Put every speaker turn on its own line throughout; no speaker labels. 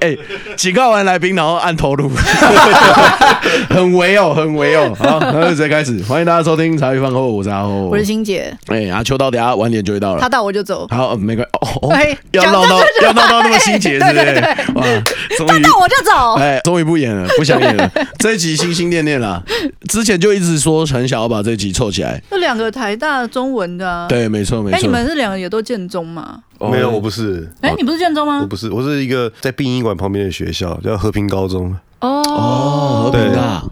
哎、警告完来宾，然后按头 颅，很围哦，很围哦。好，那就直接开始，欢迎大家收听茶余饭后，我是阿后
我。是欣姐，
哎、阿秋到，等一下晚点就会到了
他。到我就走。
好，嗯没关哦，哦
哎
要
讲
闹
这
到
句
要闹到
话
那么心结，是不
哎
是？
对对
哇，终
他
于
到我就走。
哎，终于不演了，不想演了。这一集心心念念啦，之前就一直说很想要把这一集凑起来。
那两个台大中文的、啊，，
对，没错，没
哎，
错
你。们是两个也都建中吗？
哦
没有，我不是，
哎，你不是建中
我
吗？
不是，我是一个在殡仪馆旁边的学校，叫和平高中。
哦，和
哦
平大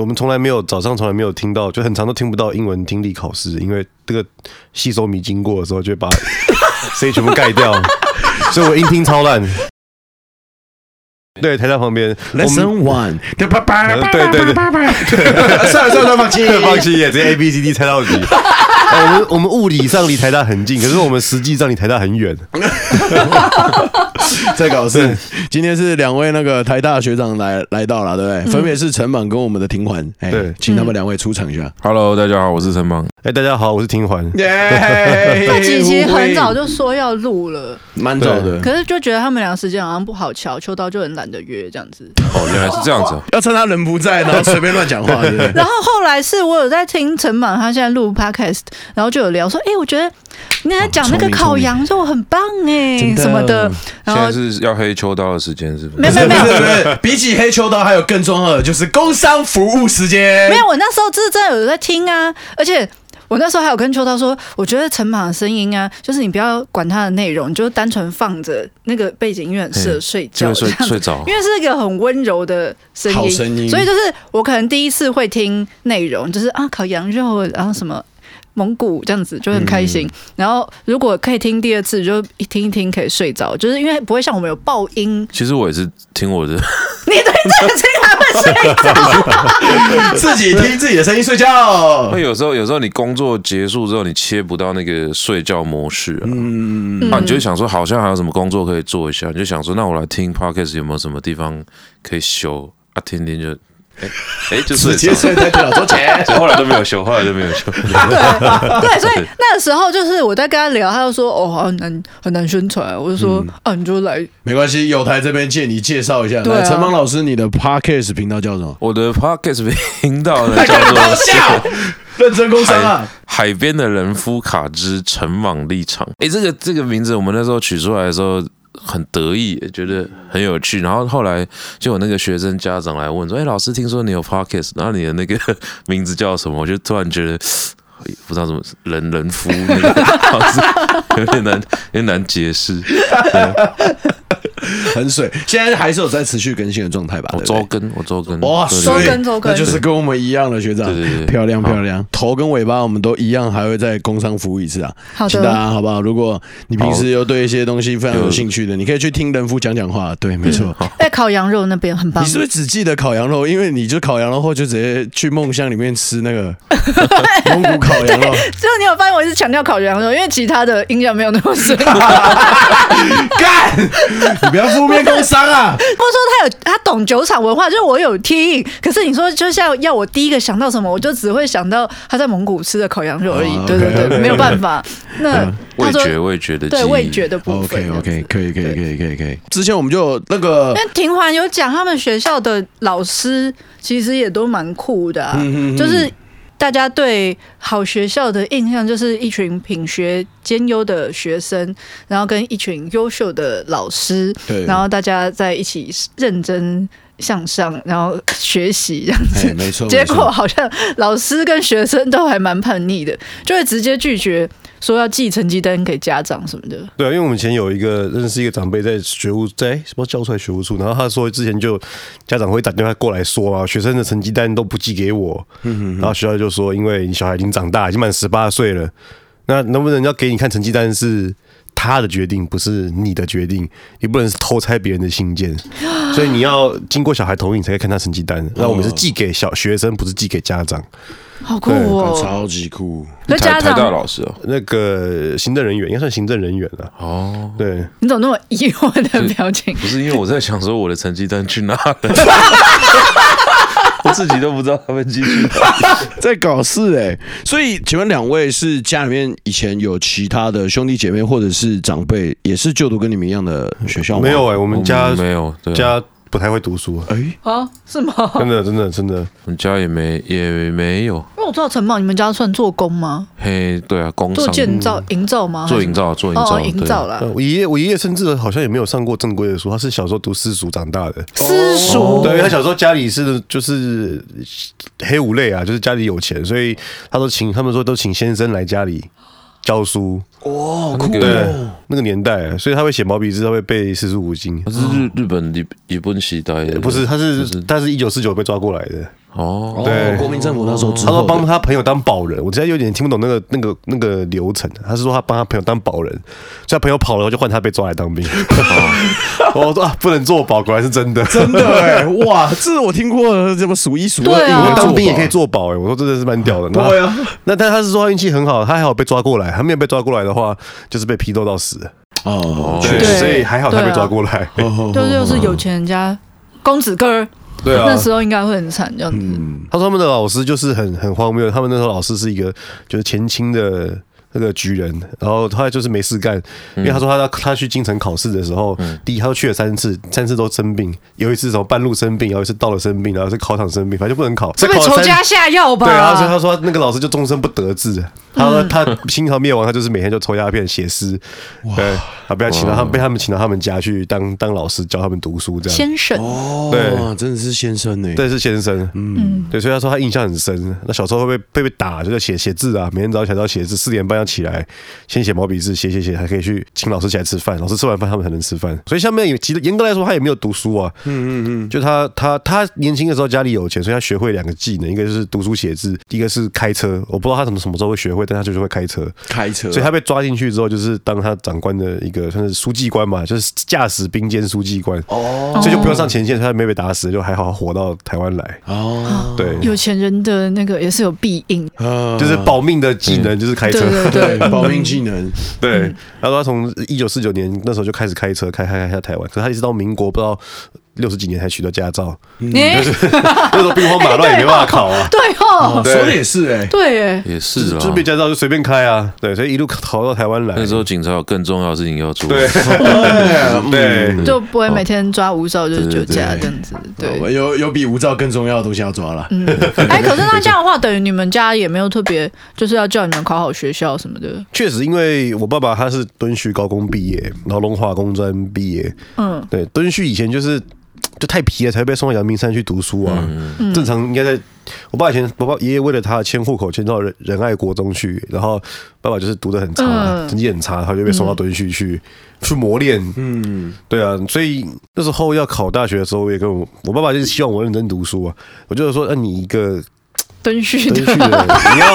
我们从来没有早上从来没有听到，就很长都听不到英文听力考试，因为这个吸收米经过的时候就会把 声音全部盖掉， 所以我音听超烂。对，台在旁边，我们
，Lesson One，对吧？
呃对对对，
算了算了，放弃
放弃耶，直接 A B C D 猜到 底。哎我们我们物理上离台大很近，可是我们实际上离台大很远。
在搞事。今天是两位那个台大学长来来到了，对不
嗯
对？分别是陈满跟我们的庭环，哎
对，
请他们两位出场一 下。
Hello，大家好，我是陈芒。
哎，大家好，我是庭环。
耶
那其实很早就说要录了，
蛮早的，
可是就觉得他们俩时间好像不好瞧，秋刀就很懒得约这样子。
哦，原来是这样子、啊。
要趁他人不在，然后随便乱讲话，对不对？
然后后来是我有在听陈满他现在录 podcast，然后就有聊说，哎，我觉得你在讲那个烤羊肉很棒哎、
真的
什么的，然
现
后
在是要黑秋刀的时间，是不
哦没
是？
有没有没有
不是不是不是比起黑秋刀还有更重要的就是工商服务时间
哎
没。有，我那时候是真的有在听啊，而且。我那时候还有跟秋涛说，我觉得陈马的声音啊，就是你不要管它的内容，你就单纯放着那个背景音乐很适合睡
就
觉
会
这
睡
样
睡
子，
着
因。为是一个很温柔的声
好
音，
声音
所以就是我可能第一次会听内容，就是啊烤羊肉，然后什么蒙古这样子就很开心。
嗯
然后如果可以听第二次，就一听一听可以睡着，就是因为不会像我们有爆 音，
其实我也是听我的，
你对这个声音还会睡着。
自己听自己的声音睡觉
会。有时候有时候你工作结束之后，你切不到那个睡觉模式啊，
嗯，
啊，你就会想说好像还有什么工作可以做一下，你就想说那我来听 podcast 有没有什么地方可以修啊？听听就，哎、哎，
直
就睡
接
着。
睡在电脑桌前。
后来都没有修，后来都没有修。
对，所以那个时候就是我在跟他聊，他就说哦，很难很难宣传，我就说、
嗯
啊，你就来，
没关系，有台这边借你介绍一下。
对啊
来，陈芒老师，你的 podcast 频道叫什么？
我的 podcast 频道 呢叫做
搞 笑，认真工商啊！
海边的人夫卡之陈网立场。诶，这个这个名字我们那时候取出来的时候很得意，觉得很有趣。然后后来就有那个学生家长来问说：“诶，老师，听说你有 podcast，然后你的那个 名字叫什么？”我就突然觉得。诶不知道怎么人人夫那个好像有点难，有点难 解释。
很水，现在还是有在持续更新的状态吧？
我
对不对
哦周更，我周更，
哇，
对
水
对对
周更周更
那就是跟我们一样了，学长，
对对对
漂亮
好
漂亮，头跟尾巴我们都一样，还会在工商服务一次啊，
好
请大
的，
家好不好？如果你平时有对一些东西非常有兴趣的，你可以去听人夫讲讲话，对，
嗯
没错。
在哎烤羊肉那边很棒
你，是不是只记得烤羊肉？因为你就烤羊肉后就直接去梦乡里面吃那 个蒙古烤羊肉，
就是你有发现我一直强调烤羊肉，因为其他的印象没有那 么深。我说
干！你不要负面工伤啊！
他有他懂酒厂文化，就是我有听，可是你说就像要我第一个想到什么，我就只会想到他在蒙古吃的烤羊肉而已。
哦嗯
对对对
OK，OK，
没有办 法。那他
味
说
觉味觉的
对
记忆
味觉的部分
OK OK，可以可以可以可以可以。之前我们就有那个
因为庭环有讲，他们学校的老师其实也都蛮酷的、啊，
嗯嗯嗯
就是大家对好学校的印象就是一群品学兼优的学生，然后跟一群优秀的老师，
对，
然后大家在一起认真向上，然后学习这样子。
哎没错，
结
没
果
错
好像老师跟学生都还蛮叛逆的，就会直接拒绝说要寄成绩单给家长什么的。
对啊，因为我们以前有一个认识一个长辈在学务在什么教出来学务处，然后他说之前就家长会打电话过来说啊，学生的成绩单都不寄给我，
嗯
然后学校就说，因为你小孩已经长大，已经满十八岁了，那能不能要给你看成绩单是他的决定，不是你的决定，你不能偷拆别人的信 件，所以你要经过小孩同意，你才可以看他成绩单。那我们是寄给小学生，不是寄给家长。
好酷
哦
哦！
超级 酷，
那家
台台大
长，
老师哦，
那个行政人员应该算行政人员了。
哦，
对，
你怎么那么疑惑的表情？
不是因为我在想说我的成绩单去 哪了，我自己都不知道他们寄去哪。
在搞事哎、所以，请问两位是家里面以前有其他的兄弟姐妹或者是长辈也是就读跟你们一样的学校吗？
没有哎、我们家
我没有，对啊，
家不太会读书，
哎、
啊，是吗？
真的真的真的。
我们家也没也没有。
因为我知道陈茂，你们家算做工吗？
嘿，对啊，工
做
商
建造、营造吗？
做营造做营造啊
哦，营造啦。
呃我爷爷我爷爷甚至好像也没有上过正规的书，他是小时候读私塾长大的。
私塾
对，因为他小时候家里是就是黑五类啊，就是家里有钱，所以他都请他们说都请先生来家里教书。
哦，
对那
对
个，
那个年代，啊所以他会写毛笔字，他会背四书五经。
是日日本日日本时代的，
哦不是，他是他是一九四九被抓过来的。
哦，
对啊
国民政府那时候之
他说
后的，
帮他朋友当保人，我现在有点听不懂那个那个那个流程。他是说他帮他朋友当保人，所以他朋友跑了，就换他被抓来当兵。 我说啊，不能做保，果然是真的。
哦真 的哎、哇，这是我听过的这么数一数二
对啊
英文做法，
当兵也可以做保哎、我说真的是蛮屌的。那
对啊，
那但他是说他运气很好，他还好被抓过来，他没有被抓过来的话，就是被批斗到死。
哦，
实
确
对
所以还好他
啊
被抓过 来。
就是又是有钱人家公子哥儿，
对啊
啊
那时候应该会很惨这样子。
他说他们的老师就是很很荒谬，他们那时候老师是一个就是前清的那个举人，然后他就是没事干，因为他说他他他去京城考试的时候，第一他都去了三次，三次都生病，有一次从半路生病，然后一次到了生病，然后是考场生病，反正就不能考，
是被
考了
仇
三
家下药吧？
对，然后所以他说那个老师就终身不得志，他说他清朝灭亡，他就是每天就抽鸦片、写诗，对，啊，不要请到他们，被他们请到他们家去当当老师教他们读书这样。
先生，
哦，
对
真的是先生哎、
对，是先生，欸嗯，对，所以他说他印象很深。那小时候会被被被打，就是写写字啊，每天早上起来都要写字，四点半要起来，先写毛笔字，写写写，还可以去请老师起来吃饭，老师吃完饭他们才能吃饭。所以下面也其实严格来说他也没有读书啊，嗯嗯嗯，就他他他年轻的时候家里有钱，所以他学会两个技能，一个就是读书写字，一个是开车。我不知道他什么什么时候会学会，但他就是会开车。
开车，
所以他被抓进去之后，就是当他长官的一个算是书记官嘛，就是驾驶兵兼书记官，
哦
所以就不用上前线，所以他没被打死，就还好活到台湾来。
哦，
对，
有钱人的那个也是有必应，
呃
就是保命的技能就是开
对
车。
对
对
对，
保命技能，
对，然后他从一九四九年那时候就开始开车，开开开下台湾，可是他一直到民国不知道六十几年才取得驾照，
你。
那时候兵荒马乱也没办法考啊
对哦，
说的也是哎、
对耶，
也是啦
就。没驾照就随便开啊，对，所以一路逃到台湾来
那。时候警察有更重要的事情要做，
对对，
就不会每天抓无照就是酒驾
对对对
这样子。对，
哦有有比无照更重要的东西要抓了。
哎，可是那这样的话，等于你们家也没有特别就是要叫你们考好学校什么的。
确实，因为我爸爸他是敦叙高工毕业，然后龙华工专毕业，
嗯，
对，敦叙以前就是就太皮了，才会被送到阳明山去读书啊。
嗯
正常应该在我爸以前，我爸爷爷为了他迁户口迁到仁仁爱国中去，然后爸爸就是读的很差，
嗯
成绩很差，他就被送到敦叙去、去磨练。
嗯，
对啊，所以那时候要考大学的时候，我也跟我我爸爸就是希望我认真读书啊。我就是说，那、你一个
登旭
敦
的
叙的人， 你要。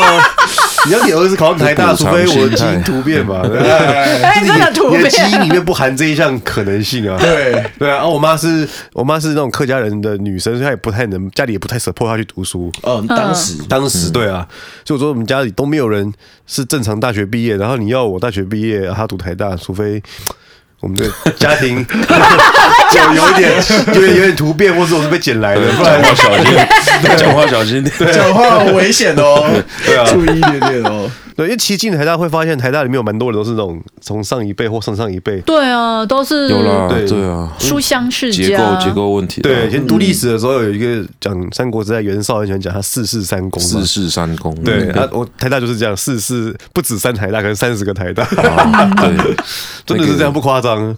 你要你儿子考上台大，
补
除
偿
非我
心
基
态
因突变 嘛？对吧
哎
就是
真的
你
突
你的
变
基因里面不含这一项可能性啊。
对，
对啊，啊我妈是我妈是那种客家人的女生，所以她也不太能，家里也不太 support 她去读书。
哦，当时
嗯
当时
嗯
对啊，所以我说我们家里都没有人是正常大学毕业，然后你要我大学毕业，她读台大，除非。我们的家庭 有有一点，有点有点突变，或者我是被捡来的，不
讲
然
话 小心， 讲话小
啊
心。
讲话很危险哦，
对啊
注意一点点哦。
对，因为其实进台大会发现，台大里面有蛮多人都是那种从上一辈或上上一辈，
对啊，都是
有啦，
对
对啊，
书香世
结
家
构，结构问题啦，
对，以前读
嗯
历史的时候有一个讲三国时代，袁绍很喜欢讲他四世三公嘛，
四世三公，
对，
啊
啊，我台大就是这样，四是不止三台大，可能三十个台大，
啊对，
真的是这样，不夸张。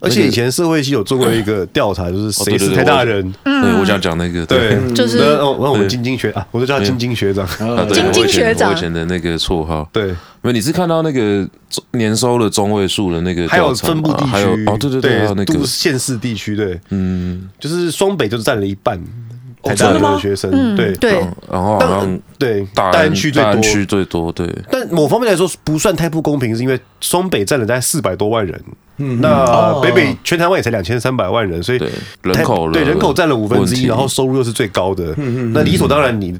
而且以前社会系有做过一个调查，就是
哦
谁是台大人？
对
嗯
我想讲那个，
对，
就是
那哦那我们晶晶学啊，我就叫他晶晶学长。
啊，对，
晶
我
晶
以前
呃学长
我以前的那个绰号，
对，
没有，你是看到那个中年收了中位数的那个
还有
调查
分布
吗
地
还有哦
区，
哦，对对对，还有那个
都，县市地区，对，
嗯，哦
就是双北就是占了一半，台
真
大
的吗
的学生，对
对，
然后好像
对，
大
大安区最
大
多。
安
嗯
区最多，对，
但某方面来说不算太不公平，是因为双北占了大概四百多万人，
嗯
那北北全台湾也才两千三百万人，所以
哦对人口了
对人口占了五分之
问
一，
题嗯
然后收入又是最高的，那理所当然你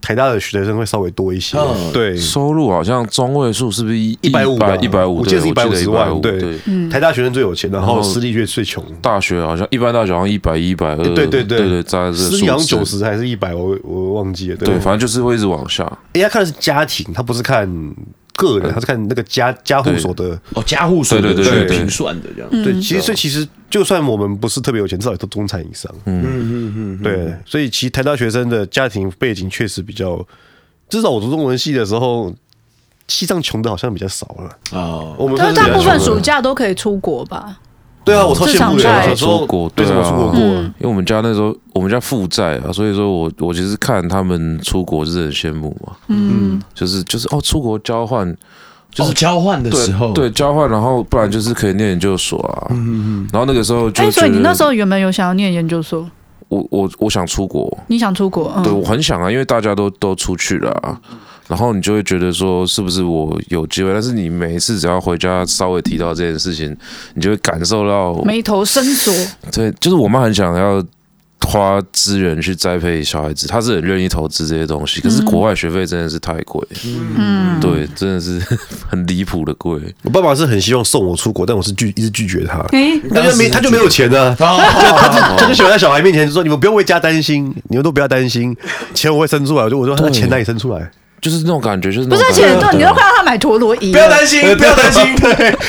台大的学生会稍微多一些，
嗯
对。
收入好像中位数是不是一
一百五吧，
一百五，
我记得是一百五十万。
对，
对，台大学生最有钱，然后私立越最穷。
大学好像一般大学好像一百一、一百二，
对对
呃对对，在这
私立好像
数
九
字，
十还是一百，我我忘记了。对
对，反正就是会一直往下。
人家看的是家庭，他不是看个
嗯
人，他是看那个家家户所得。
哦，家户所得
对对
对
去
对啊
评算的这样。
嗯
对，其实所以其实就算我们不是特别有钱，至少也都中产以上。嗯嗯嗯，对，所以其实台大学生的家庭背景确实比较，至少我读中文系的时候，系上穷的好像比较少了。
啊
哦，
我们
但
算
是大
是比较
部分
穷的
暑假都可以出国吧？
对啊，我超羡慕
至少
的，
在
小时候
出国
对
对
什么
啊
出国过
嗯
啊？
因为我们家那时候我们家负债啊，所以说我我其实看他们出国就是很羡慕嘛，嗯，就是就是哦，出国交换
就
就
是是交换的
对
时候，
对，交换，然后不然就是可以念研究所啊，嗯嗯，然后那个时候就
哎，
觉
所
得
以你那时候原本有想要念研究所，
我我我想出国，
你想出国？
对
嗯，
我很想啊，因为大家都都出去了啊、然后你就会觉得说是不是我有机会？但是你每一次只要回家稍微提到这件事情，你就会感受到
眉头深锁。
对，就是我妈很想要花资源去栽培小孩子，她是很愿意投资这些东西，可是国外学费真的是太贵，
嗯，
对，真的是很离谱的贵。
我爸爸是很希望送我出国，但我是拒一直拒绝他。
哎，
他就没他就没有钱呢、啊，
哦，
他就喜欢在小孩面前说：“你们不用为家担心，你们都不要担心，钱我会生出来。”我就我说：“那钱哪里生出来
就是那种感觉，就是
不
那
是
种，
而
感
且
觉啊
对，你都快让他买陀螺仪
啊不要
了。
担心，不要担心，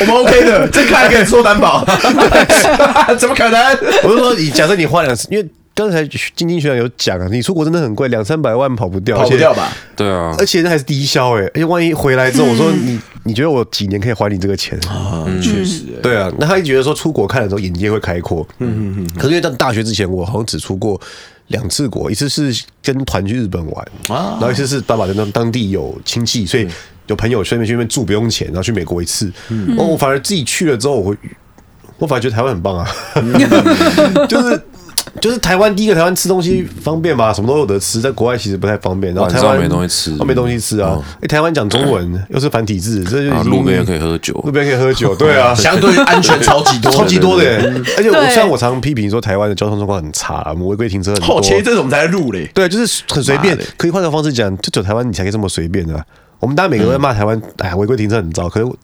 我们 OK 的，这看可以说担保， 怎么可能？？”
我就说：“你假设你花两，因为刚才晶晶学长有讲啊，你出国真的很贵，两三百万跑不掉，
跑不掉吧？
对啊
而且？，而且那还是低消哎、而且万一回来之后，我说你你觉得我几年可以还你这个钱？
啊，
嗯
确实，
对啊，那他就觉得说出国看的时候眼界会开阔。嗯嗯嗯。可是因为到大学之前，我好像只出过两次国，一次是跟团去日本玩，
啊
然后一次是爸爸在当当地有亲戚，所以有朋友顺便去那边住不用钱，然后去美国一次。哦，我反而自己去了之后，我会我反而觉得台湾很 棒啊，就是。就是台湾第一个，台湾吃东西方便嘛，什么都有得吃，在国外其实不太方便。然后台
晚
湾
上没东西吃
哦没东西吃啊
哦！
哎，台湾讲中文又是繁体字，这就
啊，
已经
路边也可以，喝酒
路，边可以喝酒，对 啊，
相对安全超级多，
超级多的耶，而且我
对
虽然我常批评说台湾的交通状况很差，我们违规停车很多
哦，，前一阵子我们才录嘞，
对，就是很随便
妈的。
可以换个方式讲，就走台湾你才可以这么随便啊。我们大家每个人都在骂台湾，哎呀，违规停车很糟，可是我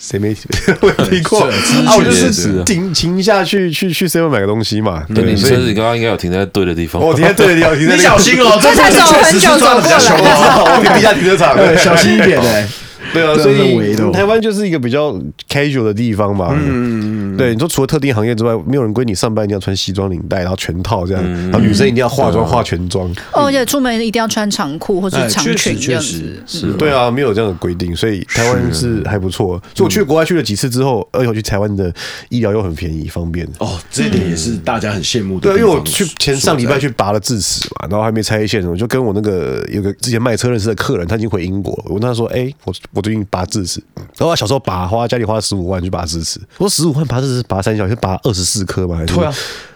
谁没 我也听过
是
啊？我就
确实
是
啊
停停下去去去 seven 买个东西嘛，对，
对，哎你哦
所
车
以哦
子刚刚应该有停在对的啊地方，
我停在这里，我停
你
在那个
小 心哦，这
才
次
走
确
很
实
久
是赚的比较
走
凶
过来
哦，
我停地下停车场，
对，小心一点 嘞。
对啊，
这
所
氛围
以
的哦
台湾就是一个比较 casual 的地方嘛。嗯嗯嗯。对，你说除了特定行业之外，没有人规定你上班一定要穿西装领带，然后全套这样，然后女生一定要化妆化全妆。
哦，而且出门一定要穿长裤或者
哎
长
确实
裙这样
确
子
实。
是
对啊，没有这样的规定，所以台湾是还不错。所以我去国外去了几次之后，而且我去台湾的医疗又很便宜方便。
哦，这一点也是大家很羡慕的
对，
地方。
因为我去前上礼拜去拔了智齿嘛，然后还没拆线，我就跟我那个有个之前卖车认识的客人，他已经回英国了。我跟他说：“哎、我我最近拔智齿，然后他小时候拔花家里花十五万去拔智齿，我说十五万拔智齿拔三小，就拔二十四颗嘛，还是
对啊。”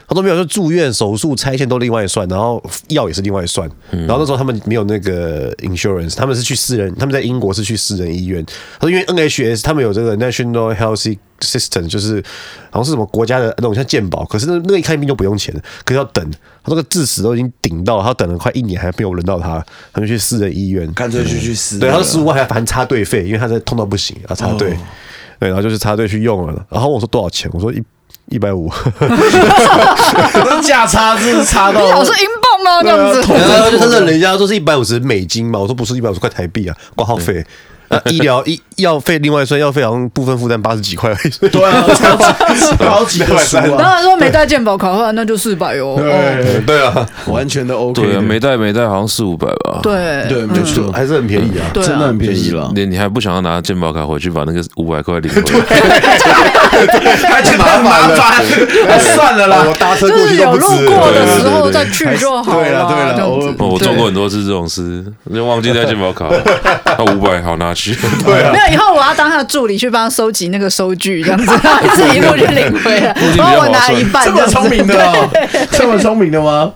他说没有，就住院、手术、拆线都另外算，然后药也是另外算。
嗯
然后那时候他们没有那个 insurance，他们是去私人，他们在英国是去私人医院。他说因为 NHS 他们有这个 National Health System，就是好像是什么国家的那种像健保，可是那那一看病就不用钱，可是要等。他那个智齿都已经顶到了，他等了快一年还没有轮到他，他就去私人医院。
干脆就去死。哦
对，他说十五万还含插队费，因为他在痛到不行啊，插队。对，然后就是插队去用了。然后我说多少钱？我说一一百五。
那价差真是差到
你想说英镑吗？这
啊
样子。
然后就他认人家说是一百五十美金嘛，我说不是一百五十块台币啊，挂号费。呃，医疗医药费另外算，药费好像部分负担八十几块而已，所以
对啊，超超级的输
然后
啊，
他说没带健保卡的话，那就四百哦。哦
对，
对啊，
完全的 OK
对啊，
的。
没带没带好像四五百吧，，
对啊
对，没
就
错，
还是很便宜啊。
对啊
真的很便宜了。
你你还不想要拿健保卡回去把那个五百块领回来？
还去把它麻烦，哎算了啦
我。搭车
就
过去
是
都
有
不
路
止。
过
对
的
对
时候
对
再去就好
对啦对啦
这样子
我
哦我
对
做过很多次这种事，就忘记带健保卡，那 五百好拿去。
没有，以后我要当他的助理去帮他收集那个收据，这 样子，
啊
然后一直一路去领回来
定比，较
然后我
划
拿
算
一半
这么
样子
聪明的哦，这么聪明的吗？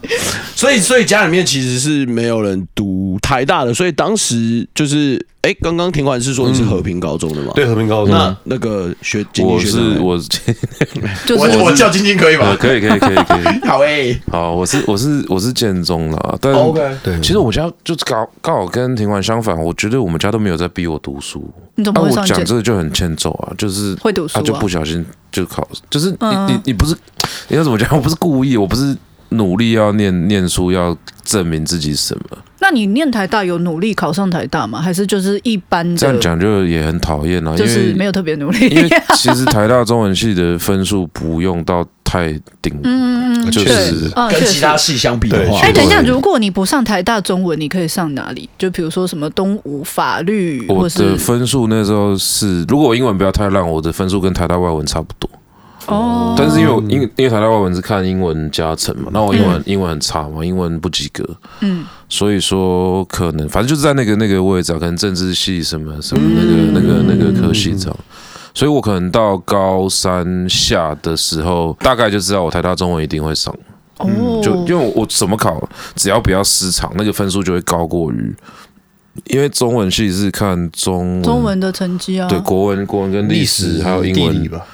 所以，所以家里面其实是没有人读台大的，所以当时就是，哎，刚刚庭环是说你是和平高中的嘛？
对，和平高中。
那那个学经
我
济学长
是
呢，
我，
就
我
是
我叫晶晶可以
呃
吧？
可以可以可以可以，
好诶
好，我是我是我是建中啦，但
，OK，
对
其实我家就刚刚好跟庭婉相反，我觉得我们家都没有在逼我读书。
你怎
啊，
么
我
会上
讲
去？
这个就很欠揍啊，就是
会读书
他就
啊
不小心就考，就是你、
嗯
你你不是你要怎么讲？我不是故意，我不是努力要念念书，要证明自己什么。
那你念台大有努力考上台大吗？还是就是一般
这样
的，
讲就也很讨厌啊，因
就是
为
没有特别努
因为
力？
其实台大中文系的分数不用到太顶，
嗯嗯嗯，
就
对
是
嗯，
跟
确
其
实。
他系相比的
对
话
哎，，等一下，
对
如果你不上台大中文，你可以上哪里？就比如说什么东吴法律，
我
或是
的分数那时候是，如果我英文不要太烂，我的分数跟台大外文差不多。
哦，
但是因为我因为因为台大外文是看英文加成嘛，那我英文、英文很差嘛，英文不及格，
嗯，
所以说可能反正就是在那个那个位置啊，可能政治系什么什么那
嗯
个、那个那个科系这样。所以我可能到高三下的时候，大概就知道我台大中文一定会上，
哦，
嗯就因为我我怎么考，只要不要失常，那个分数就会高过于，因为中文系是看中文
中文的成绩啊，
对国文国文跟历史还有英
地理
文，
吧，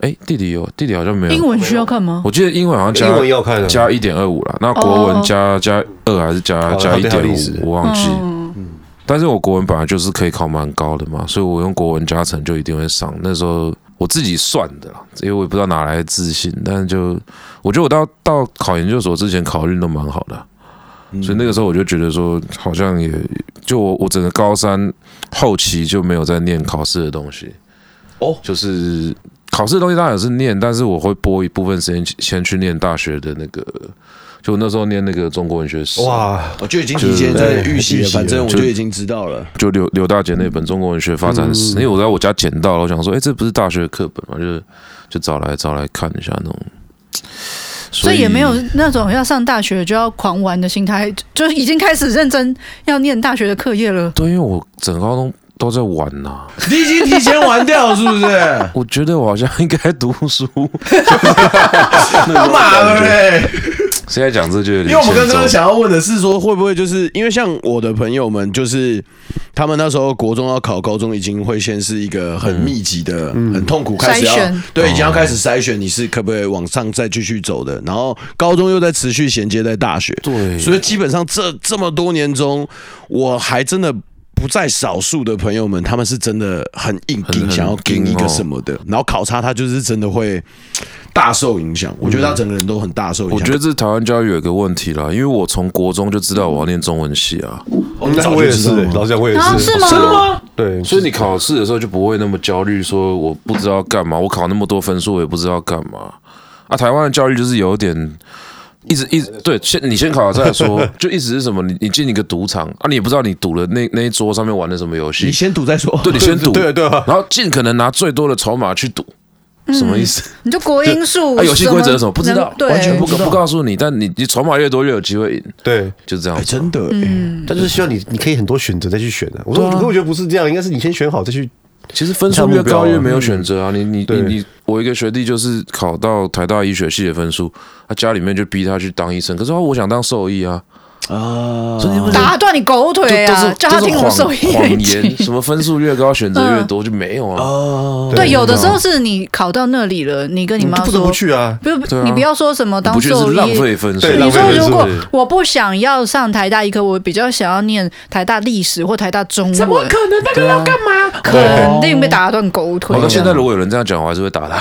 哎、地理有地理好像没有，
英文需要看吗？
我记得英文好像加
英文要看的。
加一点二五啦，那国
哦
文加加二还是加
哦
加一
对还有
点
历史
五？我忘记。
嗯
但是我国文本来就是可以考蛮高的嘛，所以我用国文加成就一定会上。那时候我自己算的啦，因为我也不知道哪来的自信，但就我觉得我到到考研究所之前考运都蛮好的啊、
嗯
所以那个时候我就觉得说，好像也就我我整个高三后期就没有在念考试的东西。
哦
就是考试的东西当然也是念，但是我会拨一部分时间去先去念大学的那个，就我那时候念那个中国文学史，
哇，
我就已经提前在预习
预
了，
习了
反正我
就
就已经知道了。
就刘刘大姐那本《中国文学发展史》因为我在我家捡到了，我想说，哎、这不是大学的课本嘛，就是就找来找来看一下那种，
所以也没有那种要上大学就要狂玩的心态，就就已经开始认真要念大学的课业了。
对，因为我整个高中都在玩呐、
你已经提前玩掉是不是？
我觉得我好像应该读 书。
他妈的嘞！
现在讲这就有点欠揍，
因为我们刚刚想要问的是说，会不会就是因为像我的朋友们，就是他们那时候国中要考高中，已经会先是一个很密集的、
嗯
很痛苦，开始要
筛选
对，已经要开始筛选你是可不可以往上再继续走的，然后高中又在持续衔接在大学，
对，
所以基本上这这么多年中，我还真的。不在少数的朋友们，他们是真的很硬
很
劲，
很
想要
硬
跟一个
哦
什么的，然后考察他就是真的会大受影响。我觉得他整个人都很大受影响。
我觉得这台湾教育有一个问题啦，因为我从国中就知道我要念中文系啊，
我们
那
哦早
我
就
也
知
是
道了，
老实讲我也
啊，
是
是。吗？真的吗？
对，
所以你考试的时候就不会那么焦虑，说我不知道干嘛，我考那么多分数我也不知道干嘛。啊，台湾的教育就是有点。一直一直对，先你先考了再说， 就一直是什么？你你进一个赌场啊，你也不知道你赌了那那一桌上面玩的什么游戏
你，先赌再说。
对你先赌，
对对啊
然后尽可能拿最多的筹码去赌，
嗯
什么意思？
你就国音数
啊，游戏规则是什
么
么不知道
能，对，
完全不不告诉你，但你你筹码越多越有机会赢，
对，
就这样
哎，
子。
真的、欸，
他就是希望你，你可以很多选择再去选的、我说，可是我觉得不是这样，应该是你先选好再去。
其实分数越高越没有选择啊！你你你
嗯对
你，我一个学弟就是考到台大医学系的分数，他家里面就逼他去当医生，可是他我想当兽医啊，
啊，
所以你不能
打断你狗
就
腿
都
啊
是，
叫他
都是
听我
谎
受益
谎
一嗯集
言，什么分数越高选择越多就没有啊，
哦
啊，
对，有的时候是你考到那里了，你跟你妈
就不能
说
不，去啊。
不
对啊
你不要说什么
你
当
不觉得
兽
是
医，
浪费分数？
对
你
浪费
说
分
如
数
果
对
我不想要上台大医科，我比较想要念台大历史或台大中文，怎么可能？那个要干嘛？肯定被打断狗腿
我。哦到现在
听
如果有人这样讲，我还是会打他，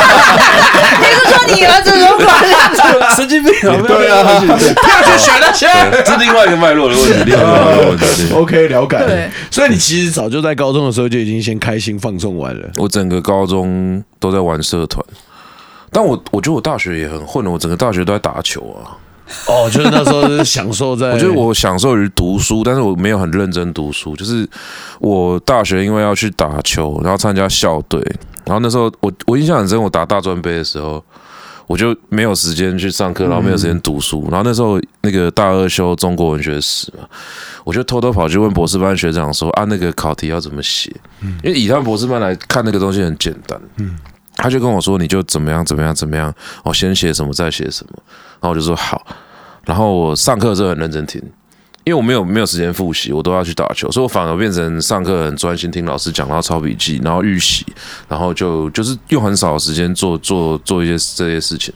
哎说你儿子如果
神经病！
对啊，
他去选那些。
对这是另外一个脉络的问题，另外一个脉络的问题。对
OK，了解。
对，
所以你其实早就在高中的时候就已经先开心放纵完了。
我整个高中都在玩社团，但我我觉得我大学也很混了，我整个大学都在打球啊。
哦，就是那时候是享受 在，
我觉得我享受于读书，但是我没有很认真读书。就是我大学因为要去打球，然后参加校队，然后那时候我我印象很深，我打大专杯的时候，我就没有时间去上课，然后没有时间读书。然后那时候那个大二修中国文学史嘛，我就偷偷跑去问博士班学长说啊，那个考题要怎么写？因为以他们博士班来看那个东西很简单，嗯。他就跟我说：“你就怎么样怎么样怎么样，哦，先写什么再写什么。”然后我就说：“好。”然后我上课的时候很认真听，因为我没有没有时间复习，我都要去打球，所以我反而变成上课很专心听老师讲，然后抄笔记，然后预习，然后就就是用很少的时间做做做一些这些事情。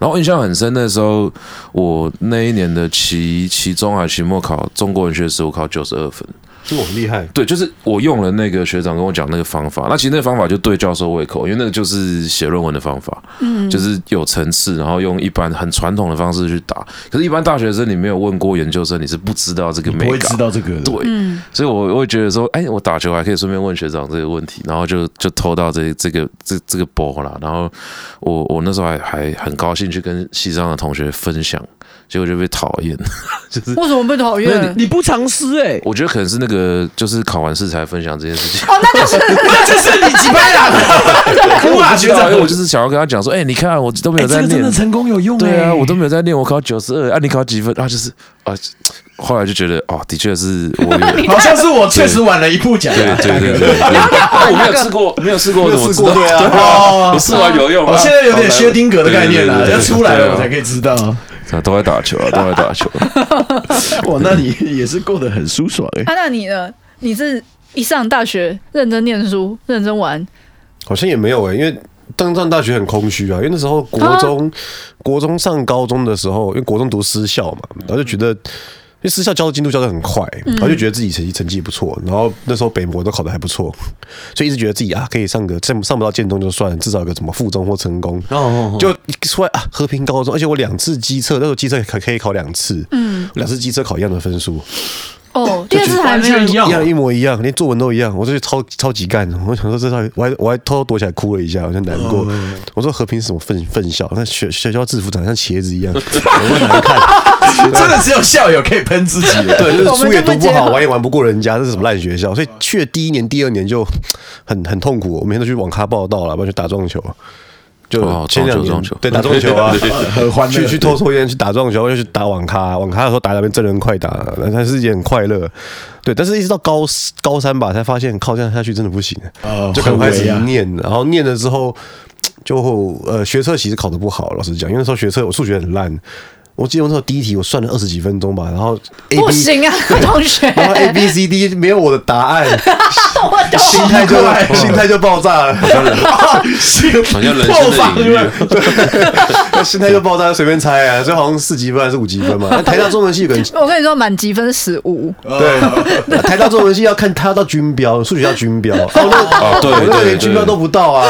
然后印象很深，那时候我那一年的期期中还期末考中国文学史，我考九十二分。
这我很厉害，
对，就是我用了那个学长跟我讲那个方法，那其实那个方法就对教授胃口，因为那个就是写论文的方法，嗯，就是有层次，然后用一般很传统的方式去打。可是，一般大学生你没有问过研究生，你是不知道这个美
不会
感
知。道这个的。
对，所以我会觉得说，哎，我打球还可以顺便问学长这个问题，然后就就偷到这这个这这个波啦。然后我我那时候还还很高兴去跟西藏的同学分享，结果就被讨厌。
为什么被讨厌？
你不藏私哎、
我觉得可能是那个就是考完试才分享这件事情。
哦，那就是
那就是你几拍啦，哭啊学
对啊
长
因为，我就是想要跟他讲说，哎、你看我都没
哎
有在
这个真
练，
的成功有用
对啊，
哎
我都没有在练，我考九十二，啊，你考几分？啊，就是啊，后来就觉得哦，的确是我有， 对
好像是我确实晚了一步讲啊。
对对对对对，啊我没有吃过，没有吃过，我怎么知道？
对啊，
哦
我，试完有用吗？啊
我现在有点薛丁格的概念了，
对对对对
要
对
出来
对啊
了我才可以知道。
啊都在打 球啊，都在打球。
哇，那你也是过得很舒爽哎。
啊，那你呢？你是一上大学认真念书、认真玩，
好像也没有哎、因为当上大学很空虚啊，因为那时候国中、国中上高中的时候，因为国中读私校嘛，然后就觉得。因为私校教的进度教的很快，然后就觉得自己成绩成绩不错，然后那时候北模都考得还不错，所以一直觉得自己啊可以上个上上不到建中就算了，至少有个什么附中或成功，
哦，
就一出来啊和平高中，而且我两次机测，那时候机测可可以考两次，嗯，两次机测考一样的分数，
哦，第二次还没有
完全一样
一样一模一样，连作文都一样，我这就超超级 干。我想说这到底，我还我还偷偷躲起来哭了一下，我就难过。
嗯
我说和平是什么分分校？那学学校制服长得像茄子 一样，我就难看。
真的只有校友可以喷自己了。
对，就
我
是
们
书也
这么
读不
讲
好，玩也玩不过人家，这是什么烂学校？所以去了第一年、第二年就很很痛苦。我每天都去网咖报道了，不然去打撞球。就
哦
前两年
撞球
对打撞球 啊，
很欢乐
去去偷抽烟，去打撞球，又去打网咖，网咖的时候打那边真人快打，但是也很快乐。对，但是一直到高高三吧，才发现靠这样下去真的不行，
哦
就赶快开始
很危啊
念，然后念了之后就呃学测其实考得不好，老实讲，因为那时候学测我数学很烂，我记得我那时候第一题我算了二十几分钟吧，然后 A
不
B
行啊，同学，
然后 A B C D 没有我的答 案，
我
心
懂。
态就
好快哦
心态就爆炸了。
好像人
破防
生的领域
了，
心态就爆炸，随便猜啊，所以好像四级分还是五级分嘛。那台大中文系 有个人
我跟你说，满级分十五，
对，台大中文系要看他要到军标，数学要军标，哦，
哦
那
对
我那个
对哦
连
对
军标都不到啊，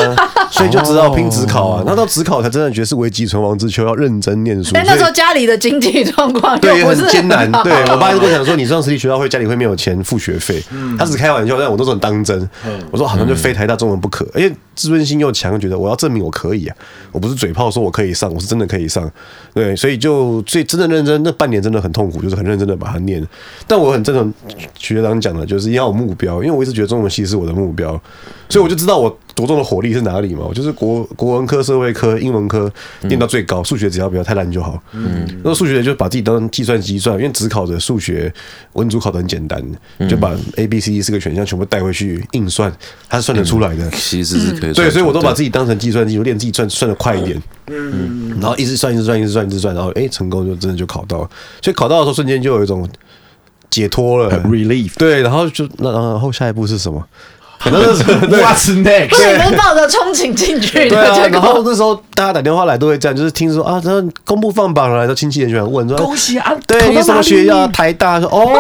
所以就只好拼职考啊。那到职考才真的觉得是危机存亡之秋，要认真念书。
但那时
所
候
以
家里的经济状况又
对也
不是
很艰 难，
好
对我爸就跟我讲说，你上私立学校会家里会没有钱付学费，他只是开玩笑，但我那时候很当真。我说好像就非台大中文不可，而且自尊心又强，觉得我要证明我可以啊，我不是嘴炮说我可以上，我是真的可以上。对，所以就最真的认真，那半年真的很痛苦，就是很认真的把它念。但我很正常，学长讲的就是要有目标，因为我一直觉得中文系是我的目标，所以我就知道我着重的火力是哪里嘛。我就是国国文科、社会科、英文科念到最高，数学只要不要太烂就好。嗯，那数学就把自己当计算机算，因为只考的数学文组考的很简单，就把 A、B、C 四个选项全部带回去硬算，它是算得出来的。
其实是可以算出来，
对，所以我都把自己当成计算机，我练自己算算的快一点，嗯，然后一直算，一直算，一直算，一直算，然后哎、成功就真的就考到了，所以考到的时候瞬间就有一种解脱了，
relief。
对，然后就那然后下一步是什么？可能是对
What's
不
next？
是你们是抱着憧憬进去
对
的，
啊，
结
然后
果
那时候大家打电话来都会这样，就是听说啊，那公布放榜了，然后亲戚也喜欢问说，
恭喜啊！
对，
考
你
到
什么
哪里
学校？台大说哦，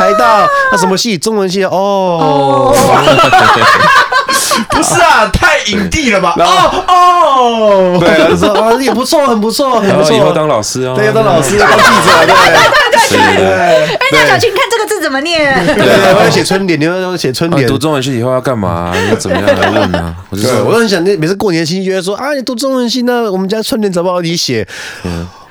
台大那什么系？中文系哦。
不是啊，太影帝了吧？
然
哦哦，
对，他就说啊，也不错，很不错，很
然
不
后
错。
以后当老师 哦，
对，要当老师，当记者，对
对对
哎，大小琴，你看这个字怎么念？
对对，我要写春联，你要写春
对，
联
啊。读中文系以后要干嘛？要怎么样来问啊？我就
对，
说嗯
我都很想念，每次过年新约说啊，你读中文系，那我们家春联怎么帮你写？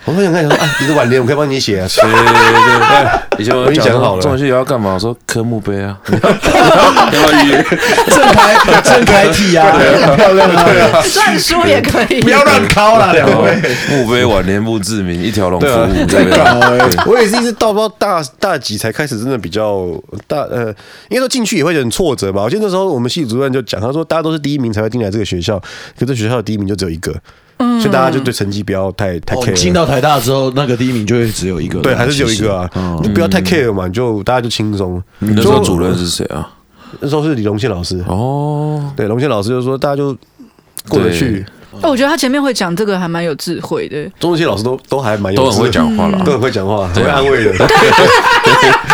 我说想看，想说啊，你的挽联我可以帮你写啊，
对对对对，以前我
我已经讲好了
这种戏要干嘛？我说科目杯啊，要不要约？
正开正开题啊，漂亮啊，
乱说也可 以
不。要乱敲啦，两位。
墓碑晚年墓志铭一条龙服务，对
在
不
搞
对？
欸 我也是一直到到大大几才开始真的比较大呃，应该说进去也会有点挫折吧。我记得那时候我们系主任就讲，他说大家都是第一名才会进来这个学校，可这学校的第一名就只有一个，所以大家就对成绩不要太太
哦
care。
进到台大之后，那个第一名就会只有一个，
对，还是只有一个啊
其实嗯，
就不要太 care 嘛，就大家就轻松。
你那时候主任是谁啊？
那时候是李荣宪老师，
哦，
对，荣宪老师就说大家就过得去，
哦，我觉得他前面会讲这个还蛮有智慧的。
钟志宪老师都都还蛮有
都很会
智
讲话啦
都很会讲话，很
对
会
啊
安慰的，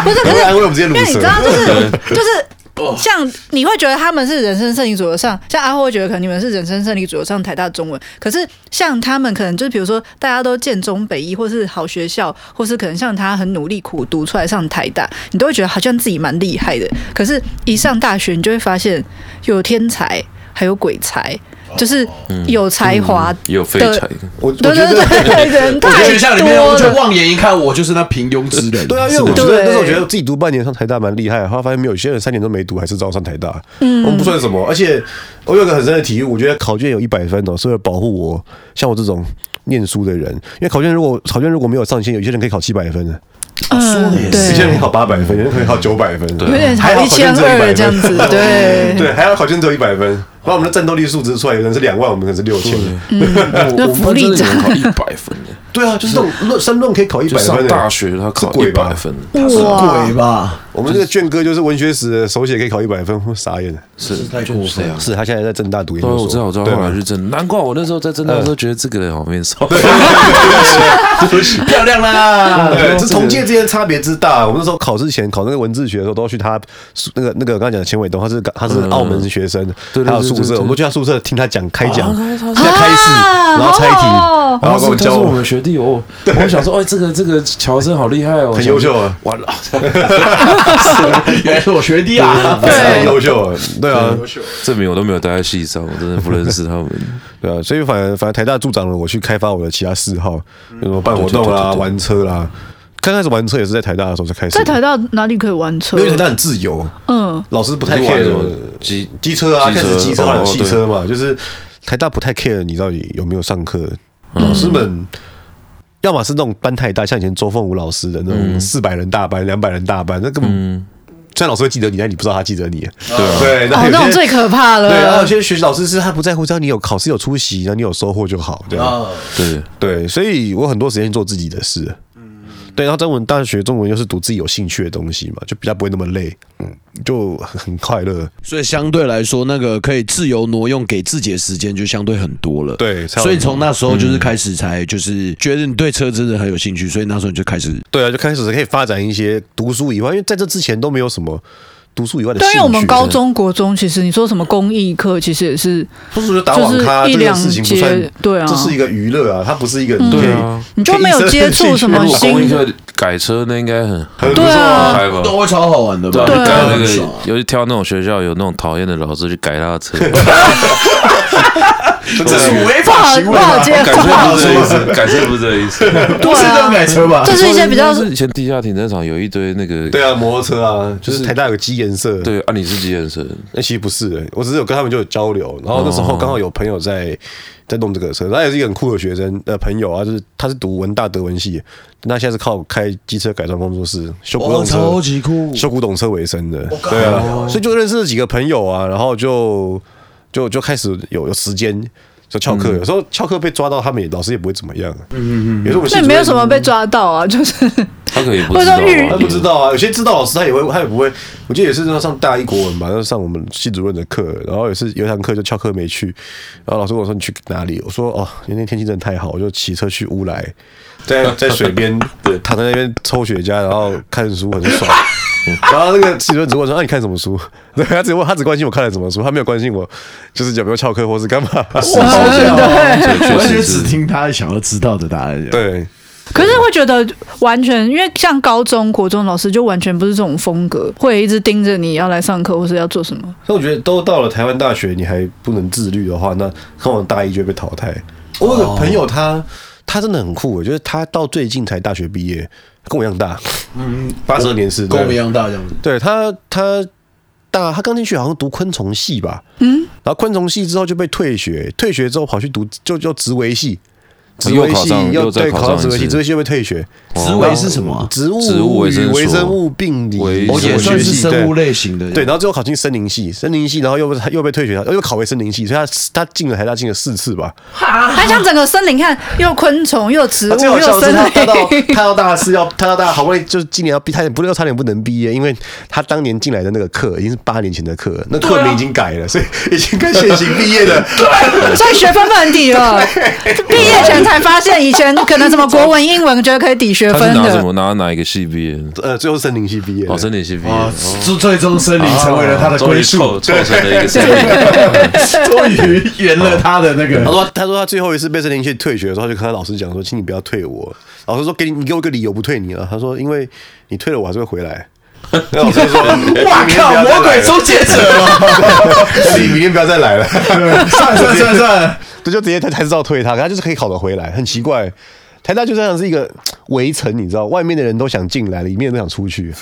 不 是，可
很
是
会安慰我们这些
因为你知
卤
道，
蛇。
哦
就是就是像你会觉得他们是人生胜利组合上，像阿辉会觉得可能你们是人生胜利组合上台大中文，可是像他们可能就是比如说大家都建中北一，或是好学校，或是可能像他很努力苦读出来上台大，你都会觉得好像自己蛮厉害的，可是一上大学你就会发现有天才，还有鬼才。就是
哦
有才
嗯
华
也有废
的
柴，
我我觉
对对
得
对，人
我
太
学校里面，
多
我就
了。
望眼一看，我就是那平庸之人。
对啊，因为
是
我
吧
觉得那时候我
对
觉得我自己读半年上台大蛮厉害啊的，后来发现没有有些人三年都没读还是照上台大，嗯，我们不算什么。而且我有一个很深的体悟，我觉得考卷有一百分哦，是为了保护我像我这种念书的人，因为考卷如果考卷如果没有上限，有些人可以考七百分的，
嗯，
有些人可
对，
以考八百分，有些人可以考九百分，对
有点
还
好
好
一
考卷
千
只有100
二
分
这样 子，对。
对，还要考卷只有一百分，然后我们的战斗力数值出来，有人是两万，我们可能是六千。
我
那
我们
福
班
利
真的
长
有人考一百分耶，
对啊，就是那种论申论可以考一
就
百分
上
的。
大学他考
是
一
鬼吧
百分，
哇
鬼吧？
我们这个卷哥就是文学史的手写可以考一百分，我傻眼了。
是
太过分
谁啊？
是他现在在正大读研
对啊，
究所，
我知道，我知道，
对
后来是真，难怪我那时候在真大的时候觉得这个人好面熟。
漂亮 啦！
对，啊这同届之间的差别之大。我们那时候考试前考那个文字学的时候，都要去他宿那个那个我刚才讲的钱伟东，他是他是澳门学生，
对对对
他有宿
对对
舍，
对
我们去他宿舍听他讲哦开讲，
啊
在开示，然后猜题
好好哦，
然后
他
给我
是他
教
是我
我
们。学弟哦，我想说，哎，这个这个乔生好厉害哦，
很优秀啊
啊，完了，
原来是我学弟
哦
啊！
很优秀啊，对啊，
证明我都没有待在系上，我真的不认识他们。
对啊，所以反正反正台大助长了我去开发我的其他嗜好，有什么办活动
对对对
啦、
对对
玩车啦。刚开始玩车也是在台大的时候才开始，
在台大哪里可以玩车
因？为台大很自由，
嗯，
老师不太
你玩什
care
么机
机车啊，
机
开
车
始机车
哦
还有
哦
汽
对
车嘛，就是台大不太 care 你到底有没有上课，老师们。要么是那种班太大，像以前周凤武老师的那种四百人大班、两百、人大班，那根本、
嗯
虽然老师会记得你，但你不知道他记得你。对对，啊
哦，那
有
种
些
最可怕
对，然后有
了。
些学老师是他不在乎，只要你有考试有出席，然后你有收获就好。对、样。
啊，
对，
对，所以我很多时间做自己的事。对，然后中文大学中文又是读自己有兴趣的东西嘛，就比较不会那么累，嗯，就很很快乐。
所以相对来说，那个可以自由挪用给自己的时间就相对很多了。
对差不多
所以从那时候就是开始才就是觉得你对车真的很有兴趣，所以那时候你就开始
对啊，就开始可以发展一些读书以外，因为在这之前都没有什么读书以外的兴
对，啊
趣。
因为我们高中、国中，其实你说什么公益课，其实也是，
不是说打网咖
就是一
这个
两
事情不算
节，对啊嗯
这是一个娱乐啊，它不是一个你可以
对啊
你就没有接触什么
如果公益
新。
课改车，那应该很
很不
对
错
啊
开吧？
都会超好玩的吧？
对啊，
对啊
改那个
爽，
尤其挑那种学校有那种讨厌的老师去改他的车，
真
这是
的
违
不
法
好
行
不
为
好
吧？
接
啊改车
话
不，是这意思，改车不是这意
不
思。
是
对啊
这种改车吧？
这是一些比较
以前地下停车场有一堆那个，
对啊，摩托车啊，
嗯
就是台大有个基颜色，
对啊，你是几人生？
那其实不是、欸，我只是有跟他们就有交流，然后那时
哦
候刚好有朋友在在弄这个车，他也是一个很酷的学生呃朋友啊，就是他是读文大德文系，那现在是靠开机车改装工作室修古
哇，
董车，
超级酷！
修古董车为生的，对啊，所以就认识了几个朋友啊，然后就就就开始有有时间就翘课，有时候翘课被抓到，他们也老师也不会怎么样，嗯嗯嗯，有时候我们系
那也没有
主
什
任
么被抓到
嗯
啊，就是
他可以不
我说
知道
日
他
啊，
不知道啊，有些指导老师他也会，他也不会。我记得也是那上大一国文吧，那上我们系主任的课，然后也是有一堂课就翘课没去，然后老师跟我说你去哪里？我说哦，因为那天气真的太好，我就骑车去乌来，在在水边躺在那边抽雪茄，然后看书很爽。嗯然后那个系主任只问说：“啊，你看什么书？” 对他只问，他只关心我看了什么书，他没有关心我就是有没有翘课或是干嘛。
对，
我
确
觉得
实
只
是。
听他想要知道的答案。，
对，
可是会觉得完全，因为像高中、国中老师就完全不是这种风格，会一直盯着你要来上课或是要做什么。
所以我觉得都到了台湾大学，你还不能自律的话，那往往大一就会被淘汰。我有个朋友他，他他真的很酷，我觉得他到最近才大学毕业，跟我一样大，嗯，八十二年是
跟我们一
对
样大这样子。
对他，他大他刚进去好像读昆虫系吧，嗯，然后昆虫系之后就被退学，退学之后跑去读就就植维系，植
又
维
考
系
上
要
又再
对
考
考上
上
植
一
维系，
次
植维系又被退学，
植维是什么啊？
植物
植物
与
维生素
微生物病理
微
哦，也
学
算是
系
生物
对
类型的。
对，然后最后考进森林系，森林系，然后又被又被退学，又考回森林系，所以他他进了台大进了四次吧。
他像整个森林看，又昆虫，又植
他
物，
最好笑
又
的
森
是他他到
林。
他到大四要他到大好不容易就是今年要毕差点不又差点不能毕业，因为他当年进来的那个课已经是八年前的课了，那课名已经改了，所以已经跟现行毕业的
所以学分不能抵 了。毕业前才发现，以前可能什么国文、英文，觉得可以抵学
他是
分
拿什
的。
么拿哪一个系毕业？
呃最后森林系毕业的
哦，森林系毕业
啊
哦，，
最最终森林成为了他的
终于
归宿
凑，凑成了一个森林。
终于圆了他的那
他
个。
说：“他说他最后一次被森林系退学的时候，他就跟他老师讲说，请你不要退我。老师说：给你，你给我一个理由不退你了。他说：因为你退了，我还是会回来。那老师就说：
哇靠！魔鬼终结者啊！
你明天不要再来了。
算了算了算了算了，
对，就直接台台知道退他，可他就是可以考得回来，很奇怪。台大就这样是一个围城，你知道，外面的人都想进来，里面都想出去。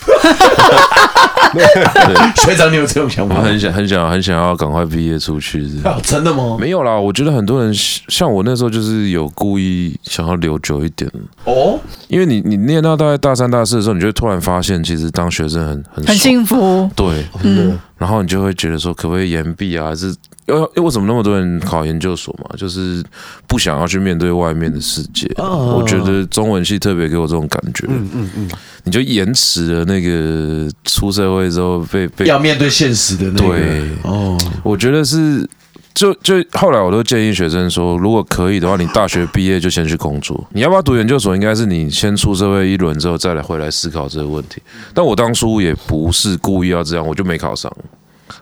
学长，你有这种想
我
法吗？
很想很想很想要赶快毕业出去。 这样
啊真的吗？
没有啦，我觉得很多人像我那时候就是有故意想要留久一点，
哦，
因为你你念到大概大三大四的时候，你就会突然发现，其实当学生很很哦
很
爽
幸福，
对，
嗯，
然后你就会觉得说，可不可以延毕啊？还是因为因为为什么那么多人考研究所嘛？就是不想要去面对外面的世界。
哦
我觉得中文系特别给我这种感觉。嗯嗯嗯，你就延迟了那个出社会之后被被
要面对现实的那个
对。
哦，
我觉得是，就就后来我都建议学生说，如果可以的话，你大学毕业就先去工作。 你要不要读研究所，应该是你先出社会一轮之后，再来回来思考这个问题。但我当初也不是故意要这样，我就没考上，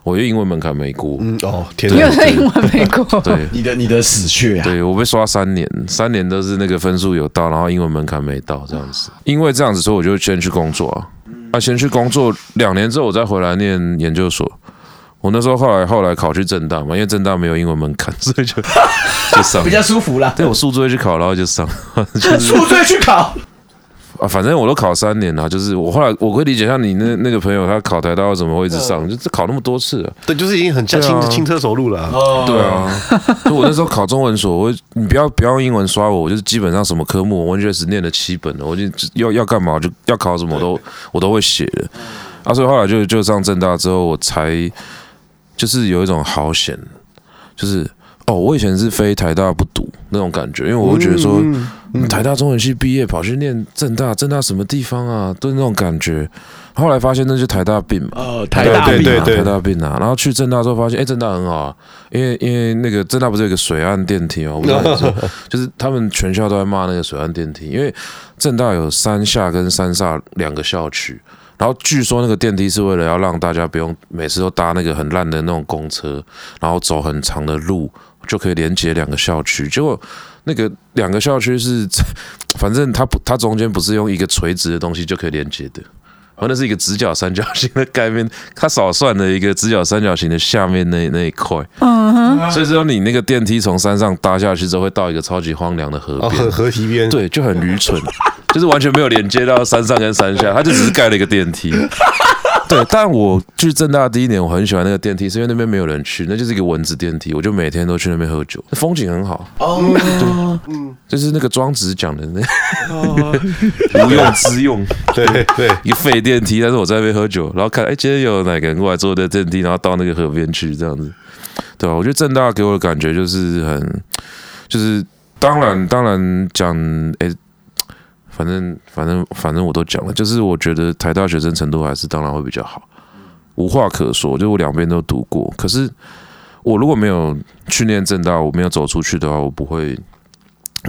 我就英文门槛没过。
嗯，哦，天
因
哪
为！在英文没过。
对
你的你的死穴啊！
对，我被刷三年，三年都是那个分数有到，然后英文门槛没到这样子。因为这样子，所以我就先去工作啊，啊，先去工作两年之后，我再回来念研究所。我那时候后来后来考去正大嘛，因为正大没有英文门槛， 所以就就上
比。较舒服啦。
对，我数字会去考，然后就上， 就是
宿醉去考，
啊，反正我都考三年了、就是我后来我会理解像你那那个朋友，他考台大为什么会一直上，就考那么多次了。
对，就是已经很轻
对啊
轻车熟路了啊。
哦
对啊，就我那时候考中文所，我你不要不要用英文刷我，我就是基本上什么科目我文学史念了七本了，我就要要干嘛就要考什么我都我都会写的。啊，所以后来就就上正大之后，我才就是有一种好险，就是哦，我以前是非台大不读那种感觉，因为我会觉得说。嗯台大中文系毕业跑去念正大，正大什么地方啊？都是那种感觉。后来发现那就是台大病嘛，
呃，台大
对
病
对
啊
对
台大病啊，然后去正大之后发现，哎、正大很好啊，因为因为那个正大不是有个水岸电梯哦，我不知道你 知道就是他们全校都在骂那个水岸电梯，因为正大有三下跟三煞两个校区，然后据说那个电梯是为了要让大家不用每次都搭那个很烂的那种公车，然后走很长的路就可以连接两个校区，结果。那个两个校区是， 反正它不，它中间不是用一个垂直的东西就可以连接的，然后哦那是一个直角三角形的概念，它少算了一个直角三角形的下面那那一块，
嗯哼，
所以说你那个电梯从山上搭下去之后，会到一个超级荒凉的河
哦，
边，
河河堤边，
对，就很愚蠢，就是完全没有连接到山上跟山下，它就只是盖了一个电梯。 对，但我去正大第一年，我很喜欢那个电梯，是因为那边没有人去，那就是一个蚊子电梯，我就每天都去那边喝酒，风景很好。
哦，
就是那个庄子讲的那
哦
无用之用，
对对，
一个废电梯，但是我在那边喝酒，然后看，哎，今天有哪个人过来坐的电梯，然后到那个河边去，这样子，对啊吧、我觉得正大给我的感觉就是很，就是当然当然讲，哎，反正反正反正我都讲了，就是我觉得台大学生程度还是当然会比较好，无话可说，就我两边都读过，可是我如果没有去念正大，我没有走出去的话，我不会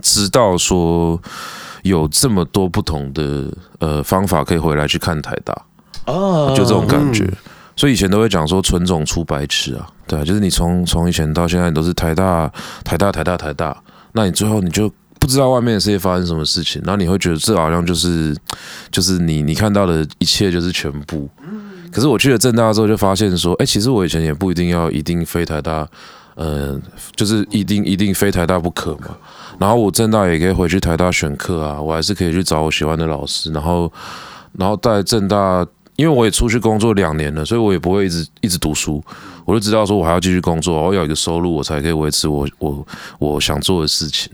知道说。有这么多不同的呃方法可以回来去看台大，
哦，
就这种感觉。所以以前都会讲说纯种出白痴啊，对啊，就是你从从以前到现在你都是台大台大台大台大，那你最后你就不知道外面的世界发生什么事情，然后你会觉得这好像就是就是你你看到的一切就是全部。可是我去了正大之后就发现说，哎、其实我以前也不一定要一定非台大。呃，就是一定一定非台大不可嘛。然后我正大也可以回去台大选课啊，我还是可以去找我喜欢的老师。然后，然后在正大，因为我也出去工作两年了，所以我也不会一直一直读书，我就知道说我还要继续工作，我哦要有一个收入，我才可以维持我我我想做的事情。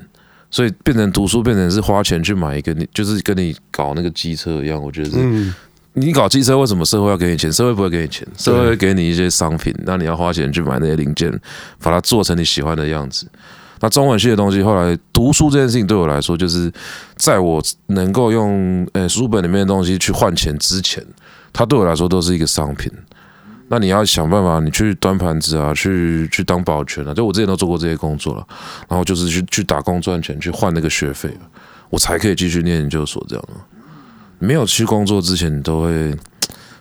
所以变成读书变成是花钱去买一个，你就是跟你搞那个机车一样，我觉得是。
嗯，
你搞汽车，为什么社会要给你钱？社会不会给你钱，社会会给你一些商品，那你要花钱去买那些零件，把它做成你喜欢的样子。那中文系的东西，后来读书这件事情对我来说，就是在我能够用呃书本里面的东西去换钱之前，它对我来说都是一个商品。那你要想办法，你去端盘子啊，去去当保全啊，就我之前都做过这些工作了，然后就是去去打工赚钱，去换那个学费啊，我才可以继续念研究所这样啊。没有去工作之前，你都会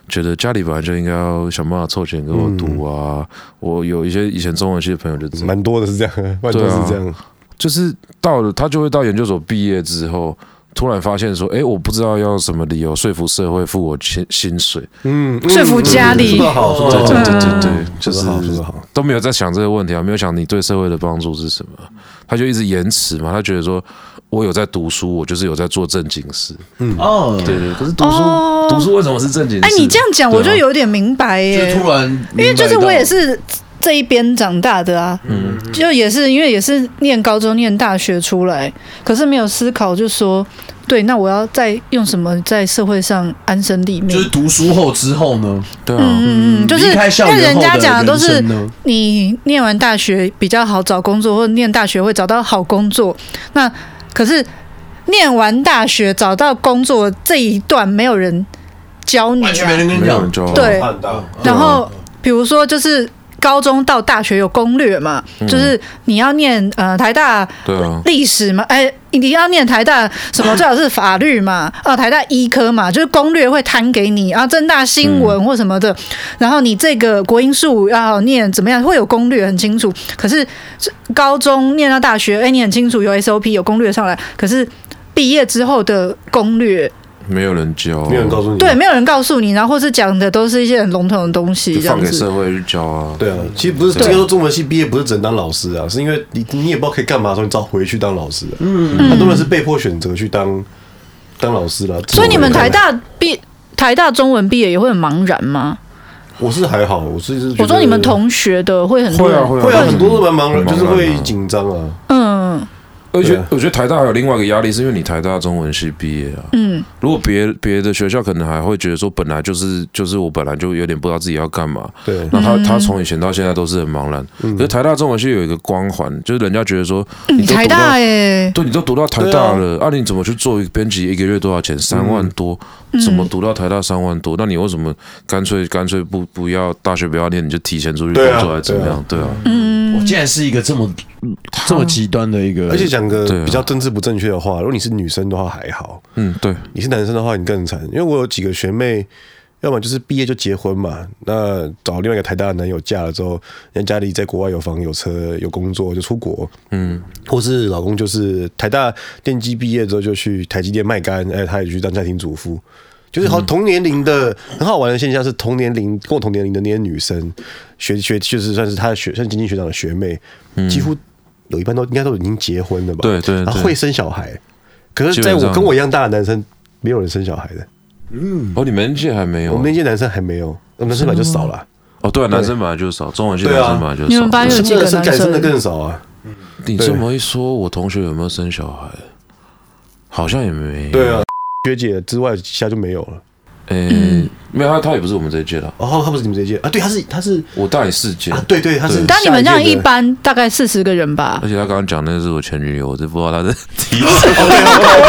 觉得家里本来就应该要想办法凑钱给我读啊。我有一些以前中文系的朋友就这样，
蛮多的是这样， 蛮多是这样。
就是到了他就会到研究所毕业之后，突然发现说，哎，我不知道要什么理由说服社会付我薪薪水。
嗯，
说服家里
说得好，说
对
得
对
好，
对对对，就
说
是
得好，说得好。
都没有在想这个问题啊，没有想你对社会的帮助是什么，他就一直延迟嘛，他觉得说。我有在读书，我就是有在做正经事。
哦，
对对，可是读书、
哦
读书为什么是正经事？
哎，你这样讲
对啊
我就有点明白
就
耶，
突然，
因为就是我也，是这一边长大的啊，嗯，就也是因为也是念高中、念大学出来，可是没有思考，就说对，那我要再用什么在社会上安身立命？
就是读书后之后呢，
对啊，
嗯嗯嗯，就是
离开校
因为
园
人
后
家
的
讲的都
人
是
生呢，
你念完大学比较好找工作，或者念大学会找到好工作。那可是念完大学找到工作这一段，没有人教你、
完全没
啊。
人跟你
没有
讲
人，教啊
对，
判断
然后比如说就是高中到大学有攻略嘛，
嗯
就是你要念呃台大
对啊，
历史嘛，哎，你要念台大什么，最好是法律 嘛，哦、台大医科嘛，就是攻略会摊给你，然后正大新
嗯
闻或什么的，然后你这个国英数要念怎么样，会有攻略很清楚。可是这高中念到大学，哎，你很清楚有 SOP 有攻略上来，可是毕业之后的攻略，
没有人教啊，
没有人告诉你，
对，没有人告诉你，然后或是讲的都是一些很笼统的东西，
就
这
放
样
给
子。
社会去教啊。
对啊，其实不是这个说中文系毕业不是只能当老师啊，是因为你你也不知道可以干嘛的时候，你只好回去当老师、啊。嗯，很多人是被迫选择去当当老师啦。
所以你们
啊
台，大毕台大中文毕业也会很茫然吗？
我是还好，我是是觉得
我说你们同学的会很多
会
人
啊会啊
会啊，很多都蛮忙
很
的，
茫
就是
然啊
会紧张啊。
嗯。
而
对
且
啊
我觉得台大还有另外一个压力，是因为你台大中文系毕业啊。嗯，如果别别的学校可能还会觉得说，本来就是就是我本来就有点不知道自己要干嘛。
对，嗯
那他他从以前到现在都是很茫然。可是台大中文系有一个光环，就是人家觉得说，你都读
嗯台
到
大哎、
对，你都读到台大了，啊，你怎么去做一个编辑？一个月多少钱？
嗯
三万多，怎么读到台大三万多？那你为什么干脆干脆不不要大学不要念，你就提前出去
对啊
工作，还是怎么样？对啊，
嗯
我竟然是一个这么这么极端的一个，
而且讲个
对啊
比较政治不正确的话，如果你是女生的话还好，
嗯，对，
你是男生的话你更惨，因为我有几个学妹。要么就是毕业就结婚嘛，那找另外一个台大的男友嫁了之后，人家家里在国外有房有车有工作就出国，
嗯，
或是老公就是台大电机毕业之后就去台积电卖干，哎，他也去当家庭主妇，就是
嗯
好同年龄的、很好玩的现象是同年龄跟我同年龄的那些女生学学就是算是他的学算经济学长的学妹，几乎有一半都应该都已经结婚了吧？
嗯对对
然后
对
啊会生小孩，可是
基
在
本上
我跟我一样大的男生，没有人生小孩的，
哦，你们届还没有
我
啊
们那届男生还没有，我们男生本来就少了，
哦？对啊，男生本来就少，中文系男
对啊
生本来就少。
你们班有
生
几个
的生
男
敢生的
生？
更少啊，
你这么一说，我同学有没有生小孩？好像也没。
对啊，，学姐之外其他就没有了。
嗯
诶，呃没有他，他也不是我们这一届的，
哦，他不是你们这一届啊？对，他是他是
我大你四届。
啊，对对，他是
对
但你们这样
下届
一
的
般大概四十个人吧
而。且他刚刚讲那个是我前女友，我就不知道他是提什么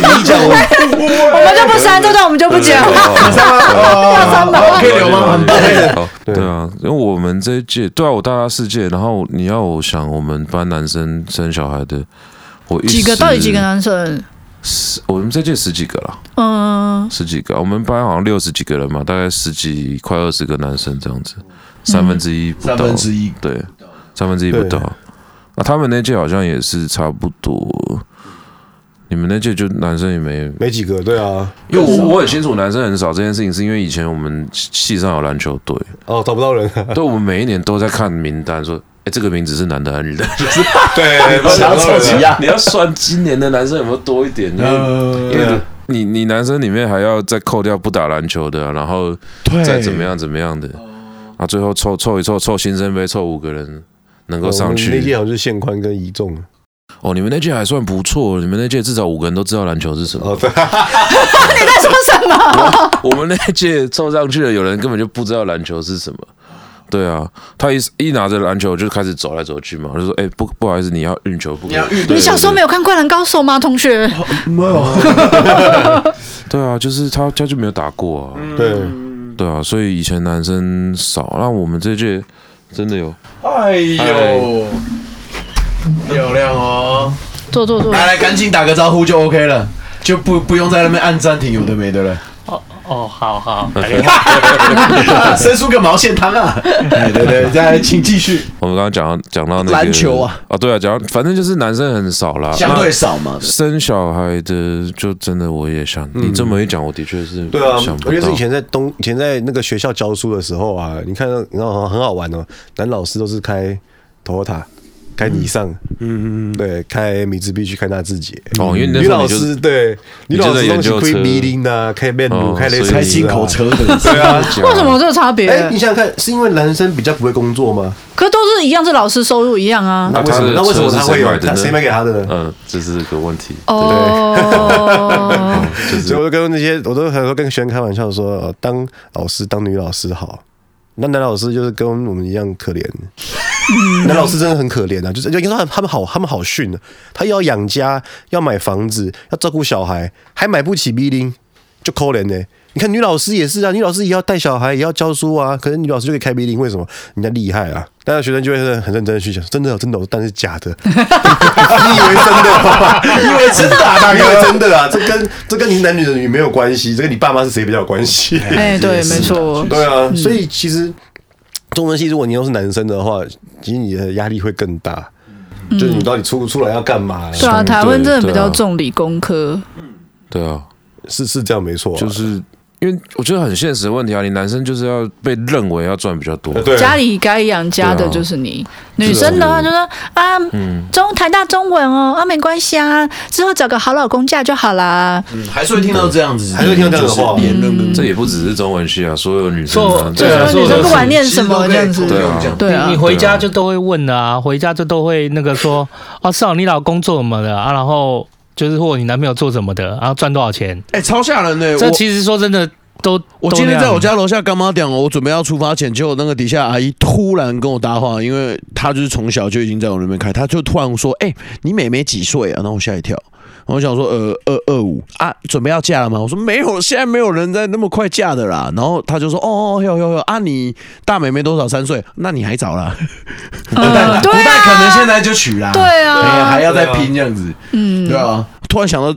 你讲我
我们就不删这段，我们就不讲。
可以留吗？很棒，
对啊，因为我们这一届，对啊，我大他四届，然后你要我想我们班男生生小孩的，我一
几个
时
到底几个？男生？
十我们这届十几个啦，
嗯，
十几个，我们班好像六十几个人嘛，大概十几快二十个男生这样子，三分之一不到，
三分之一，
对，三分之一不到。那、他们那届好像也是差不多，你们那届就男生也没，
没几个，对啊，
因为我我很清楚男生很少这件事情，是因为以前我们系上有篮球队，
哦，找不到人，
对，我们每一年都在看名单，说哎，这个名字是男的还是 女的？就是
对，不
想要凑齐啊
你要算今年的男生有没有多一点，因
呃
为因
对
为
啊
你你男生里面还要再扣掉不打篮球的啊、然后
对
再怎么样怎么样的，啊，最后凑凑一凑，凑新生杯凑五个人能够上
哦我们那届
去。
好像就是线宽跟移重。
哦，你们那届还算不错，你们那届至少五个人都知道篮球是什么。
哦，对，
说什么？
我们那届凑上去的，有人根本就不知道篮球是什么。对啊，他一一拿着篮球就开始走来走去嘛，我就说：“哎、不不好意思，你要运球，不可以
你要运
对
你小时候没有看《灌篮高手》吗，同学？
没有啊，
对啊，就是他他就没有打过啊。
对，
对啊，所以以前男生少，那我们这届真的有。
哎呦，漂亮哦！
坐坐坐。
来来，赶紧打个招呼就 OK 了，就不不用在那边按暂停，有的没的了。
哦哦，好好，打电话。
生出个毛线汤啊！对对对，再来，请继续，
我们刚刚讲到讲到那个
篮球啊，
啊对啊，讲到反正就是男生很少啦，
相对
那
少嘛。
生小孩的就真的我也想，你这么一讲，我的确是
对啊，
想不
我觉得
到
是以。前在东，以前在那个学校教书的时候啊，你看到，然后很好玩哦，男老师都是开 Toyota，开尼桑，嗯嗯嗯，对，开米兹必须开纳智捷。
哦，因为你那
女
时候
老
你就
师对，女
就
老
在
师
研
东西
究
开
车
m e t 啊，开面
哦
路，开雷
所以
神，
开进口车的，
对 啊。
为什么有这个差别？
哎，你想想看，是因为男生比较不会工作吗？
可都是一样，是老师收入一样啊。
那为什么？那为什么他会有？他谁买给他的呢？
嗯，这是个问题。
哦，
就
所以
是
我就跟那些，我都很多跟学生开玩笑说，呃当老师当女老师好，那男老师就是跟我们一样可怜。男老师真的很可怜啊，就是就应该说他他们好，他们好训啊，他要养家，要买房子，要照顾小孩，还买不起 B 零，就抠脸呢。你看女老师也是啊，女老师也要带小孩，也要教书啊，可是女老师就可以开 B 零，为什么？人家厉害啊，但是学生就会很认真的去想，真的哦真的哦，但是假的， 你以为真的哦？
因为真的啊，大
大
哥，
哥，真的啊，这跟这跟你男女的女没有关系，这跟你爸妈是谁比较有关系。
哎，对，没错，
对啊，所以其实中文系，如果你又是男生的话，其实你的压力会更大。就是你到底出不出来要干嘛？
嗯对啊，
相对
台湾真的比较重理工科，
对啊，
是是这样没错啊，
就是因为我觉得很现实的问题啊，你男生就是要被认为要赚比较多
呃。对
家里该养家的就是你，女生的话就说啊，中台大中文哦，啊没关系啊，之后找个好老公嫁就好啦。
还是会听到这样子，
还是会听到这样的话
就是言论跟
这也不只是中文系啊，所有女生啊
做，
对
对啊
啊，
所以女
说
生
的
不管
是
念什么这样子，
对啊
对啊
你你回家就都会问的啊，回家就都会那个说， 哦，是哦，你老公做什么的啊？然后就是或你男朋友做什么的，然后赚多少钱？
哎，超吓人的。
这
我
其实说真的都，
我
都
今天
那
在
样
我家楼下干妈店，我准备要出发前，结果那个底下阿姨突然跟我搭话，因为她就是从小就已经在我那边开，她就突然说：“哎、你妹妹几岁啊？”然后我吓一跳，然后我想说：“呃，二二五啊，准备要嫁了吗？”我说：“没有，现在没有人在那么快嫁的啦。”然后她就说：“哦哦，有有有啊，你大妹妹多少？三岁？那你还早 啦，
嗯，对
不太可能
啊，
现在就娶啦，
对啊
哎呀还要再拼这样子，
嗯
对啊。”突然想到，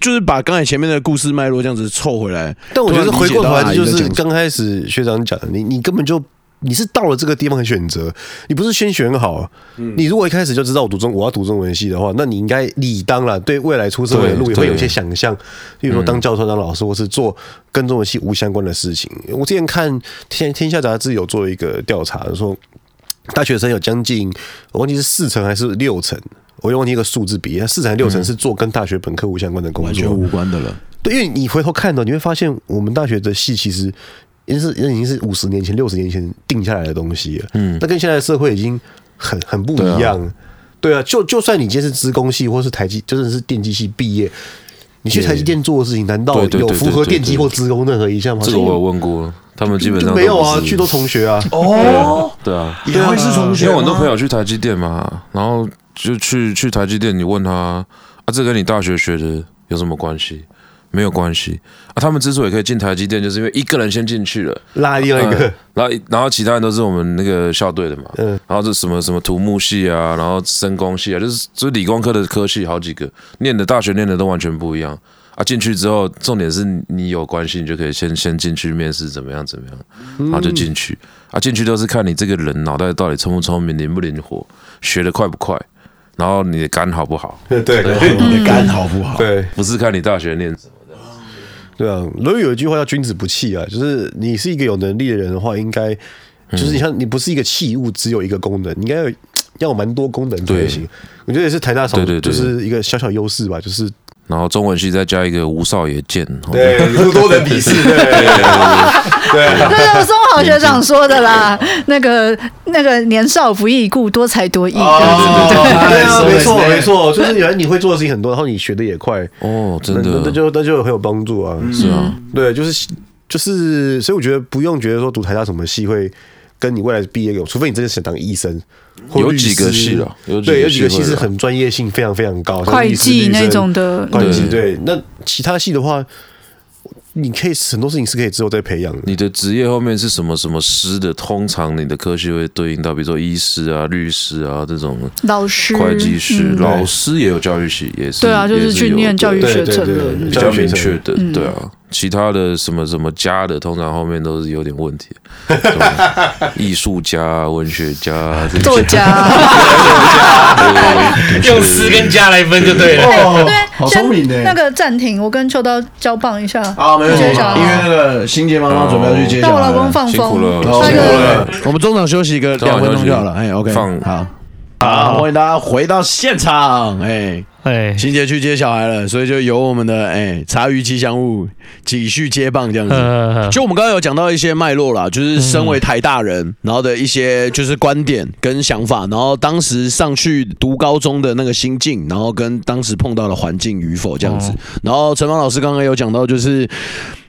就是把刚才前面的故事脉络这样子凑回来，
但我觉得
突然
回
啊理解
过头
到
来，
阿
这
姨
就
在
是
讲什
刚开始学长讲的，你你根本就你是到了这个地方的选择，你不是先选好。啊
嗯
你如果一开始就知道我读中我要读中文系的话，那你应该理当啦，对未来出社会的
对
路也会有
对
一些想象，比如说
嗯
当教授、当老师，或是做跟中文系无相关的事情。我之前看《天天下》杂志有做一个调查，说大学生有将近，我忘记是四成还是六成。我用一个数字比，四成还是六成是做跟大学本科无相关的工
嗯
作，
完全无关的了。
对，因为你回头看呢，你会发现我们大学的戏其实已经是已经是五十年前、六十年前定下来的东西了。嗯，那跟现在的社会已经很很不一样。对啊，就就算你今天是职工系或是台积，真的是电机系毕业，你去台积电做的事情，难道
对对对
有符合
对对
电机
对
或职工任何一项吗？
这个我有问过，他们基本上
就
都
没有啊，
不是
去都同学啊。
哦，
对啊，
也会是同学
因
吗，
为我很多朋友去台积电嘛，然后就去去台积电，你问他啊，这跟你大学学的有什么关系？没有关系啊。他们之所以可以进台积电，就是因为一个人先进去了，
拉另外一个
嗯，然后然后其他人都是我们那个校队的嘛，
嗯
然后这什么什么土木系啊，然后生工系啊，就是就是理工科的科系好几个，念的大学念的都完全不一样啊。进去之后，重点是你有关系，你就可以先先进去面试，怎么样怎么样，
嗯
然后就进去啊。进去都是看你这个人脑袋到底聪不聪明，灵不灵活，学的快不快，然后你的肝好不好，
对对
嗯
你的肝嗯好不好？
对
不是看你大学念什么。嗯
对啊。所以有一句话叫“君子不器”啊，就是你是一个有能力的人的话，应该就是你像你不是一个器物只有一个功能，你应该有要有蛮多功能才
对
行。我觉得也是台大少
对对
就
对
是一个小小优势吧，就是
然后中文系再加一个吴少爷剑，哦
对多人鄙视，对对。
这是中豪学长说的啦，那个那个年少不易故，多才多艺。
哦，对啊， 没错
Nice，nice
没错，就是原来你会做的事情很多，然后你学的也快，
哦，真
那那
的
就那就很有帮助啊。
是啊，
对，就是就是，所以我觉得不用觉得说读台大什么系会跟你未来毕业有，除非你真的想当医生，或
有
律
几个
师
系了有几
对，
个
有几个
系
系
会
是
了
很专业性非常非常高，像
会
律师
计
律
那
生
种的
会计
对
对。那其他系的话，你可以很多事情是可以之后再培养的。
你的职业后面是什么什么师的，通常你的科系会对应到，比如说医师啊、律师啊这种
老师、
会计师，
嗯
老师也有教育系，也是
对啊，就是
也
去
有
念
的
教育
对
学
对
程
对
的。
对
比较明确的，对啊。其他的什么什么家的，通常后面都是有点问题，对吧艺术家啊、文学家啊这些
作 家，哦
用诗跟加来分就对了。
哦
对，
好
先
聪明呢
那个暂停，我跟秋刀交棒一下。
啊，没有，因
接
为
下来
那个欣姐妈妈准备要去接小
让
孩
我
了，
老公放
辛苦
风
了，
好，
那
辛
个
苦了。我们中场休息个两分钟就好了。哎，OK，
放
好。好，欢迎大家回到现场。哎，
哎，
欣姐去接小孩了，所以就由我们的哎茶余吉祥物继续接棒这样子。
呃，
就我们刚刚有讲到一些脉络啦，就是身为台大人，然后的一些就是观点跟想法，然后当时上去读高中的那个心境，然后跟当时碰到的环境与否这样子。然后陈芳老师刚刚有讲到，就是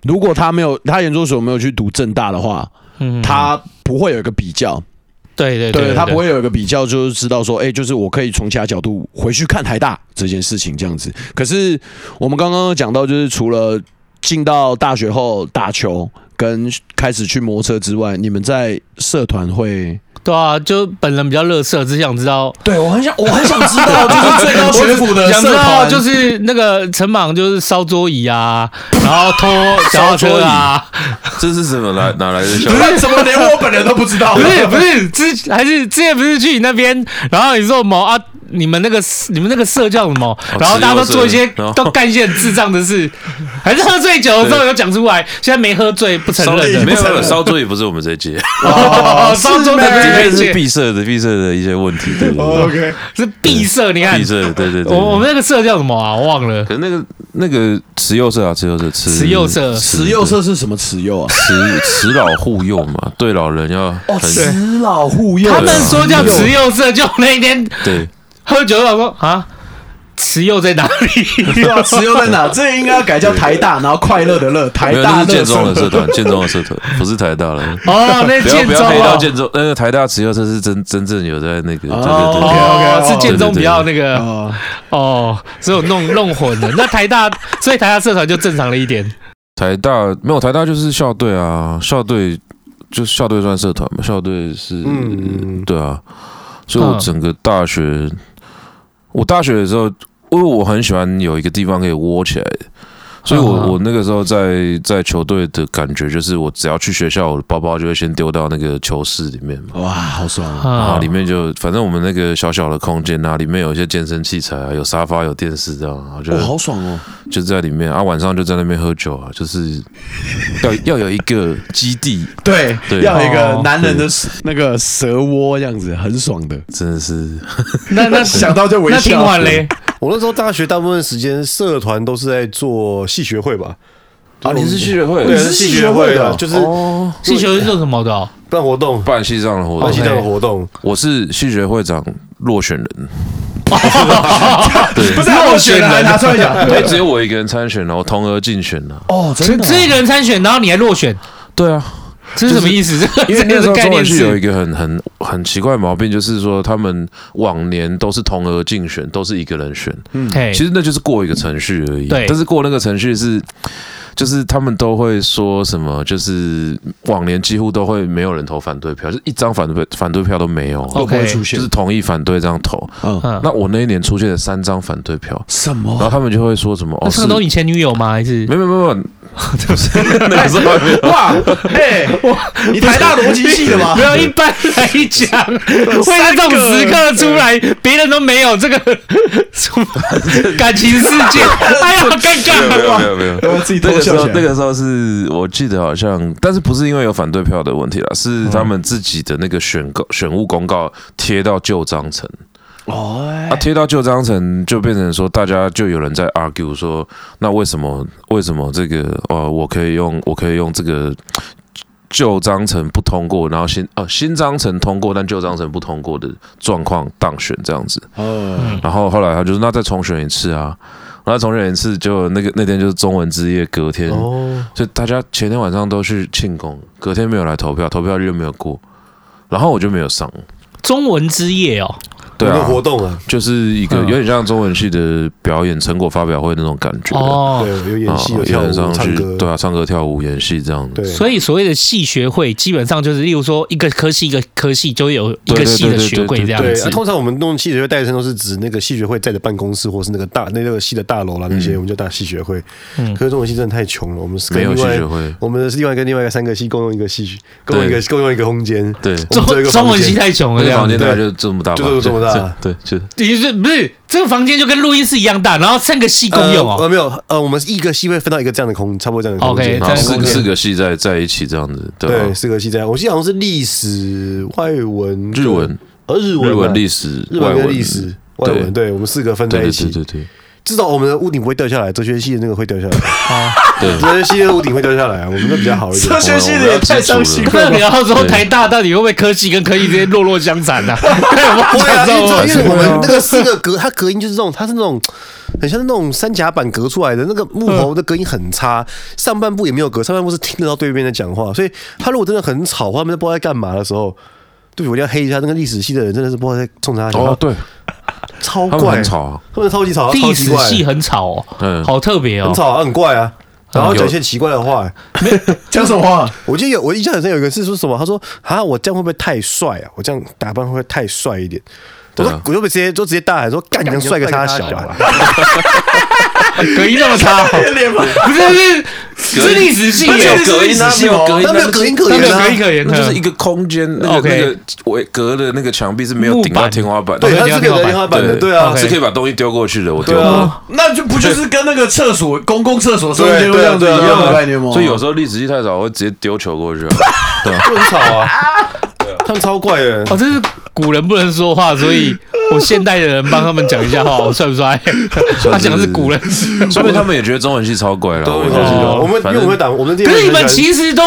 如果他没有他研究所没有去读正大的话，
嗯
他不会有一个比较，
对对
对
对，
他不会有一个比较，就是知道说，哎，就是我可以从其他角度回去看台大这件事情这样子。可是我们刚刚有讲到，就是除了进到大学后打球跟开始去摩托车之外，你们在社团会？
对啊，就本人比较乐色，只想知道，
对我很想，我很想知道，就是 最高学府的
想知
社
道
团，
就。是那个陈莽就是烧桌椅啊，然后偷脚踏车啊，
这是什么来哪来的笑
不
话？
是怎么连我本人都不知道？ 哦
不是不是之还是之前不是去你那边，然后你说某啊，你们那个你们那个社叫什
哦
么？然后大家都做一些
然后
都干一些很智障的事，还是喝醉酒的时候有讲出来，现在没喝醉不承
烧
认
没
的，
有没有烧桌也不是我们这一届，
哦，烧桌的
这
这
边
些
是闭塞的闭塞的一些问题，对对对，
OK，
是闭塞，你看
闭，塞的对对对。
我我们那个社叫什么啊？我忘了，
可是那个那个慈幼社啊，慈幼社，慈
慈幼社
慈幼社是什么慈幼啊？
慈慈老护幼 嘛，对老人要
哦，
很
慈老护 幼。
他们说叫慈幼社，就那一天
对，
喝酒，我说啊，慈幼在哪里？
对啊，慈幼在哪？这应该要改叫台大，然后快乐的乐，台
没有
大
那是
乐
建中的
社。
社团，建中的社 团不是台大了。
哦，那
不要
建
不
中
要黑到
哦，
建中，那个台大持幼社是真真正有在那个，对对对对，
哦
OK，OK，
是
对
建中
对对
比较那个
哦，
哦，所以我弄弄混了。那台大，所以台大社团就正常了一点。
台大没有台大就是校队啊，校队就是校队算社团嘛，校队是，
嗯
对啊，所以我
嗯
整个大学，我大学的时候，因为我很喜欢有一个地方可以窝起来。所以我，我
嗯嗯
那个时候在在球队的感觉就是，我只要去学校，我的包包就会先丢到那个球室里面嘛。
哇，好爽啊！
然
啊
后里面就反正我们那个小小的空间啊，里面有一些健身器材啊，有沙发，有电视这样，然后就、
哦，好爽哦！
就在里面啊，晚上就在那边喝酒啊，就是要 要有一个基地，
对，
对
要有一个
哦
男人的那个蛇窝这样子，很爽的。
真的是
那那
想到就微
那
笑
听完嘞，
我那时候大学大部分时间社团都是在做系学会吧，
啊，你是学会
对，
是
系
系学
学
会
会
的
的，就是
哦，
系学会是做什么的哦？
办活动，
办哦系上的活
办
动哎
系，这样的活动，
我是系学会长落选人，
不是啊我选的，还拿出来 讲。
哎对，只有我一个人参选，然后同额竞选啊了、
哦，真
这
的
这一个人参选，然后你还落选，
对啊，
这是什么意思？这
因为那时
这个
候
概
中
念
文系 有一
是
个很很很奇怪的毛病，就是说他们往年都是同额竞选，都是一个人选。
嘿
其实那就是过一个程序而已。啊
对
但是过那个程序是，就是他们都会说什么，就是往年几乎都会没有人投反对票，就是一张反对反对票都没有，啊
都不会哦出现
就是同意反对这样投。
嗯，
嗯
那我那一年出现了三张反对票，
什
然后
么？
他们就会说什么哦
那这
是
个。都你前女友吗？还是
没有没有没有，那个时候没有
哇， 哎，你台大逻辑系的吗
没？有，一般来讲会在这种时刻出来，别人都没有这个 出感情世界，哎呀，尴
没有没有没
尬。
有没有，
我自己
那
偷
个时
笑
候
起，来
那个时候是我记得好像，但是不是因为有反对票的问题啦，是他们自己的那个选
嗯
购选务公告贴到旧章程，
哦，哎
啊，贴到旧章程就变成说，大家就有人在 argue 说，那为什么为什么这个呃，我可以用我可以用这个旧章程不通过，然后新呃新章程通过，但旧章程不通过的状况当选这样子。
哦，
然后后来他就说，那再重选一次啊，那再重选一次，就那个那天就是中文之夜，隔天，
哦，
所以大家前天晚上都去庆功，隔天没有来投票，投票日又没有过，然后我就没有上。
中文之夜哦，
对
有
啊，
个活动啊，
就是一个
嗯
有点像中文系的表演成果发表会那种感觉。
哦
对，，有
啊，
演戏，有
有
跳
点
舞、
上
唱
去
歌，
对啊，唱歌、跳舞、演戏这样子。
对，
所以所谓的系学会，基本上就是例如说一个科系一个科系就有一个系的学会这样
对，
子
啊。通常我们弄戏学会代称都是指那个戏学会在的办公室，或是那个大那那个系的大楼啦，那些、
嗯
我们就打戏学会。
嗯
可是中文系真的太穷了，我们是跟
没有
另
戏
外
学会，
我们是另外跟另外一个三个系共用一个戏，共用一个共用一个空间，
对，
我们只有一个
中中
房
文系
间
太穷
那
了，这
个
样
房
子
间大概就这么大吧，
啊就是这么大
这，对，就
你是不是这个房间就跟录音室一样大，然后三个系共用
呃，呃
哦？
没有，呃，我们是一个系会分到一个这样的空，差不多这样的空间。
OK，
然后
在
哦四
中
个
间
四个系在在一起这样子，对啊
对，，四个系这样。我记得好像是历史、外文、
日文、
呃日文、
日文、历史、
日
外
文跟
文
历史、外文，对我们四个分在
对
一
对
起
对，对对
至少我们的屋顶不会掉下来，哲学系的那个会掉下来。
哦
对。
哲学系的屋顶会掉下来，啊我们的比较好一 点。
学系的也太伤心
不 能聊说台大到底会不会科技跟科技之间落落相残呐、啊？
不会啊，因为这种因为我
对啊
们那个四个隔，它隔音就是这种，它是那种很像那种三夹板隔出来的，那个木头的隔音很差，上半部也没有隔，上半部是听得到对面在讲话，所以他如果真的很吵，或他们在不知道在干嘛的时候。对，我一定要黑一下那个历史系的人，真的是不知道在冲他笑，
哦，对，
超
他们
怪，
很吵啊，
他们超级吵，超
历
级
史
怪，
系很吵哦，
嗯，
好特别哦
很。吵啊，很怪啊，然后讲一些奇怪的话。
讲什么话？
我记得有，我印象很深，有一个是说什么，他说啊，我这样会不会太帅啊？我这样打扮会不会太帅一点？我
对啊
说，我就直接就直接大喊说，干你娘帅个他小啊！
隔音那 么差、哦，不是是是历史系
没
耶
有，隔音啊，没有隔音啊，
他没有隔音可
他没
言
有
啊
隔，音可言，嗯
那就是一个空间，那个
OK
那个围隔的那个墙壁是没有
木
顶到
板
天花板的，
对，他
对
是给天花板的，对啊
OK，
是可以把东西丢过去的，我丢
对
过。
啊，
那就不就是跟那个厕所、公共厕所中间
对对
这样子一
对对
样的概念吗？
所以有时候历史系太少，我会直接丢球过 去啊。
就很吵啊，他们超怪的，
哦，这是古人不能说话，所以我现代的人帮他们讲一下话，我帅不帅？他讲的是古人，
说明他们也觉得中文系超怪了。
都
我
很
觉
超
得
级的。啊我们因
反
为
正
我们打我们
可
这
是你们其实都。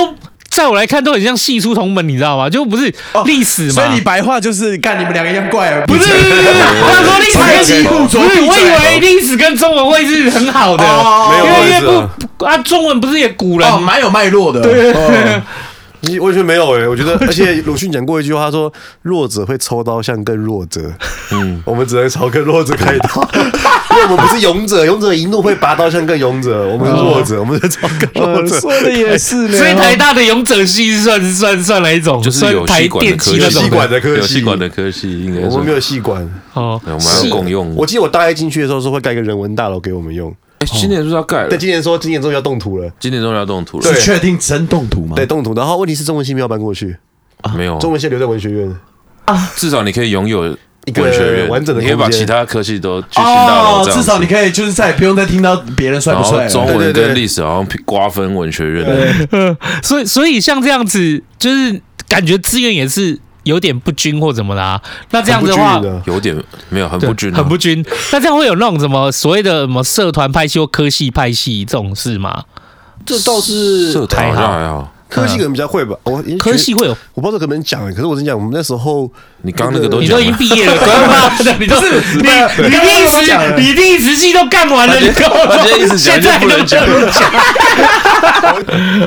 在我来看，都很像系出同门，你知道吗？就不是历史嘛，
哦所以你白话就是干你们两个一样 怪，
不是不是不是，他说历史
太
跟
极互
不
啄
是，我
闭嘴
以为历史跟中文会是很好的，
哦
没有
因为因为
我也是啊
不不啊，中文不是也古人
哦，蛮有脉络的。哦对，
你完全没有哎，我觉得，而且鲁迅讲过一句话，他说弱者会抽刀向更弱者，嗯，我们只能朝更弱者开刀，因为我们不是勇者，勇者一怒会拔刀向更勇者，我们是弱者，我们是朝更弱者。
的也是呢
所以台大的勇者系算算算哪一种？
就是
算
有
台
吸管的
电
科
机
系，
那种
吸管的科系
有吸管的科系应该
我
是
们没有细管，
嗯
哦
对，我们啊还
系
要共用。
我记得我大一进去的时候是会盖一个人文大楼给我们用，
哎今年是不是要盖了
但，今年说今年终于要动土了，
今年终于要动土了。
是确定真动图吗？
嗯
对，，动土。然后问题是中文系没有搬过去，
没
哦
有啊，
中文系留在文学院，
至少你可以拥有
一个
文学院
完整的
你可以把
空间
其他科系都去新大楼
哦，
这样
至
子。
少你可以就是再也不用再听到别人帅
然
不哎
后
帅了。
中文
对对对
跟历史好像瓜分文学院，
所以所以像这样子，就是感觉资源也是有点不均或怎么啦。那这样子的话
很不。均匀的
有点没有很
对
不均啊，
很不均。那这样会有那种什么所谓的什么社团派系或科系派系这种事吗？
这倒是
社团好像还好。
科系可能比较会吧，我
科系会有
我不知道可不可以讲，可是我跟你讲，我们那时候
你刚刚那个都
你
讲
都已
了
经毕业了， 妈的，你都是你
啊
你历史你历史系都干完了，你跟我
他今天一直讲
现
就
在
不能讲
都不能讲。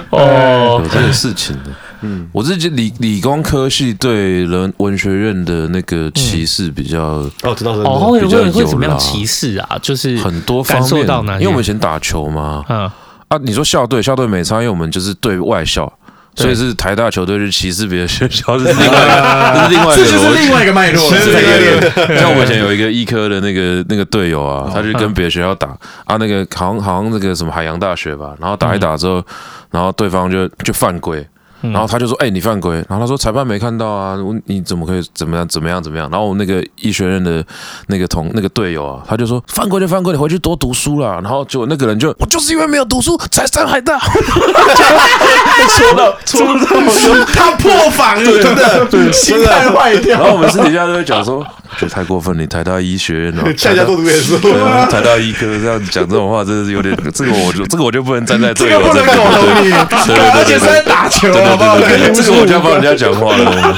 哦，
有这个事情的。嗯，我自己理理工科系对人文学院的那个歧视比较
哦，知道是
哦，会
比较有
会
啦
会怎么样歧视啊？
嗯
就是
很多方
感受
面
到哪，
因
些？
为我们以前打球嘛，
嗯
啊，你说校队校队没差，因为我们就是对外校，所以是台大球队去歧视别的学校，这是另外一个，这
这就是
是另外一个逻辑
另外一个脉络了。
是这
对对
个
对，像我以前有一个医科的那个那个队友啊，他去跟别的学校打啊，那个好像好像那个什么海洋大学吧，然后打一打之后，然后对方就就犯规。然后他就说：“哎、你犯规。”然后他说：“裁判没看到啊，我你怎么可以怎么样怎么样怎么样？”然后我那个医学院的那个同那个队友啊，他就说：“犯规就犯规，你回去多读书啦。”然后结果那个人就：“我就是因为没有读书才上海大。”
戳到戳 到，
他破防了，真的，心态坏
然
掉。
后我们私底下都会讲说：“觉得太过分了，你台大医学院哦，
下家都读点书，
对啊，台大医科这样讲这种话，真的是有点，这个我就这个我就不能站在
这
队
个
友
不能
这边
苟同你，
对对对
而且是在打球，
对
好不好？
对对对对，这个我就要帮人家讲话了。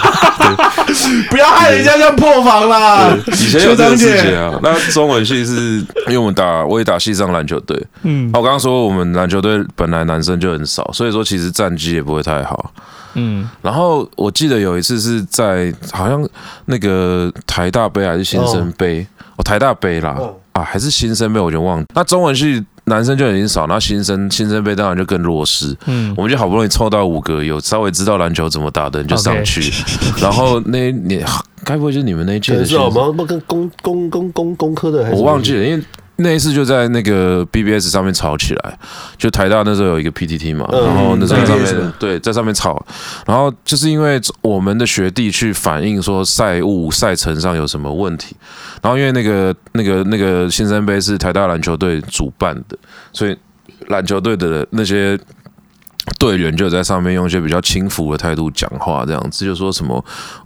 不要害人家这样破防啦。
以前有这个事情啊，那中文系是因为我们打我也打系上篮球队，嗯，我刚刚说我们篮球队本来男生就很少，所以说其实战绩也不会太好。
嗯，
然后我记得有一次是在好像那个台大杯还是新生杯，哦台大杯啦，啊还是新生杯，我就忘了。那中文系男生就已经少，那新生新生杯当然就更弱势。嗯，我们就好不容易凑到五个有稍微知道篮球怎么打的人就上去 然后那你啊该不会就是你们那一
可
届的
能是
新
哦
生
我们要跟工工工工工科的还是什么，
我忘 记了，因为那一次就在那个 BBS 上面吵起来，就台大那时候有一个 PTT 嘛，
嗯
然后那时候在上
BBS
面对在上面吵，然后就是因为我们的学弟去反映说赛务赛程上有什么问题，然后因为那个那个那个新生杯是台大篮球队主办的，所以篮球队的那些队员就有在上面用一些比较轻浮的态度讲话，这样子就说什么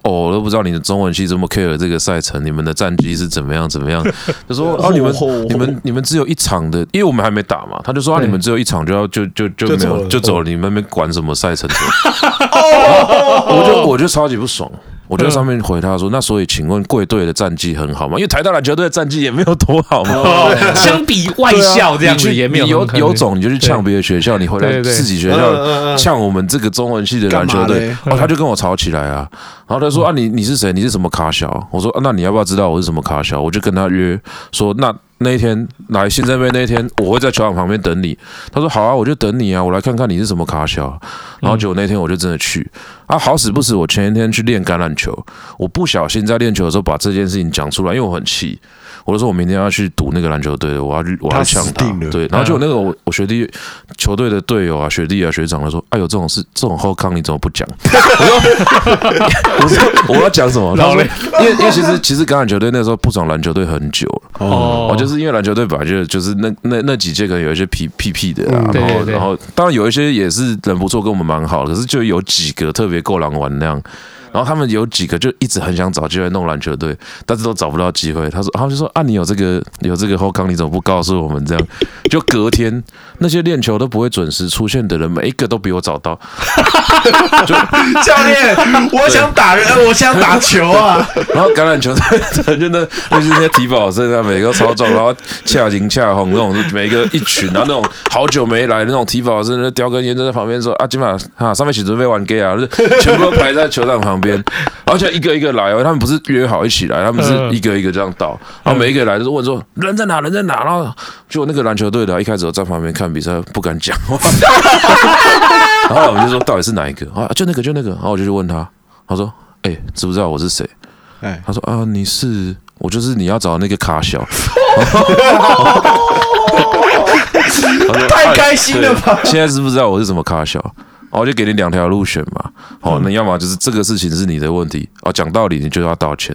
哦，我都不知道你的中文系这么 care 这个赛程，你们的战绩是怎么样怎 么样，就说哦你们你们你们只有一场的，因为我们还没打嘛，他就说啊
对
你们只有一场就要就就就
就
没
走
有
了
就走了，你们那边管什么赛程？
哦
我就我就超级不爽。我就在上面回他说：“那所以，请问贵队的战绩很好吗？因为台大篮球队的战绩也没有多好嘛。
哦， 相比外校这样
你
子
去
也没有
啊你
很
有
可能
有种你就去呛别的学校，你回来
对对
自己
嗯
学
嗯
校
嗯
呛我们这个中文系的篮球队，
嘛嘞
哦，他就跟我吵起来啊。然后
嗯
他说啊，你你是谁？你是什么卡小？我说、啊、那你要不要知道我是什么卡小？我就跟他约说那。那一天来新生杯那一天，我会在球场旁边等你。他说好啊，我就等你啊，我来看看你是什么卡小。然后结果那天我就真的去啊，好死不死，我前一天去练橄榄球，我不小心在练球的时候把这件事情讲出来，因为我很气，我就说我明天要去赌那个篮球队的，我要去我要
他
去呛
死
他
定了。嗯
对，然后就那个我我学弟球队的队友啊、学弟啊、学长就说：“哎呦，这种事这种后康你怎么不讲？” 我说：“我说我要讲什么？”他
老
说
嘞：“
因为因为其实其实橄榄球队那时候不爽篮球队很久了。”
哦
哦，就是因为篮球队本来就就是那那那几届可能有一些屁屁屁的啊，
对
然后
嗯对对
然后当然有一些也是人不错，跟我们蛮好的，可是就有几个特别够狼玩那样。然后他们有几个就一直很想找机会弄篮球队，但是都找不到机会。他说，他们就说啊，你有这个 有这个后康，你怎么不告诉我们？这样，就隔天那些练球都不会准时出现的人，每一个都比我早到。
教练，我想打人，呃我想打球 啊！
然后橄榄球队真的就是那些体保生啊，每个超重，然后恰行恰红那种，每个一群，然后那种好久没来的那种体保生，那叼根烟就在旁边说啊，今晚啊上面起准备玩 gay 啊，就是全部都排在球场旁边，而且一个一个来哦，他们不是约好一起来，他们是一个一个这样到，然后每一个来就是问说人在哪人在哪，然后就那个篮球队的啊一开始我在旁边看比赛不敢讲话， 然后我们就说到底是哪一个啊，就那个就那个，然后我就去问他，他说哎、知不知道我是谁？
哎，
他说啊，你是我就是你要找的那个卡小，
太开心了吧！
现在知不知道我是什么卡小？哦，我就给你两条路选嘛。哦，那要么就是这个事情是你的问题哦，讲道理你就要道歉。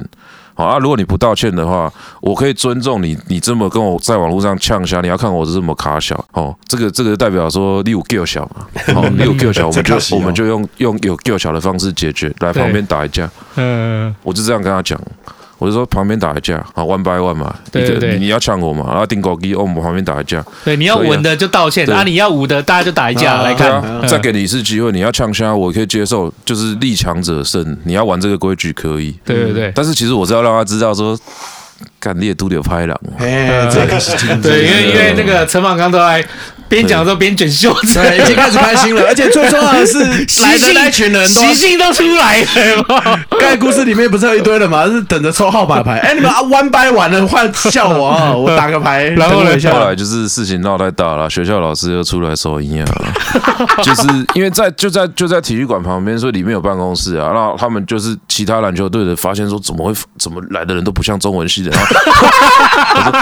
好、啊，如果你不道歉的话，我可以尊重你，你这么跟我在网络上呛下，你要看我是这么卡小哦，这个这个代表说你有 Q 小嘛，哦，你有 Q 小，我们就
这卡小
我们就用用有 Q 小的方式解决，来
对
旁边打一架。
嗯，
我就这样跟他讲，我就说旁边打一架啊，one by one 嘛，
对
一个
对对嗯
你你要呛我嘛，然后定狗机，哦，我们旁边打一架，
对，你要
所以啊
文的就道歉，
对
啊，你要武的大家就打一架来
对
看
啊，，
嗯
再给你一次机会，你要呛虾，我可以接受，就是力强者胜，你要玩这个规矩可以，
对对对。
但是其实我是要让他知道说，干你也都得拍狼，
哎，这个是竞
对，因为因为那个陈宝刚都在边讲的时候边卷袖子，
对， 已经开始开心了，而且最重要的是，
来
习近那群人都
习性都出来了。
刚才故事里面不是有一堆人嘛，是等着抽号码牌。哎、你们啊弯掰完了，换笑我啊，我打个牌。
然后
等 我
嘞
一
后
下，
来就是事情闹太大了，学校老师又出来收音啊， 就是因为在就在就在体育馆旁边，所以里面有办公室啊。然后他们就是其他篮球队的，发现说怎么会怎么来的人都不像中文系的，然后我说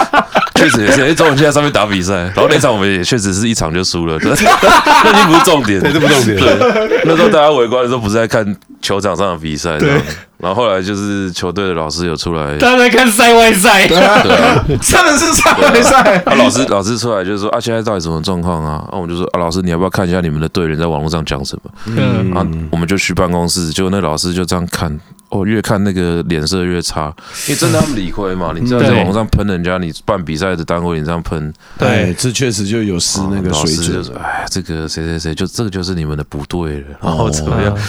确实也是，因为中文系在上面打比赛，然后那场我们也确实是一场就输了，可是 那已经不是重点，
对这不重点
对，那时候大家围观的时候不是在看球场上的比赛，这样然后后来就是球队的老师有出来，
他在看赛外赛，
对啊。
真的是上回赛。
啊，老师老师出来就是说啊，现在到底什么状况啊？啊，我们就说啊，老师你要不要看一下你们的队员在网络上讲什么？
嗯，
啊，我们就去办公室，结果那老师就这样看，哦，越看那个脸色越差，因为真的他们理亏嘛，你知道
对
在网络上喷人家，你办比赛的单位你这样喷，
哎
对，
这确实就有失
啊
那个
老
水
师
准
就。说，哎，这个谁谁谁，就这个就是你们的不对了，然后怎么样？
嗯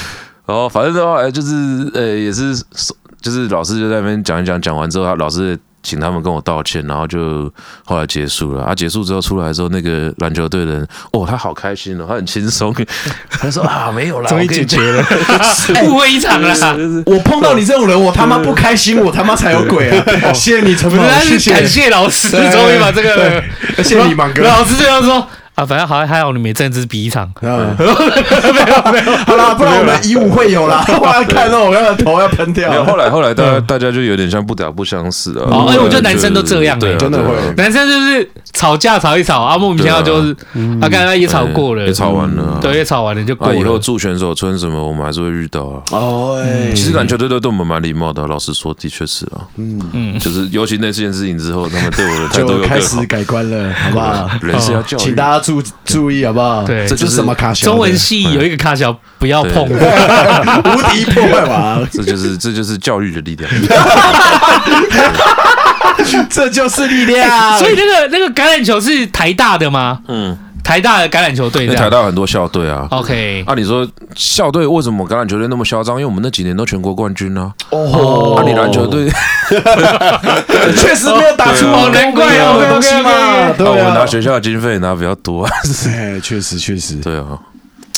然后反正的话，就是呃，也是就是老师就在那边讲一讲，讲完之后，他老师请他们跟我道歉，然后就后来结束了。啊，结束之后出来之后，那个篮球队的人，哦，他好开心哦，他很轻松， 他说啊，没有啦，
终于
我跟你
解决
讲
了，误会一场啊了。
我碰到你这种人，我他妈不开心，我他妈才有鬼啊！谢谢你，陈
不
鹏老
是，但
师，
是
谢
感
谢，
谢老师，
对
终于把这个
对谢谢你，芒哥。
老师这样说啊，反正好还好你们这只比一场，
嗯没有没有，好啦，不然我们以武会友啦。我要看到我要头要喷掉
没有，
了。
后来后来大家大家就有点像不打不相识了。
嗯哦哎我觉得男生都这样
对啊，
哎
真的
对啊
会
对啊
男生就是吵架吵一吵啊，莫名其妙就是
嗯
啊，刚才也吵过了，
也吵完了啊
对，也吵完了就过
啊，
了。
以后驻选手村什么，我们还是会遇到啊。
哦，
嗯
哎
其实篮球队都对我们蛮礼貌的，老实说，的确是啊。嗯嗯，就是尤其那件事情之后，他们对我的态度又
就
更
开
好
始。改观了，好不好？
人是要教育，
哦请大家注注意，好不好？
对
这就是什么卡小的
中文系有一个卡小不要碰，
无敌破坏 王，
这就是这就是教育的力 量。
啊这就是力量。
所以那个那个橄榄球是台大的吗？
嗯，
台大的橄榄球队
因为
这
台
样。
大很多校队
哦
啊。
OK，
啊，你说校队为什么橄榄球队那么嚣张？因为我们那几年都全国冠军啊！
哦
啊，你篮球队，啊，
确实没有打出
哦难怪哦
我们的东西嘛，
OK，OK，OK
我
对
们拿
啊。
学校的经费拿比较多啊。
哎，确实确实，
对啊，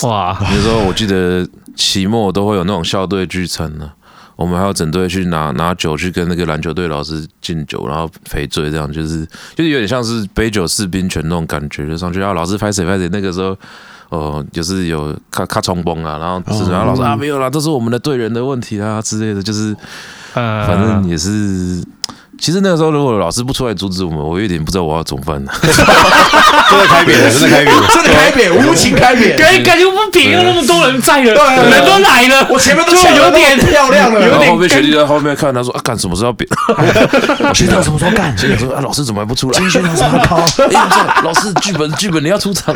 哇，
比如说我记得期末都会有那种校队聚餐呢、我们还要整队去拿拿酒去跟那个篮球队老师敬酒，然后赔罪，这样就是就是有点像是杯酒释兵权那种感觉，就上去啊，老师拍谁拍谁。那个时候，呃，就是有咔咔冲崩啊，然后
哦
就是然后
嗯
老师啊没有啦，都是我们的队员的问题啊之类的，就是
呃，
反正也是。其实那个时候，如果老师不出来阻止我们，我有点不知道我要怎么 办呢。
真的开扁了，真的开扁了。
真的开扁，无情开扁。
感感觉不平，又那么多人在了，
对
人都来了，
我前面都
就
抢得
有点
那么漂亮了，
然
有
后
点
后面学弟在后面看，他说：“啊，干什么时候要变？学长什么时候干？”学长说：“啊，老师怎么还不出来？”学长说：“哎，老师剧本剧本你要出场。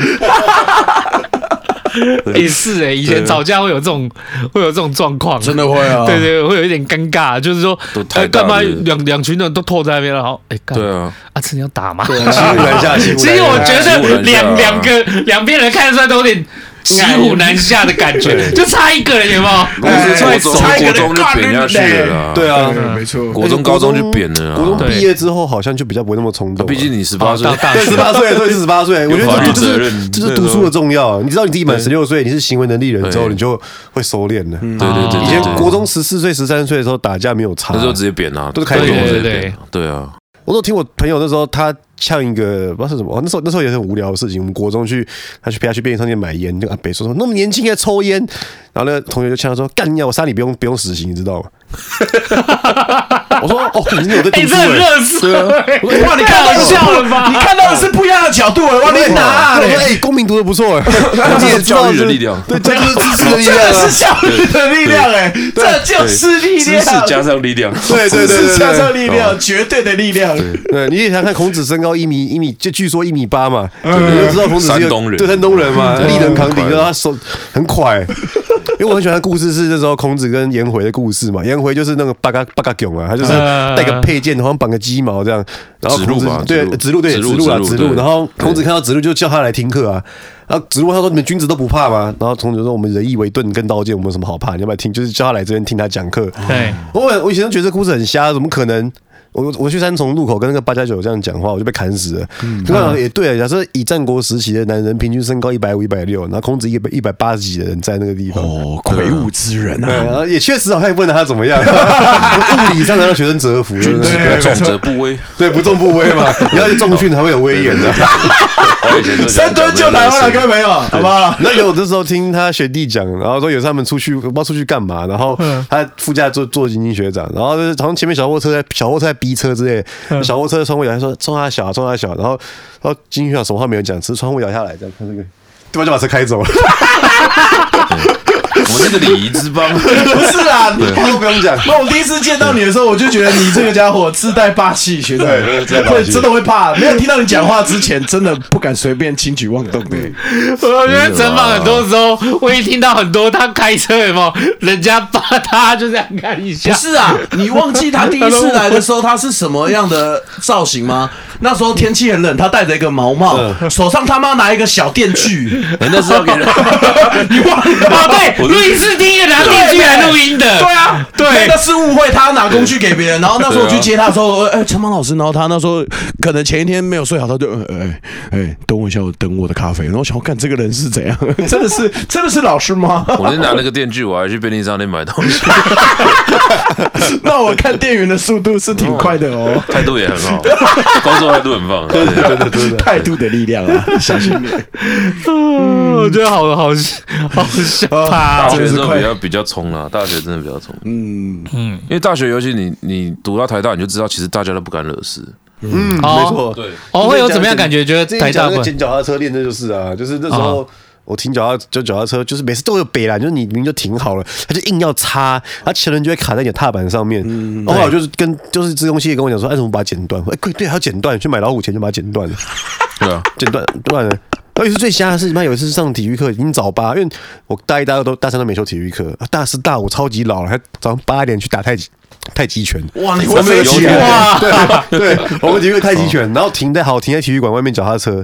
也是哎、以前吵架会有这种会有这种状况，
真的会啊。
对对，会有一点尴尬，就是说
都，太
哎，
大
干嘛
了
两两群人都拖在那边，然后哎，”干
对啊，
啊，真的要打吗？
欺负南下，欺负南下
其实我觉
欺负
得
人家
两两个两边人看得出来都有点骑虎难下的感觉，就差一个人有没有？
我是
哎
国中
差一
国
个人
中就扁下去了啦，
对啊，
对，没错。
国中高中就扁了
国中
啦。
毕业之后好像就比较不会那么冲动了，
毕竟你十八岁
哦，到大
对，
学
十八岁，对，十八岁，我觉
有法律
得这就
责
是
任
这就是读书的重要。你知道你自己满十六岁，你是行为能力人之后，
对
你就会收敛了。
嗯
对对对，
以前
对
国中十四岁、十三岁的时候打架没有差
那，时候直接扁啊，
都是开
国中
对对
直接扁
对
对啊，
我都听我朋友那时候他呛一个不知道是什么，哦那时候那时候也很无聊的事情。我们国中去，他去陪他去便利商店买烟，就跟阿北说什么那么年轻还抽烟，然后那个同学就呛他说干你啊，我杀你不用不用死刑，你知 道吗？我说哦，你有在
哎，
读书
这很
欸
热死，
我说哇，你
太
看到
好笑了吧
你？看到的是不一样的角度，我
对
你拿
我
啊，
说
嘞
哎，公民读的不 错，我
这是教育的力量
对，这就是知识的力
真
量
的
啊
是。效率的力量哎，这就是力
知
量，
识加上力量，
对对对
知
对
识加上力
对
量，绝对的力量。
对，你也想看孔子身高一米一米，就据说一米八嘛，你就知道孔子是一个
山东人
对山东人嘛，力能扛
很
鼎，
快
然后他手很快。因为我很喜欢的故事是那时候孔子跟颜回的故事嘛，颜回就是那个八嘎八嘎囧啊，他就是带个配件，好像绑个鸡毛这样，然后
子
孔
路
子
吧
对
子
子
路
路对
子
子
路
路啦
子路
子路，
对
然后孔子看到子路就叫他来听课啊，然后子路问他说你们君子都不怕吗？然后孔子说我们仁义为盾跟刀剑，我们有什么好怕？你要不要听？就是叫他来这边听他讲课，
对，
我我以前都觉得这故事很瞎，怎么可能？我我去三重路口跟那个八加九这样讲话，我就被砍死了。刚好也对啊，假设以战国时期的男人平均身高一百五、一百六，然后孔子一百一百八十几的人在那个地方。
哦，魁梧之人
对，然
啊，
后也确实好像也不能拿他怎么样，物理上能让学生折服，对不对
重则不威。
对，不重不威嘛，你要重训才会有威严的。
我以前就讲
三蹲就台湾了，各位朋友，好不好？
那有的时候听他学弟讲，然后说有时候他们出去不知道出去干嘛，然后他副驾坐坐晶晶学长，然后就是好像前面小货车在小货车在逼车之类的，小货车窗户摇下来说冲他小冲他小，然后然后晶晶学长什么话没有讲，只是窗户摇下来这样，他这个对方就把车开走了，
我们这个礼仪之邦，
不是啦，你
话都不用讲。
那我第一次见到你的时候，我就觉得你这个家伙自带霸气，学长，
对自带霸气
会真的会怕。没有听到你讲话之前，真的不敢随便轻举妄动的。
我觉得整访很多时候，我也听到很多他开车有没有，人家扒他就这样看一下
不，是啊，你忘记他第一次来的时候他是什么样的造型吗？那时候天气很冷，他戴着一个毛帽，
嗯
手上他妈拿一个小电锯。
哎那是要给人。
你忘了？
哦对，路易斯汀也拿电锯来录音的，
对啊，
对
那个是误会，他拿工具给别人。然后那时候
啊
我去接他的时候，呃哎，陈芒老师，然后他那时候可能前一天没有睡好，他就呃哎哎，等我一下，我等我的咖啡。然后我想，看这个人是怎样？真的是真的是老师吗？
我就拿那个电锯，我还去便利商店买东西，
那我看店员的速度是挺快的哦，
态度也很 好，工作态度很棒。对
态度的力量啊，小心点。
嗯我觉得好好好笑
大
啊！
学的时候比
真
较比较冲啦，大学真的比较冲，
嗯，
因为大学尤其你你读到台大，你就知道其实大家都不敢惹事。
嗯，
哦
没错，
对
哦，会有怎么样感觉？觉
之
得
前
台
讲
大哦
那
不
个捡脚踏车练，这就是啊，就是那时候。我停脚踏就脚踏车，就是每次都有北兰，就是你明明就停好了，他就硬要插，他前轮就会卡在你的踏板上面。
嗯
后来我就是跟就是自动系跟我讲说，哎，怎么把它剪断？哎，对对，还要剪断，去买老虎钳就把它剪断了。
对啊，
剪断断了。然后有一次最瞎的是，他妈有一次上体育课已经早八，因为我大一、大二都大三都没修体育课，啊大四大五超级老了，还早上八点去打太极太极拳。
哇，你
我
会
们
飞
有个
起
体育
来？
馆 对对，我们体育课太极
哦
拳，然后停在好停在体育馆外面脚踏车，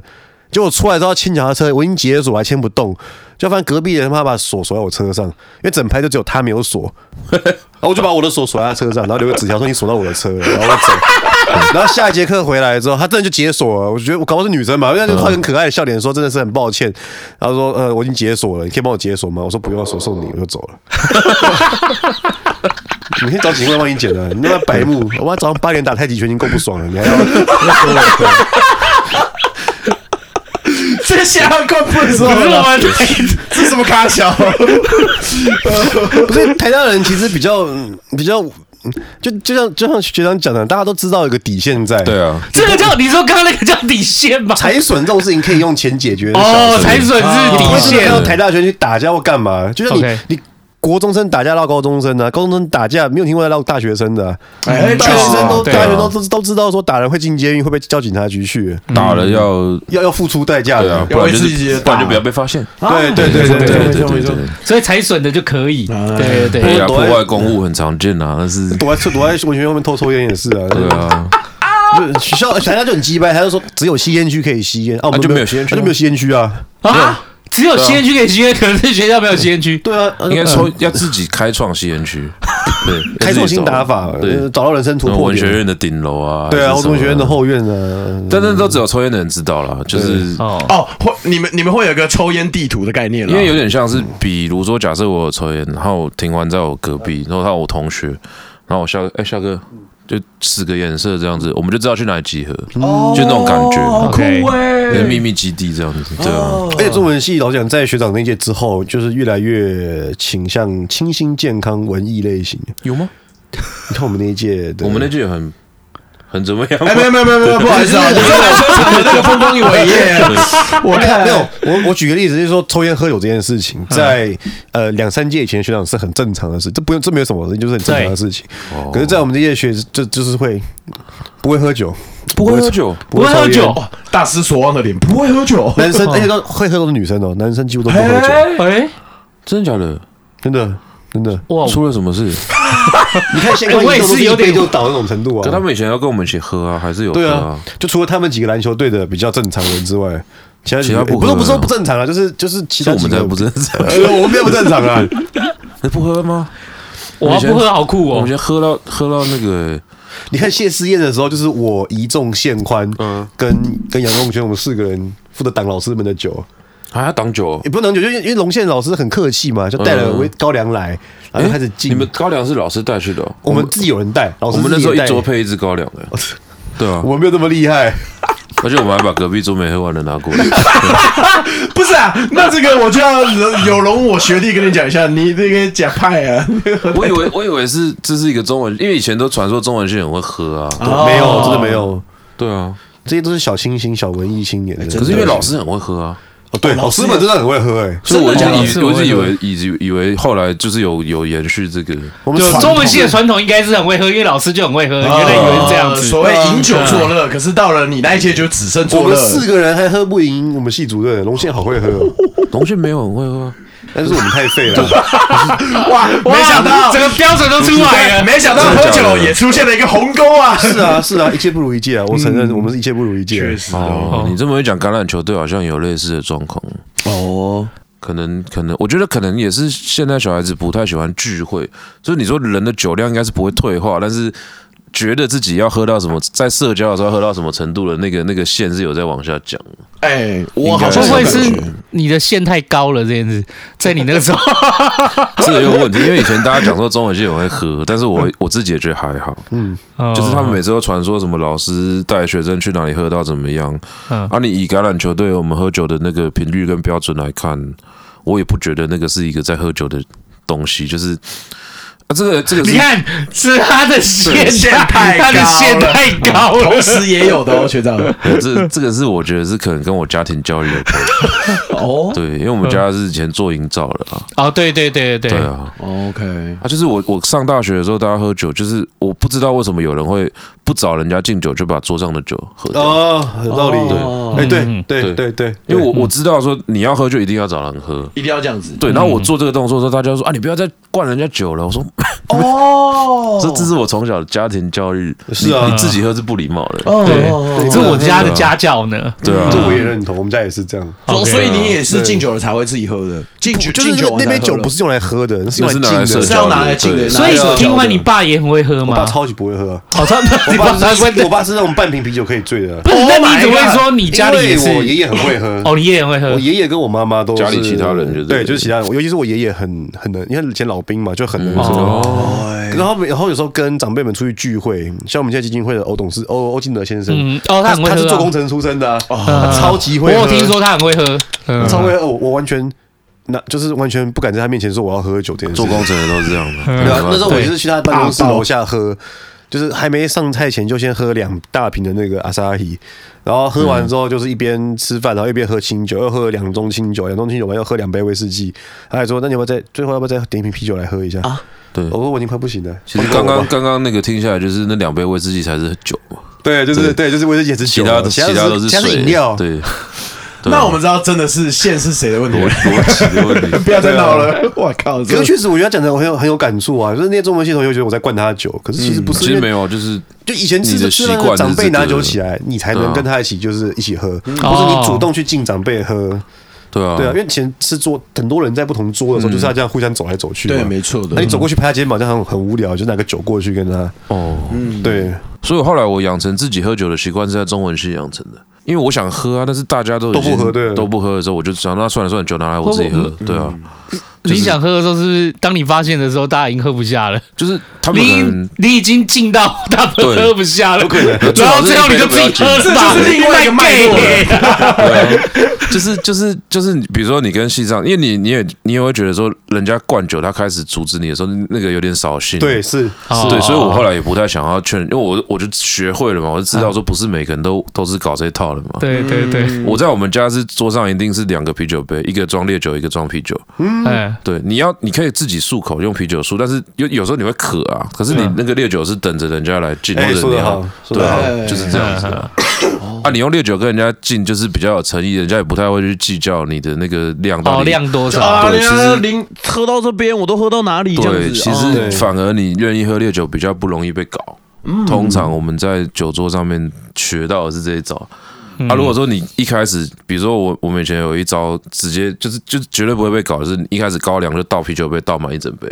结果出来之后牵脚踏车，我已经解锁，我还牵不动，就发现隔壁人他妈把锁锁在我车上，因为整排就只有他没有锁， 然后我就把我的锁锁在他车上，然后留个纸条说你锁到我的车了，然后我走。嗯然后下一节课回来之后，他真的就解锁了。我觉得我搞不好是女生嘛，因为她就画很可爱的笑脸说真的是很抱歉。然后说呃我已经解锁了，你可以帮我解锁吗？我说不用，我手送你，我就走了。 每天找警官帮你剪的，你他妈白目！我妈早上八点打太极拳已经够不爽了，你还 要
这下快不说
可是我
了，
们
这是什么卡小？
不是台大人其实比较嗯比较，嗯就就像就像学长讲的，大家都知道有个底线在。
对，啊，
这个叫你说刚刚那个叫底线吧？
财损这种事情可以用钱解决的小事。
哦，财损是
不
底
会真的
线
要，台大学去打架或干嘛？就像你
OK
你。国中生打架闹高中生啊，高中生打架没有听过闹大学生的啊、
哎
大学生都
对
大
啊
学生都都都知道说打人会进监狱，会被叫警察局去，
打了要
要要付出代价
对
的
啊，。
有
不然
为
就
自己的
是
打
不然就不要被发现。
对对对对
对啊
对，
对
没
对
错
对
没错
对。
所以财损的就可以。对对
哎
对，
呀，破坏公物很常见啊，但是
躲在厕躲在文学院后面偷抽烟也是啊。
对啊，
就学校台大就很鸡掰，他就说只有吸烟区可以吸烟啊，我们
啊就没有吸烟
啊
区
就没有吸烟区啊。
啊，只有吸烟区可以吸烟，可能是学校没有吸烟区。
对啊，
应该说要自己开创吸烟区，对，
开
要
创
自己
新
找啊
打法，
对
呃，找到人生突
那
破
文学
点。
院的顶楼啊，
对啊，
还
我
是什
们文
么
学院的，后院啊，
但是都只有抽烟的人知道啦，就是
哦，
哦，会你们你们会有个抽烟地图的概念啦
因为有点像是，比如说，假设我有抽烟，然后庭完在我隔壁，然后他有我同学，然后我下哎、下个就使个眼色这样子，我们就知道去哪里集合，就那种感
哦好
觉，
酷
OK
哎
有秘密基地这样子，对啊，
而且中文系老实讲，在学长那届之后，就是越来越倾向清新、健康、文艺类型。
有吗？
你看我们那一届的，
我们那届很很怎么样？
哎，没有没有没有没有，不好意思啊，我说我说场的那个风光伟业，我看
没有，我我举个例子，就是说抽烟喝酒这件事情，在呃两三届以前学长是很正常的事，这不用这没有什么，就是很正常的事情。可是，在我们这届学就就是会不会喝酒，
不会喝酒，
不会抽
不会喝
烟
酒
哇，大失所望的脸，不会喝酒，
男生而且都会喝都是女生哦，男生几乎都不喝酒，
哎，
哎，
真的假的？
真的真的。
哇，
出了什么事？
你看现
我
运
也
动都
是有
一杯
点
就倒那种程度
可他
啊。
们以前要跟我们一起喝啊，还是有
对
喝
啊
啊？，
就除了他们几个篮球队的比较正常人之外，其他几
其他
个
不
不
喝
是不是说
啊
不正常啊，就是就是其
是
他
我
几
们
个
在 不正 常，
呃，我们没有不正常啊。
哎不喝吗？
我要不喝好酷
我
哦
们。先喝到喝到那个
你看谢师宴的时候，就是我一众县宽，
嗯
跟跟杨仲轩，我们四个人负责挡老师们的酒，
还要挡酒
也。不能酒，就因为因为龙宪老师很客气嘛，就带了
嗯
微高粱来，然后就开始
诶
敬。
你们高粱是老师带去的哦、
我们自己有人带，老
我
师
们
自
那
己
时候
哦也带
一桌，配一支高粱的，对啊
我，们没有这么厉害。
而且我们还把隔壁桌没喝完的拿过来。
不是啊，那这个我就要有容我学弟跟你讲一下，你这个假派啊，
我以为我以为是这是一个中文，因为以前都传说中文系很会喝啊，
没有，真的没有，
对啊，
这些都是小清新、小文艺青年。
可是因为老师很会喝啊，
哦，对，老师们真的很会喝哎。
所以我就
假的
以
是
我
我
就
会
以
喝
为以以为后来就是有有延续这个，
我们
就
传统
中文系的传统应该是很会喝，因为老师就很会喝，原来以为是这样
呃
子。
所谓饮酒作乐，可是到了你那一届就只剩
我
作
们
乐。
四个人还喝不赢我们系主任，龙宪好会喝 哦，
龙旭没有很会喝啊，
但是我们太废了。
哇，没想到
哇整个标准都出来了。
没想到喝酒也出现了一个鸿沟啊！
是啊，是啊，一届不如一届啊！我承认，我们是一届不如一届。
确实
哦，你这么一讲，橄榄球队好像有类似的状况。
哦，
可能可能，我觉得可能也是现在小孩子不太喜欢聚会，就是你说人的酒量应该是不会退化，但是觉得自己要喝到什么，在社交的时候要喝到什么程度的那个那个线是有在往下降。
哎，我好
会
像
不会
有感
是
觉
你的线太高了？这样子，在你那个时候，
这个有问题，因为以前大家讲说中文系很会喝，但是我我自己也觉得还好，
哦
就是他们每次都传说什么老师带学生去哪里喝到怎么样，
嗯
啊，你以橄榄球队我们喝酒的那个频率跟标准来看，我也不觉得那个是一个在喝酒的东西，就是啊，这个这个是
你看是他的线
线太
他的线
高了
太高了
同。时也有的哦，学长。
我这这个是我觉得是可能跟我家庭教育有关，
哦
对，因为我们家是以前做营造的啊，
哦，对对对 对
对
对，
啊，
哦，OK，
啊，就是我我上大学的时候，大家喝酒，就是我不知道为什么有人会不找人家敬酒就把桌上的酒喝掉，
哦，很道理。
哦
哎，对
嗯
对
对
对对，
因为我我知道说你要喝就一定要找人喝。
一定要这样子。
对，然后我做这个动作的时候，大家就说啊，你不要再灌人家酒了。我说，
哦
这这是我从小的家庭教育，
是啊
你你自己喝是不礼貌的。
哦啊
对，这是我家的家教呢。
对啊，
这我也认同，我们家也是这样。
哦，
OK
所以你也是敬酒了才会自己喝的，敬酒
就是
敬酒
那
完
那
才
杯酒
喝
不是用来喝的，那是用
那是拿
来啊
来
敬
社
的。
是
交
要
的
拿来敬的，
对
拿
所
来
以
社交
听完
的
你爸也很会喝
我
吗
爸？超级不会喝啊，
好像
我
你
爸
爸
是
会
我爸是那种半瓶啤酒可以醉的啊。
不是？那
Oh my
你怎么会
God
说你家里也
因
是
为？我爷爷很会喝。
哦，你爷爷会喝
我。爷爷跟我妈妈都是
家里其他人就是
对，就是其他人，尤其是我爷爷很很能，因为以前老兵嘛，就很能喝。
哦，
然后然后有时候跟长辈们出去聚会，像我们现在基金会的欧董事欧欧进德先生，
嗯，哦，他很会喝啊。
他是做工程出身的啊，
嗯，
他超级
我
会喝，
有听说他很会喝，
他
嗯
超会喝，哦我我完全那就是完全不敢在他面前说我要喝酒这件事
做
情。
工程的都是这样的。
对啊，那时候我
对
也是去他办公室楼下喝，就是还没上菜前就先喝两大瓶的那个阿萨伊，然后喝完之后就是一边吃饭，然后一边喝清酒，又喝了两盅清酒，两盅清酒完又喝两杯威士忌，他还说那你要不要再最后要不要再点一瓶啤酒来喝一下？
对
我，说我已经快不行了。
其实刚
我
刚
吧
刚刚那个听下来，就是那两杯威士忌才是酒嘛，
对，就是对，就是威士忌也是
其
酒
他
啊，
的
其他
都
是
是
其他
水
是饮料，
对，对
那我们知道真的是线是谁的问题
逻
了，
逻辑的问题。
不要再闹了。我靠，
可
这
是确实，我觉得他讲的我很有很有感触啊，就是那些中文系同学觉得我在灌他的酒，可是其实不是，
嗯其
因
实
为
没有，就是
就以前吃
你的
吃
习
饭
惯是
长辈拿
这个嗯
酒起来，你才
对啊
能跟他一起就是一起喝，不是
哦
你主动去敬长辈喝。
对啊，
对啊，因为以前吃桌很多人在不同桌的时候，就是要这样互相走来走去嘛。
对，没错
那
的
你。走过去拍他肩膀，这样很很无聊，就拿个酒过去跟他。嗯
哦，
对，
所以后来我养成自己喝酒的习惯是在中文系养成的，因为我想喝啊，但是大家都已经
都不喝对
都不喝的时候，我就想那算了算了，酒拿来我自己喝，对啊，
你想喝的时候，是不是当你发现的时候，大家已经喝不下了？
就是他们可
你
能
你已经进到大部分
对
喝不下了，
能
然后最后你就自己喝了吧，
这就是另外一个脉络了
太 gay 了
对啊就是就是就是，比如说你跟系上，因为你你也你也会觉得说，人家灌酒他开始阻止你的时候，那个有点扫兴，
对，是
哦啊
对，所以我后来也不太想要劝，因为我我就学会了嘛，我就知道说不是每个人都都是搞这一套的嘛。
对对对，
我在我们家是桌上一定是两个啤酒杯，一个装烈酒，一个装啤酒。
哎，
对，你要你可以自己漱口用啤酒漱，但是有有时候你会渴啊，可是你
嗯
那个烈酒是等着人家来敬，
哎
或者
说
你
得
要
好哎说
对
得
啊，
好
就是这样子的啊。
哦
啊，你用烈酒跟人家敬就是比较有诚意，人家也不太会去计较你的那个量到
哦，
底
量多少？
啊，
对
人
其
家
实
零喝到这边，我都喝到哪里？这样
对，
子，
其
哦
实
对
反而你愿意喝烈酒比较不容易被搞。通常我们在酒桌上面学到的是这一招。
嗯
啊，如果说你一开始，比如说我我们以前有一招，直接就是就是绝对不会被搞的是，你一开始高粱就倒啤酒杯倒满一整杯，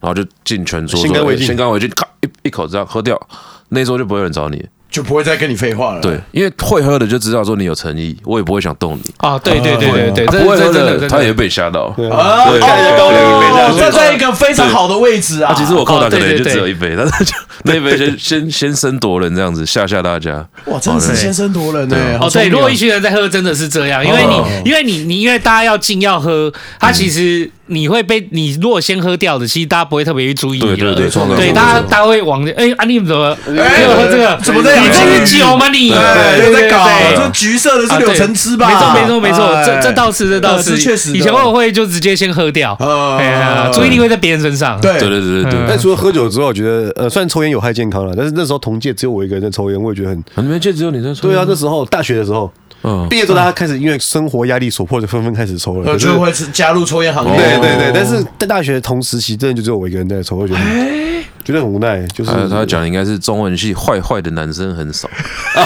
然后就进全桌
先干
说
为
哎
敬
先干为敬，咔一一口这样喝掉，那桌就不会有人找你。
就不会再跟你废话了。
对，，因为会喝的就知道说你有诚意，我也不会想动你。
啊，对对对对对，
啊
这
不会
这
喝
真的真
的
的
他也被吓到。
啊，
对
感觉都
对对对对对
站在一个非常好的位置啊
啊，。其实我扣打可
哦对
能也就
对
只有一杯，但是就那一杯先先先声夺人这样子吓吓大家。
哇，真的是先声夺人呢、
哦对
好
哦，
聪
对，
明啊
如果一群人在喝，真的是这样，因为你，
哦
因为你，你因为大家要敬要喝，他其实你会被你如果先喝掉的，其实大家不会特别去注意你
对
了，
对对冲动
对，
冲动
大家大家会往哎，啊你们怎么没有喝这个？
怎么在
你这是酒吗你？
对，哎在搞
对
这橘色的
啊
是柳
对
橙汁吧？
没错没错没错，
哎
这这倒是这倒
呃
是，
这确实的
以前我会就直接先喝掉，
呃
哎呀注意力会在别人身上，嗯
对
对对对对对，
但除了喝酒之后，我觉得呃，虽然抽烟有害健康了，但是那时候同届只有我一个人在抽烟，我也觉得很
啊你们就只有你在抽。
对啊。那时候大学的时候，
嗯，
毕业之后大家开始因为生活压力所迫，就纷纷开始抽了。
呃，
可是
就会加入抽烟行
哦
列。
对对对，但是在大学同时期，真的就只有我一个人在抽，我觉得
哎
很觉得很无奈，就是
他哎他讲的应该是中文系坏坏的男生很少，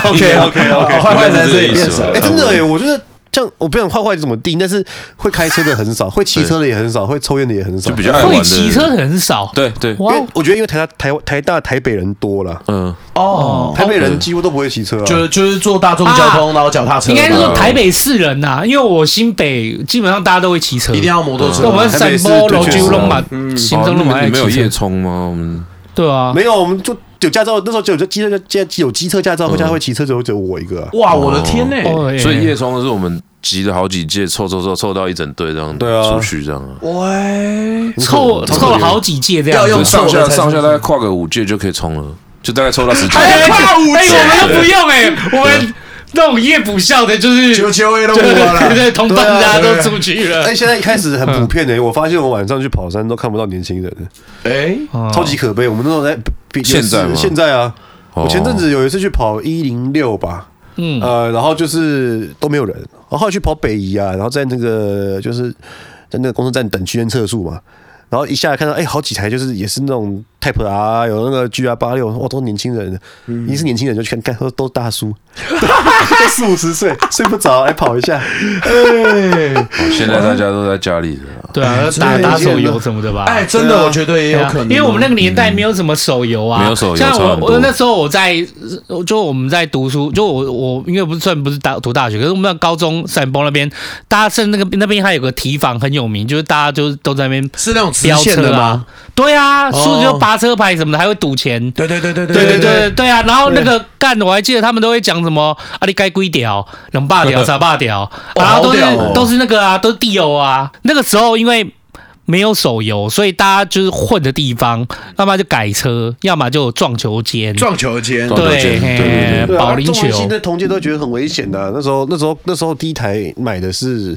OK OK OK，
坏坏男生也
应该
变
是这
少
个意思吧哦
哎，真的哎，我觉得。这样我不想坏坏怎么定，但是会开车的很少，会骑车的也很少，会抽烟的也很少。
就比较爱玩
会
的。
骑车很少，
对对，
哇哦
因为我觉得因为台大台台大台北人多了，
嗯，
哦，
台北人几乎都不会骑车啊。
就是就是坐大众交通，然后脚踏车
啊应
嘛，
该是说台北市人呐、因为我新北基本上大家都会骑车，
一定要摩托车
那。我们山坡楼九龙嘛，行
哦
中
你
路嘛
们
爱
你们有
骑
夜
车，
冲吗？我们
对啊，
没有，我们就有驾照，那时候就有机车驾有机车驾照，回家会骑车，只有只有我一个啊。
哇，我的天呢！
哦
所以
耶
夜冲是我们集了好几届，凑凑凑凑到一整队这样，
对啊
出去这样啊，
哦
喂，
凑凑了好几届这样
要
子，
用
就上
凑的
下
才
上下
出去
大概跨个五届就可以冲了，就大概抽到十届。
哎
跨五届
哎，我们都不用哎、我们那种夜补校的，就是
就
对
就为了
对
我了。啊
对，同班大家都出去了
哎，，现在一开始很普遍的，我发现我晚上去跑山都看不到年轻人，
哎，
哦
超级可悲。我们那时候在比
啊现在吗
现在啊，
哦
我前阵子有一次去跑一零六吧，
嗯
呃，然后就是都没有人，然后后来去跑北宜啊，然后在那个就是在那个公车站等区间测速嘛。然后一下看到，哎，好几台就是也是那种 Type R，有那个 GR 八六，哇，都是年轻人，
嗯
一是年轻人就去看看，都都大叔， 都四五十岁，睡不着，来跑一下，
现在大家都在家里了，
对啊，打打手游什么的吧，
哎，真的，我觉得也有
对啊
可能，哦
因为我们那个年代没有什么手游啊，
没有手游
像
差
我
很多
我那时候我在，就我们在读书，就我我因为不是算不是大读大学，可是我们那高中陕崩那边，大家甚至那个那边还有个提防很有名，就是大家就是都在那边
是那种直
飙
线
车
的
啊
吗？，
对啊，
哦
说的就拔车牌什么的，还会赌钱。
对对对对
对对对对啊！然后那个干，我还记得他们都会讲什么啊，你该归屌，冷霸屌，傻霸屌，然后都是
好屌哦
都是那个啊，都是地游啊。那个时候因为没有手游，所以大家就是混的地方，要么就改车，要么就撞球间，
撞球间，
撞球间对对
嘿
对啊
保龄
中文系
球。
的同届都觉得很危险的、啊那时候，那时候，那时候第一台买的是，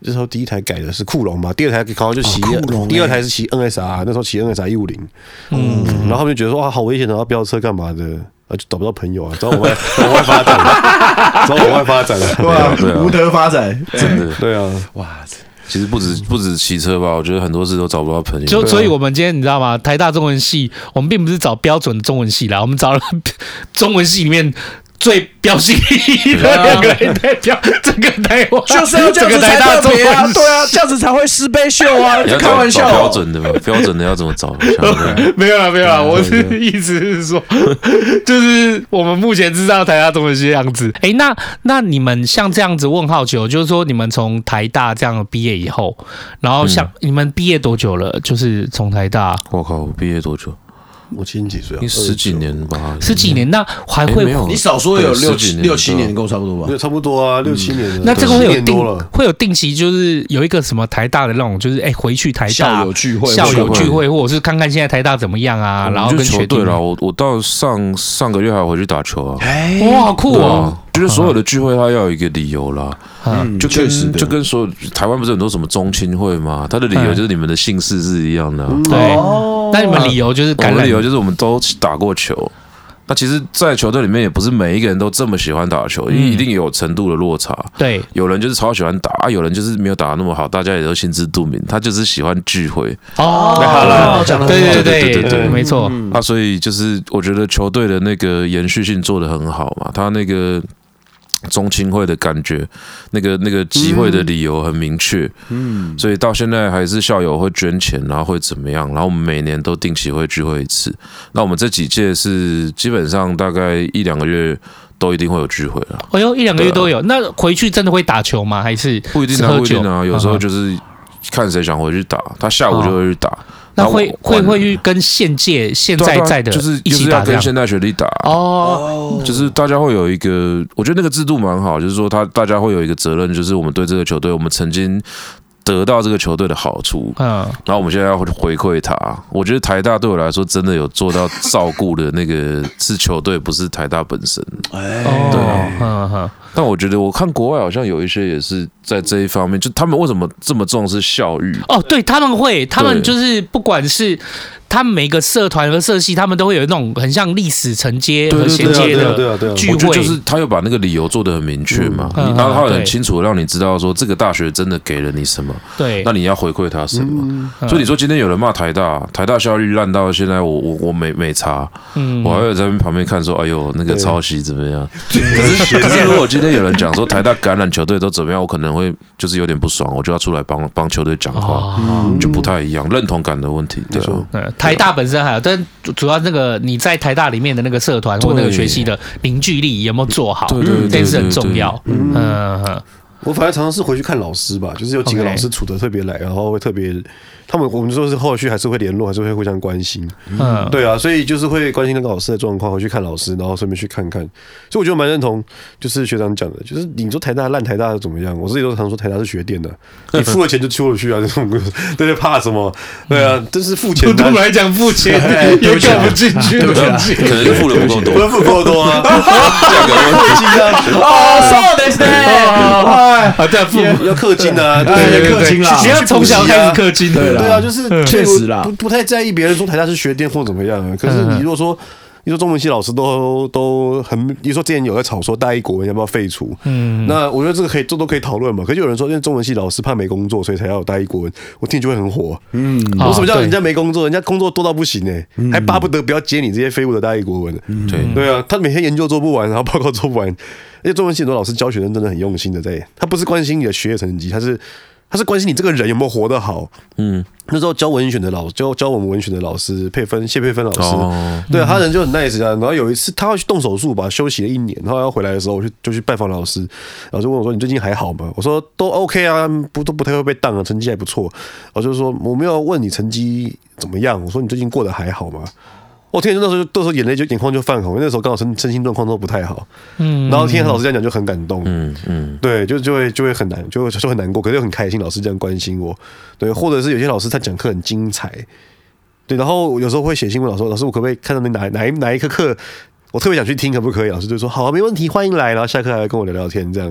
那时候第一台改的是酷龙嘛，第二台好像就骑、
哦酷龙欸
第二台是骑 NSR，那时候骑 NSR 一五零，嗯，然后他们就觉得说哇，好危险的，要飙车干嘛的？啊，就找不到朋友啊，找往外 往外发展了， 找往外发展了。
哇
对啊，
无德发展，
真的。
对啊，
哇，这
其实不
嗯
止不止骑车吧，我觉得很多事都找不到朋友。
就所以，我们今天你知道吗？台大中文系，我们并不是找标准的中文系啦，我们找了 中文系里面最标新立异的两个人代表，整个台湾
就是要这样
整个
子
台
才
大
特
中
别啊，
文系
对啊，这样子才会十倍秀啊，
你要
开
找
玩
找
笑，
标准的嘛，标准的要怎 么找？想不出来
没有啊了，没有了，我是
对
意思是说， 就是我们目前知道台大中文系的样子。哎、那那你们像这样子问号球，就是说你们从台大这样毕业以后，然后像、你们毕业多久了？就是从台大
我靠，我毕业多久？
我今年几岁啊
应？该十几
29，
年吧，
十几年，那还
哎
会、
没有
你少说有
对
六
十几
七
年
六七
对啊
年够差不多吧
对，？差不多啊，六七年了。
那这个会
七
有
年
定
多了。
会有定期，就是有一个什么台大的那种，就是哎、回去台大
校友聚会，
校友
会
聚会，或者是看看现在台大怎么样啊，然后
我们
跟
就球
学弟
队了。我我到上上个月还回去打球啊。
哎，
哇，好酷
对
哦！
啊，就是所有的聚会，它要有一个理由啦，
嗯，
嗯
就
确实
跟
的哎
就跟所有台湾不是很多什么中青会嘛，它的理由
嗯
就是你们的姓氏是一样的啊、
对。
哦
那你们理由就是
我
感
们的
染
理由就是我们都打过球。那其实，在球队里面也不是每一个人都这么喜欢打球，因为
嗯
一定有程度的落差。
对，
有人就是超喜欢打啊，有人就是没有打得那么好，大家也都心知肚明，他就是喜欢聚会
哦，嗯
好了讲得很
对
好
对
对对
对
对
对
对，
对
没错，
啊，所以就是我觉得球队的那个延续性做得很好嘛，他那个。中青会的感觉，那个那个集会的理由很明确，嗯，所以到现在还是校友会捐钱，然后会怎么样？然后我们每年都定期会聚会一次。那我们这几届是基本上大概一两个月都一定会有聚会了，
哎呦，一两个月都有。那回去真的会打球吗？还是
不一定啊，
喝
不一
酒
定啊，有时候
嗯
就是看谁想回去打，他下午就会去打。
那
然后
会会
晚
会去跟现届现
对啊
哦在
对啊
在的
就是
一
就
起
是
打
要
这
跟
样？
现代学弟打啊
哦，
嗯
就是大家会有一个，我觉得那个制度蛮好，就是说他大家会有一个责任，就是我们对这个球队，我们曾经得到这个球队的好处，
嗯，
然后我们现在要回馈他。我觉得台大对我来说真的有做到照顾的那个是球队，不是台大本身。
哦，嗯嗯，
但我觉得我看国外好像有一些也是在这一方面，就他们为什么这么重视校育？
哦，对他们会，他们
对
就是不管是他们每个社团和社系，他们都会有那种很像历史承接
对
和
对
衔
对
接
啊对啊
的
啊对啊
聚
我觉得
会，
就是他又把那个理由做得很明确嘛，
嗯
你他他
嗯嗯
很
对
清楚让你知道说这个大学真的给了你什么，
对
啊那，你要回馈他什么。
嗯
所以你，说今天有人骂台大，台大效率烂到现在我，我我没没查，
嗯
我还有在旁边看说，哎呦那个抄袭怎么样？
可是
可是如果今天有人讲说台大橄榄球队都怎么样，我可能会就是有点不爽，我就要出来帮帮球队讲话，
哦，
就不太一样，认同感的问题。对、啊
错，
嗯台大本身还有，但主主要那个你在台大里面的那个社团或那个
对
学习的凝聚力有没有做好，嗯
对对对
这是很
对对
重要。嗯嗯嗯
我反正常常是回去看老师吧，就是有几个
OK
老师处的特别来，然后会特别，他们我们说是后续还是会联络，还是会互相关心。
嗯，
对啊，所以就是会关心那个老师的状况，回去看老师，然后顺便去看看。所以我觉得蛮认同，就是学长讲的，就是你说台大烂台大又怎么样？我自己都常说台大是学 电的，你付了钱就出了去啊，这种 对对，怕什么？对啊，这是付钱的啊，
来讲付钱
哎
也搞不进去，
对啊，可能付的不够
不
多，
能付够多啊，
价格问 题。
哦，そうですね。啊，对，付
要氪金啊， 对
对
氪金啦，
只要从小开始
氪。
氪金，
对啦
对啊，就是
确实啦嗯
不不太在意别人说台大是学电或怎么样啊。可是你如果说。你说中文系老师都都很，你说之前有在吵说大一国文要不要废除，嗯，那我觉得这个可以这都可以讨论嘛。可是有人说，因为中文系老师怕没工作，所以才要有大一国文，我听就会很火。嗯，
哦
啊
我什么叫人家没工作？人家工作多到不行呢、欸还巴不得不要接你这些废物的大一国文。
对，
对啊，他每天研究做不完，然后报告做不完。而且中文系很多老师教学生真的很用心的在，他不是关心你的学业成绩，他是他是关心你这个人有没有活得好。
嗯，
那时候教文选的老教教我们文选的老师佩芬谢佩芬老
嗯
师，
哦
对啊他人就很 nice 啊。然后有一次他要去动手术吧，休息了一年，然后要回来的时候，我去就去拜访老师，老师问我说：“你最近还好吗？”我说：“都 OK 啊，不都不太会被当啊，成绩还不错。”老师就说：“我没有问你成绩怎么样，我说你最近过得还好吗？”我天，那时候就那时候眼泪就眼眶就泛红，因为那时候刚好身身心状况都不太好，
嗯
然后听老师这样讲就很感动，
嗯嗯，
对，就就会就会很难，就会就很难过，可是又很开心，老师这样关心我，对，或者是有些老师他讲课很精彩，对，然后有时候会写信问老师，老师我可不可以看到你哪哪一哪一科课，我特别想去听，可不可以？老师就说好啊，没问题，欢迎来，然后下课还来跟我聊聊天，这样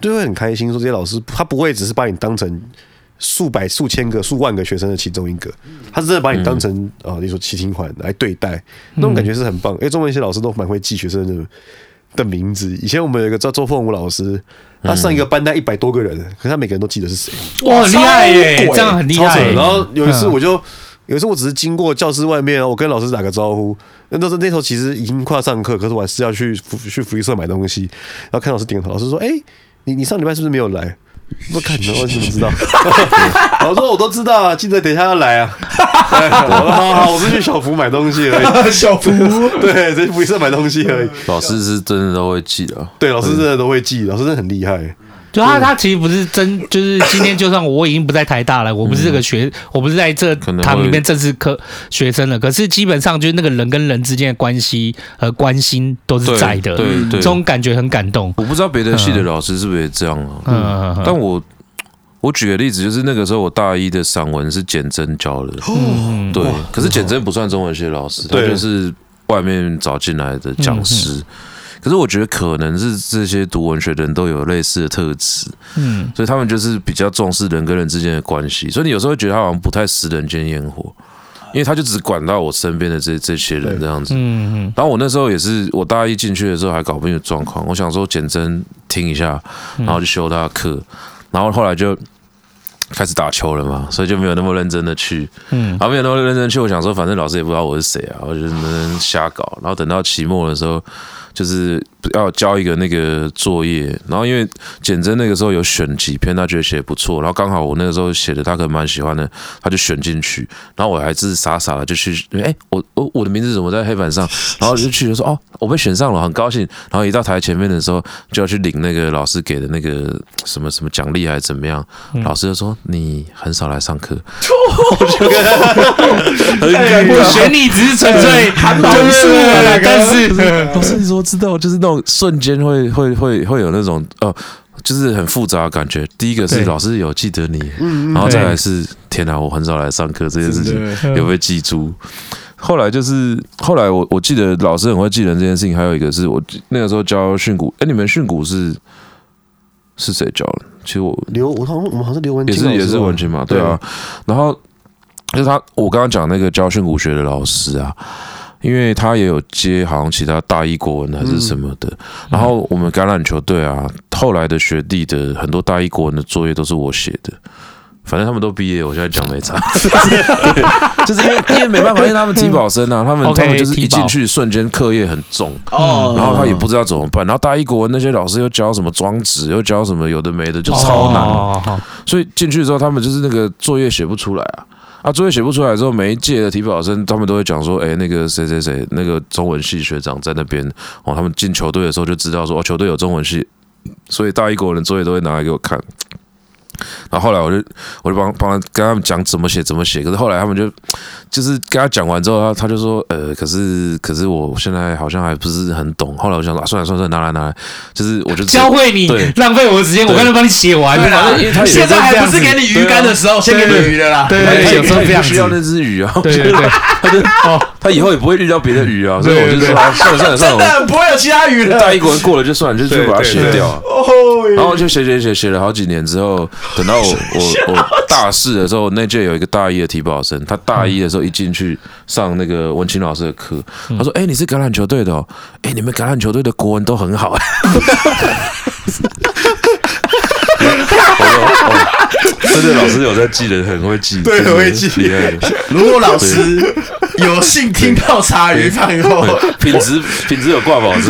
就会很开心。说这些老师他不会只是把你当成数百、数千个、数万个学生的其中一个，他是真的把你当成啊、呃，你说七星环来对待，那种感觉是很棒。因为中文系老师都蛮会记学生的的名字。以前我们有一个叫周凤武老师，
嗯
他上一个班带一百多个人，可是他每个人都记得是谁，
哇，很厉害耶，这样很厉
超扯
害。嗯
的。然后有一次我就。有一次我只是经过教室外面，我跟老师打个招呼。那那时候那时候其实已经快要上课，可是我还是要去福去福利社买东西，然后看老师点头，老师说：“哎、你你上礼拜是不是没有来？”我看你，我怎么知道？我说我都知道啊，记得等一下要来啊。对我说好好，我是去小福买东西而已。小福对，在福利社买东西而已。
老师是真的都会记的啊。
对，老师真的都会记，老师真的很厉害。
就啊他他其实不是真，就是今天就算我已经不在台大了，我不是这个学，我不是在这
可能会
堂里面正式科学生了，可是基本上就是那个人跟人之间的关系和关心都是
对
在的，嗯
对对
这种感觉很感动。
我不知道别的系的老师是不是也这样啊？
嗯嗯，嗯
但我我举个例子，就是那个时候我大一的散文是简真教的，对，可是简真不算中文系的老师，他
对
就是外面找进来的讲师。可是我觉得可能是这些读文学的人都有类似的特质，
嗯
所以他们就是比较重视人跟人之间的关系，所以你有时候会觉得他好像不太食人间烟火，因为他就只管到我身边的这这些人这样子。
嗯嗯，
然后我那时候也是，我大一进去的时候还搞不清楚状况，我想说简真听一下，然后就修他的课，然后后来就开始打球了嘛，所以就没有那么认真的去，
嗯
嗯，然后没有那么认真地去，我想说反正老师也不知道我是谁啊，我就在那边瞎搞，然后等到期末的时候。就是要交一个那个作业，然后因为简真那个时候有选几篇，他觉得写得不错，然后刚好我那个时候写的他可能蛮喜欢的，他就选进去，然后我还是傻傻的就去，哎、我我我的名字怎么在黑板上？ 然后就去就说哦，我被选上了，很高兴。然后一到台前面的时候，就要去领那个老师给的那个什么什么奖励还是怎么样，老师就说你很少来上课，我就很
哎
尴
我
尬。
选你只是纯粹含
毛
是
是啊
但是
老师，你说知道，就是那种瞬间会会会会有那种哦、就是很复杂的感觉。第一个是
对
老师有记得你，然后再来是天哪、我很少来上课这件事情有被记住。后来就是后来我我记得老师很会记人这件事情，还有一个是我那个时候教训诂，哎、你们训诂是是谁教的？其实我
刘，我好像我们好像是刘文
也
清
是
老师
也是
吧
文青嘛，对啊。然后就是他，我刚刚讲那个教训古学的老师啊，因为他也有接好像其他大一国文还是什么的。然后我们橄榄球队啊，后来的学弟的很多大一国文的作业都是我写的。反正他们都毕业，我现在讲没差，对就是因为因为没办法，因为他们体保生啊，他们
OK，
他们就是一
体保
进去瞬间课业很重，
哦
然后他也不知道怎么办，然后大一国文那些老师又教什么庄子，又教什么有的没的，就
哦
超难。
难。
所以进去之后，他们就是那个作业写不出来啊。啊，作业写不出来之后，每一届的体保生他们都会讲说，哎、那个谁谁谁，那个中文系学长在那边哦，他们进球队的时候就知道说，哦，球队有中文系，所以大一国人的作业都会拿来给我看。然后后来我就我就帮帮他跟他们讲怎么写怎么写，可是后来他们就就是跟他讲完之后，他他就说，呃，可是可是我现在好像还不是很懂。后来我想说，啊、算了算了，拿来拿来，就是我就直接
教会你
对
浪费我的时间，我
对
刚才帮你写完
对啊
了
因为他。也
现在还不是给
你，
你鱼竿的时候，先给你鱼的啦。
对对，对有时候这样
不
子
需。要那只鱼啊，
对对对，哦，
他以后也不会遇到别的鱼啊，所以我就
对对
说啊算了算了算
真
了，
的不会有其他鱼
我大
的。
一国人过了就算了，就是就把它写掉啊。然后就写写写写了好几年之后，等到我我我大四的时候，那届有一个大一的体保生，他大一的时候一进去上那个文清老师的课，他说：“哎，你是橄榄球队的哦，哎，你们橄榄球队的国文都很好。”哎我说哦，真的老师有在记的，很会记，
对
真的
很会记
厉害的。
如果老师有幸听到茶余饭后，
品质品质有挂保证。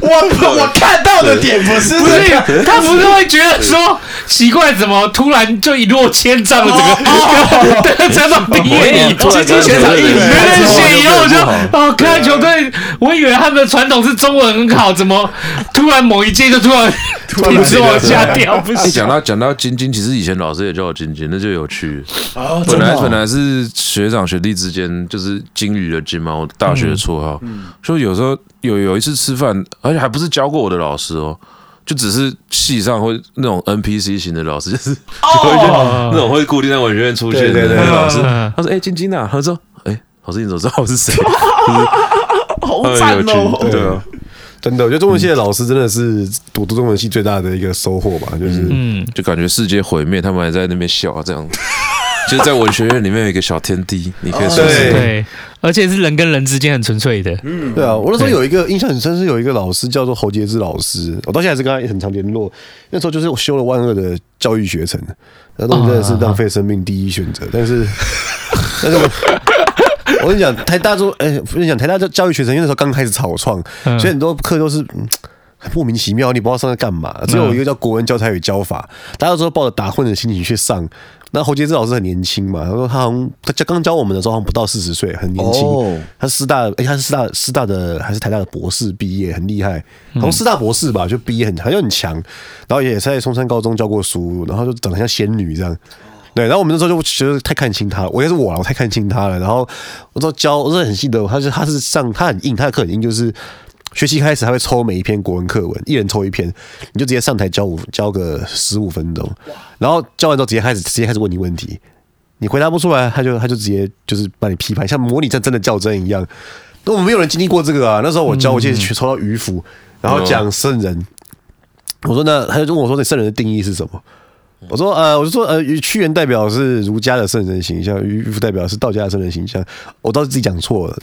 我我看到的点不是
不
这个，
是，他不是会觉得说奇怪，怎么突然就一落千丈了？整个对整个毕业以后，
突然间
全场一
对
语
对
原来写以后我就
对对
哦，看篮球队，我以为他们的传统是中文很好，怎么突然某一届就突然品质往下掉？不
哎
行，
讲到讲到晶晶，其实以前老师也叫我晶晶，那就有趣。
哦
本来本来是学长学弟之间就是金鱼的金嘛，我大学的绰号。所以有时候有有一次吃饭，而且还不是教过我的老师哦，就只是系上会那种 NPC 型的老师，就是就会就那种会固定在文学院出现的
哦对对对
那个老师
嗯。
他说：“哎，晶晶啊。”他说：“哎，老师你怎么知道我是谁？”好
赞哦
对啊。
真的，我觉得中文系的老师真的是读读中文系最大的一个收获吧，就是
嗯，
就感觉世界毁灭，他们还在那边笑啊，这样。 就是在文学院里面有一个小天地，你可以说
对
是
对，而且是人跟人之间很纯粹的，
对啊，我那时候有一个印象很深，是有一个老师叫做侯杰之老师，我到现在还是跟他很常联络。那时候就是我修了万恶的教育学程，那东西真的是浪费生命第一选择。但 是，但是我我跟你讲，台大中，哎、我跟你讲，台大教教育学程，因为那时候刚开始草创，
嗯
所以很多课都是。嗯很莫名其妙，你不知道上在干嘛。只有一个叫国文教材与教法，大家都说抱着打混的心情去上。那侯杰志老师很年轻嘛，他说他好像他教刚教我们的时候好像不到四十岁，很年轻。
哦
他是师大，哎、他是师大师大的还是台大的博士毕业，很厉害，好像师大博士吧，就毕业很好像很强，然后也在松山高中教过书，然后就长得像仙女这样。对，然后我们那时候就觉得太看清他了，我也是我了，我太看清他了。然后我都教，我是很记得，他是他是上他很硬，他的课很硬，就是学期开始他会抽每一篇国文课文，一人抽一篇，你就直接上台教五教个十五分钟，然后教完之后直接开始直接开始问你问题，你回答不出来，他就他就直接就是把你批判，像模拟战争的较真一样。那我们没有人经历过这个啊。那时候我教，我记得去抽到渔夫，然后讲圣人。我说那他就问我说那圣人的定义是什么？我说呃，我就说呃，屈原代表是儒家的圣人形象，渔夫代表是道家的圣人形象。我倒是自己讲错了，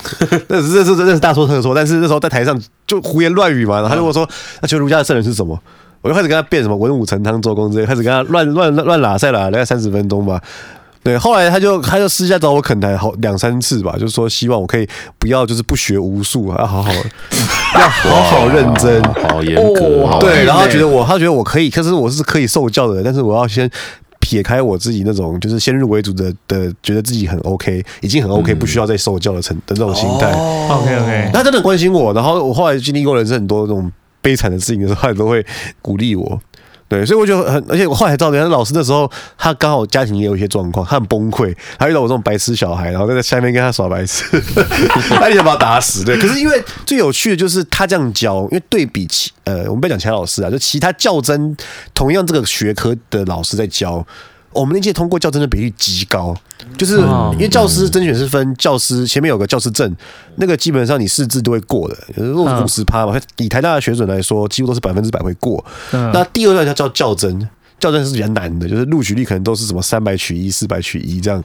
那是这是这是大错特错。但是那时候在台上就胡言乱语嘛，然后他就问我说，那请问儒家的圣人是什么？我就开始跟他辩什么文武成汤周公之类，开始跟他乱乱乱拉塞拉，大概三十分钟吧。对，后来他就他就私下找我恳谈好两三次吧，就说希望我可以不要就是不学无术啊，要好好要好好认真。
好严格，
哦
好
对，
累
然后他觉
嘞
得我他觉得我可以，可是我是可以受教的人，但是我要先。撇开我自己那种就是先入为主的的，觉得自己很 OK，已经很 OK，、不需要再受教的程的那种心态。
OK OK，
他真的很关心我，然后我后来经历过人生很多那种悲惨的事情的时候，他也都会鼓励我。对，所以我就很，而且我后来才知道，原来老师那时候他刚好家庭也有一些状况，他很崩溃，他遇到我这种白痴小孩，然后在下面跟他耍白痴，他就想把他打死。对，可是因为最有趣的就是他这样教，因为对比其呃，我们不要讲其他老师啊，就其他较真同样这个学科的老师在教。我们那届通过较真的比例极高，就是
哦
因为教师甄选是分教师前面有个教师证，那个基本上你四字都会过的，
嗯
五十趴嘛。以台大的水准来说，几乎都是百分之百会过。
嗯
那第二段叫叫较真，较真是比较难的，就是录取率可能都是什么三百取一、四百取一这样。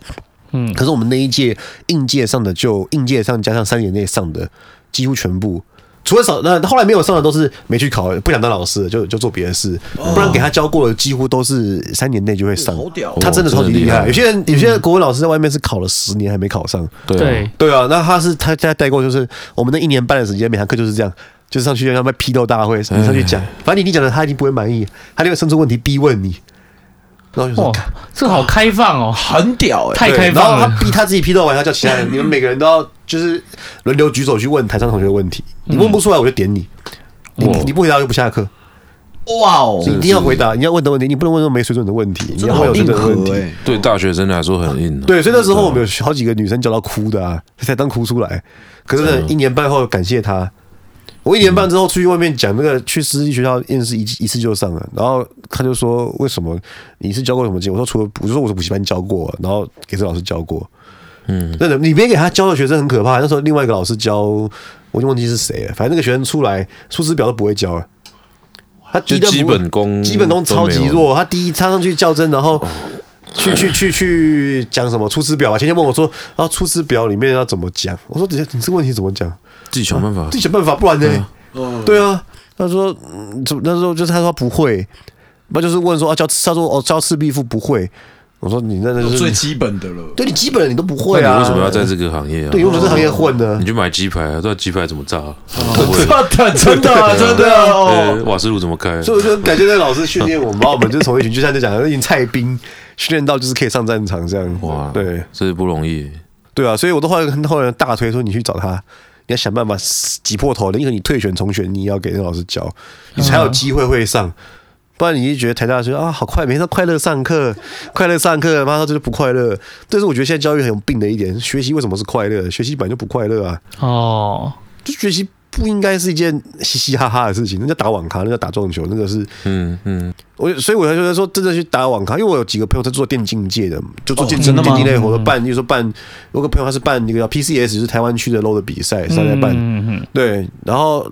嗯
可是我们那一届应届上的就应届上加上三年内上的几乎全部，除了少那后来没有上的都是没去考，不想当老师的就就做别的事，不然给他教过的几乎都是三年内就会上。
屌
他真的超级
真的厉
厉
害
害，有些人有些国文老师在外面是考了十年还没考上。
对
对
啊，
对啊，那他是他他带过，就是我们那一年半的时间，每堂课就是这样，就是上去让他们批斗大会，你上去讲，反正你你讲的他一定不会满意，他就会生出问题逼问你，然后就
哇
说。，
这个好开放哦，
很屌哎、
太
对
开
然
放
后
了
他。逼他自己批斗完，他叫其他人，你们每个人都要就是轮流举手去问台上同学的问题，你
嗯
问不出来我就点你，你
哇
你不回答就不下课，
哇哦
嗯
你一定要回答，你要问的问题，你不能问那种没水准的问题，你要问有水
硬
准的问
核
题
欸
哎、。
对，大学生来说很硬啊。
对，所以那时候我们有好几个女生叫到哭的啊，才当哭出来。可是
嗯
呢，一年半后感谢她，我一年半之后出去外面讲那个去私立学校面试一一次就上了，然后他就说为什么你是教过什么经？我说除了我就说我是补习班教过，然后给这老师教过。嗯，真的，你别给他教的学生很可怕。那时候另外一个老师教，我就忘记是谁了，反正那个学生出来出师表都不会教了。他
就
一段不
基本功
基本功超级
都没哦
弱。他第一插上去较真，然后去去去去讲什么《出师表》啊？前天问我说，然后《出师表》里面要怎么讲？我说，等一下你这个问题怎么讲？
自己想办法
自己想办法，不然呢？
嗯
对啊，他说，嗯怎么那时候就是他说他不会，那就是问说啊，教他说哦，教赤壁赋不会。我说你那那就是
最
你
基本的了。
对你基本你都不
哦那
会啊，
你为什么要在？这个行业啊？
对，你为什么在
哦
行业混呢
你？去买鸡排啊？这鸡排怎么炸啊？
哦
不会
的， 真的，啊真的哦！
呃瓦斯炉怎么开？
啊所以我就感觉那老师训练我们，把我们就是从一群就像在讲的一群菜兵，训练到就是可以上战场这样。
哇，
对，
这是不容易。
对啊，所以我都后来跟后来大推说你去找他，你要想办法挤破头的，因为你退选重选，你也要给那老师
嗯
教，你才有机会会上。不然你就觉得台大学啊好快，每天都快乐上课， 快乐上课，妈的就是不快乐。但是我觉得现在教育很有病的一点，学习为什么是快乐？学习本来就不快乐啊，
哦，
就学习不应该是一件嘻嘻哈哈的事情，那叫打网咖，那叫打撞球，那个是
嗯嗯，
我所以我才觉得说，真的去打网咖，因为我有几个朋友在做电竞界的，就做电
哦真
竞、
的吗嗯
电竞类活动，办，比如说办，有个朋友他是办那个叫 PCS，就是台湾区的 LO w 的比赛，是他在办，
嗯嗯
对，然后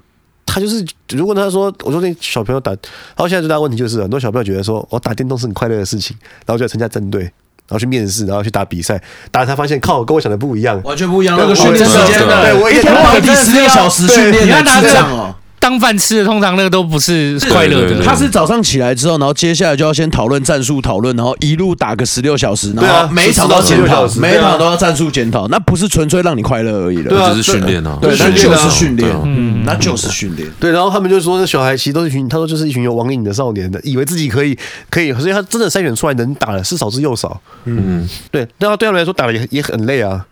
他就是，如果他说，我说那小朋友打，然后现在最大的问题就是，很多小朋友觉得说，我、打电动是很快乐的事情，然后就来参加战队，然后去面试，然后去打比赛，打了才发现，靠，跟我想的不一样，
完全不一样，
对
那个训练时间
我
的，
对我也
一天到底十六小时训练
你要
的，
拿
智
这
障哦！
当饭吃的，通常那个都不是快乐
对对
的。
对
他是早上起来之后，然后接下来就要先讨论战术，讨论，然后一路打个十六小时，然
对
后
啊
每一场都要检
16
讨
小，时
每一
对啊
场都要战术检讨，那不是纯粹让你快乐而已
对
了，
啊
这是训练啊，
对，那
训练
就
啊
是训练
对啊，
嗯，那就是训练。
对，然后他们就说，这小孩其实都是一群，他说就是一群有网瘾的少年的，以为自己可以可以，所以他真的筛选出来能打的是少之又少。
嗯，
对，那对他们来说打的也也很累啊。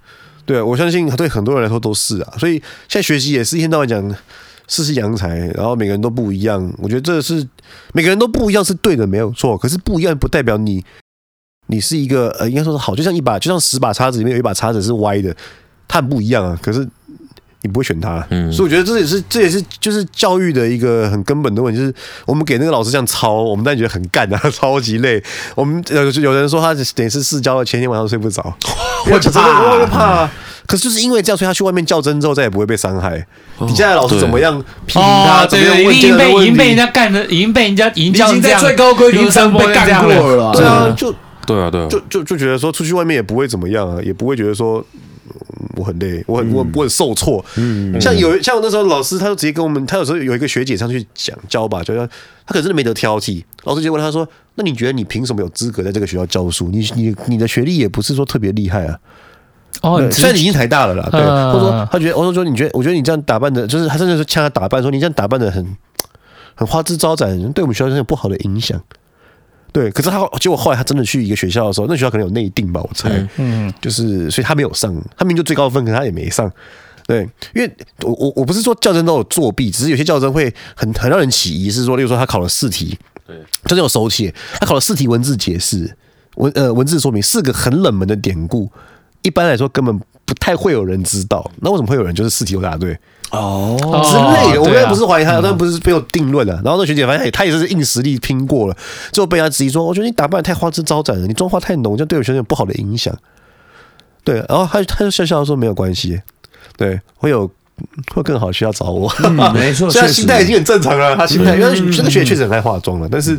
对，我相信对很多人来说都是啊。所以现在学习也是一天到晚讲世事扬才，然后每个人都不一样。我觉得这是每个人都不一样是对的，没有错。可是不一样不代表你你是一个呃，应该说是好，就像一把就像十把叉子里面有一把叉子是歪的，它很不一样啊。可是你不会选它，
嗯
所以我觉得这也是这也是就是教育的一个很根本的问题，就是我们给那个老师这样抄，我们当然觉得很干啊， 超级累。我们呃有有人说他等于是试教了，前一天晚上睡不 着，我就
怕
我就怕啊。可是就是因为这样，所以他去外面较真之后，再也不会被伤害。底下的老师怎么样批评他，
哦，
怎
对
么样
对，
问
已经
这
被
个
已
问
经被人
题，
家干的，已经被人家已经
你已
叫
经
这
在
样
最高规格上被干过了啦，
对啊，就
对啊对啊，
就就就觉得说出去外面也不会怎么样啊，也不会觉得说嗯我很累，我很我很我很受挫。嗯，像有像我那时候老师，他就直接跟我们，他有时候有一个学姐上去讲教吧，就要他可真的没得挑剔。老师就问他说：“那你觉得你凭什么有资格在这个学校教书？你你你的学历也不是说特别厉害啊。”
哦，
对
你
虽然你已经台大了啦，对，
嗯
或者说他觉得，我说说你觉得，我觉得你这样打扮的，就是他甚至是呛他打扮，说你这样打扮的很很花枝招展，对我们学校真的有不好的影响。对，可是他结果后来他真的去一个学校的时候，那学校可能有内定吧，我猜，
嗯，
就是所以他没有上，他明明就最高分，可是他也没上。对，因为我我我不是说较真都有作弊，只是有些较真会很很让人起疑，是说，例如说他考了四题，
对，
真的有手写，他考了四题文字解释，文呃文字说明四个很冷门的典故，一般来说根本不太会有人知道，那为什么会有人就是四题都答对？
哦，嗯
之类的。我
对
刚
啊
才不是怀疑他，但不是没有定论啊。然后那学姐发现，哎，她也是硬实力拼过了，最后被他质疑说：“我觉得你打扮得太花枝招展了，你妆化太浓，这样对我学生有不好的影响。”对，然后他他就笑笑说：“没有关系，对，会有会有更好的学校找我。
嗯 没错，
啊虽
确实
然
嗯
心态已经很正常了，他心态因为那个学姐确实很爱化妆了，但是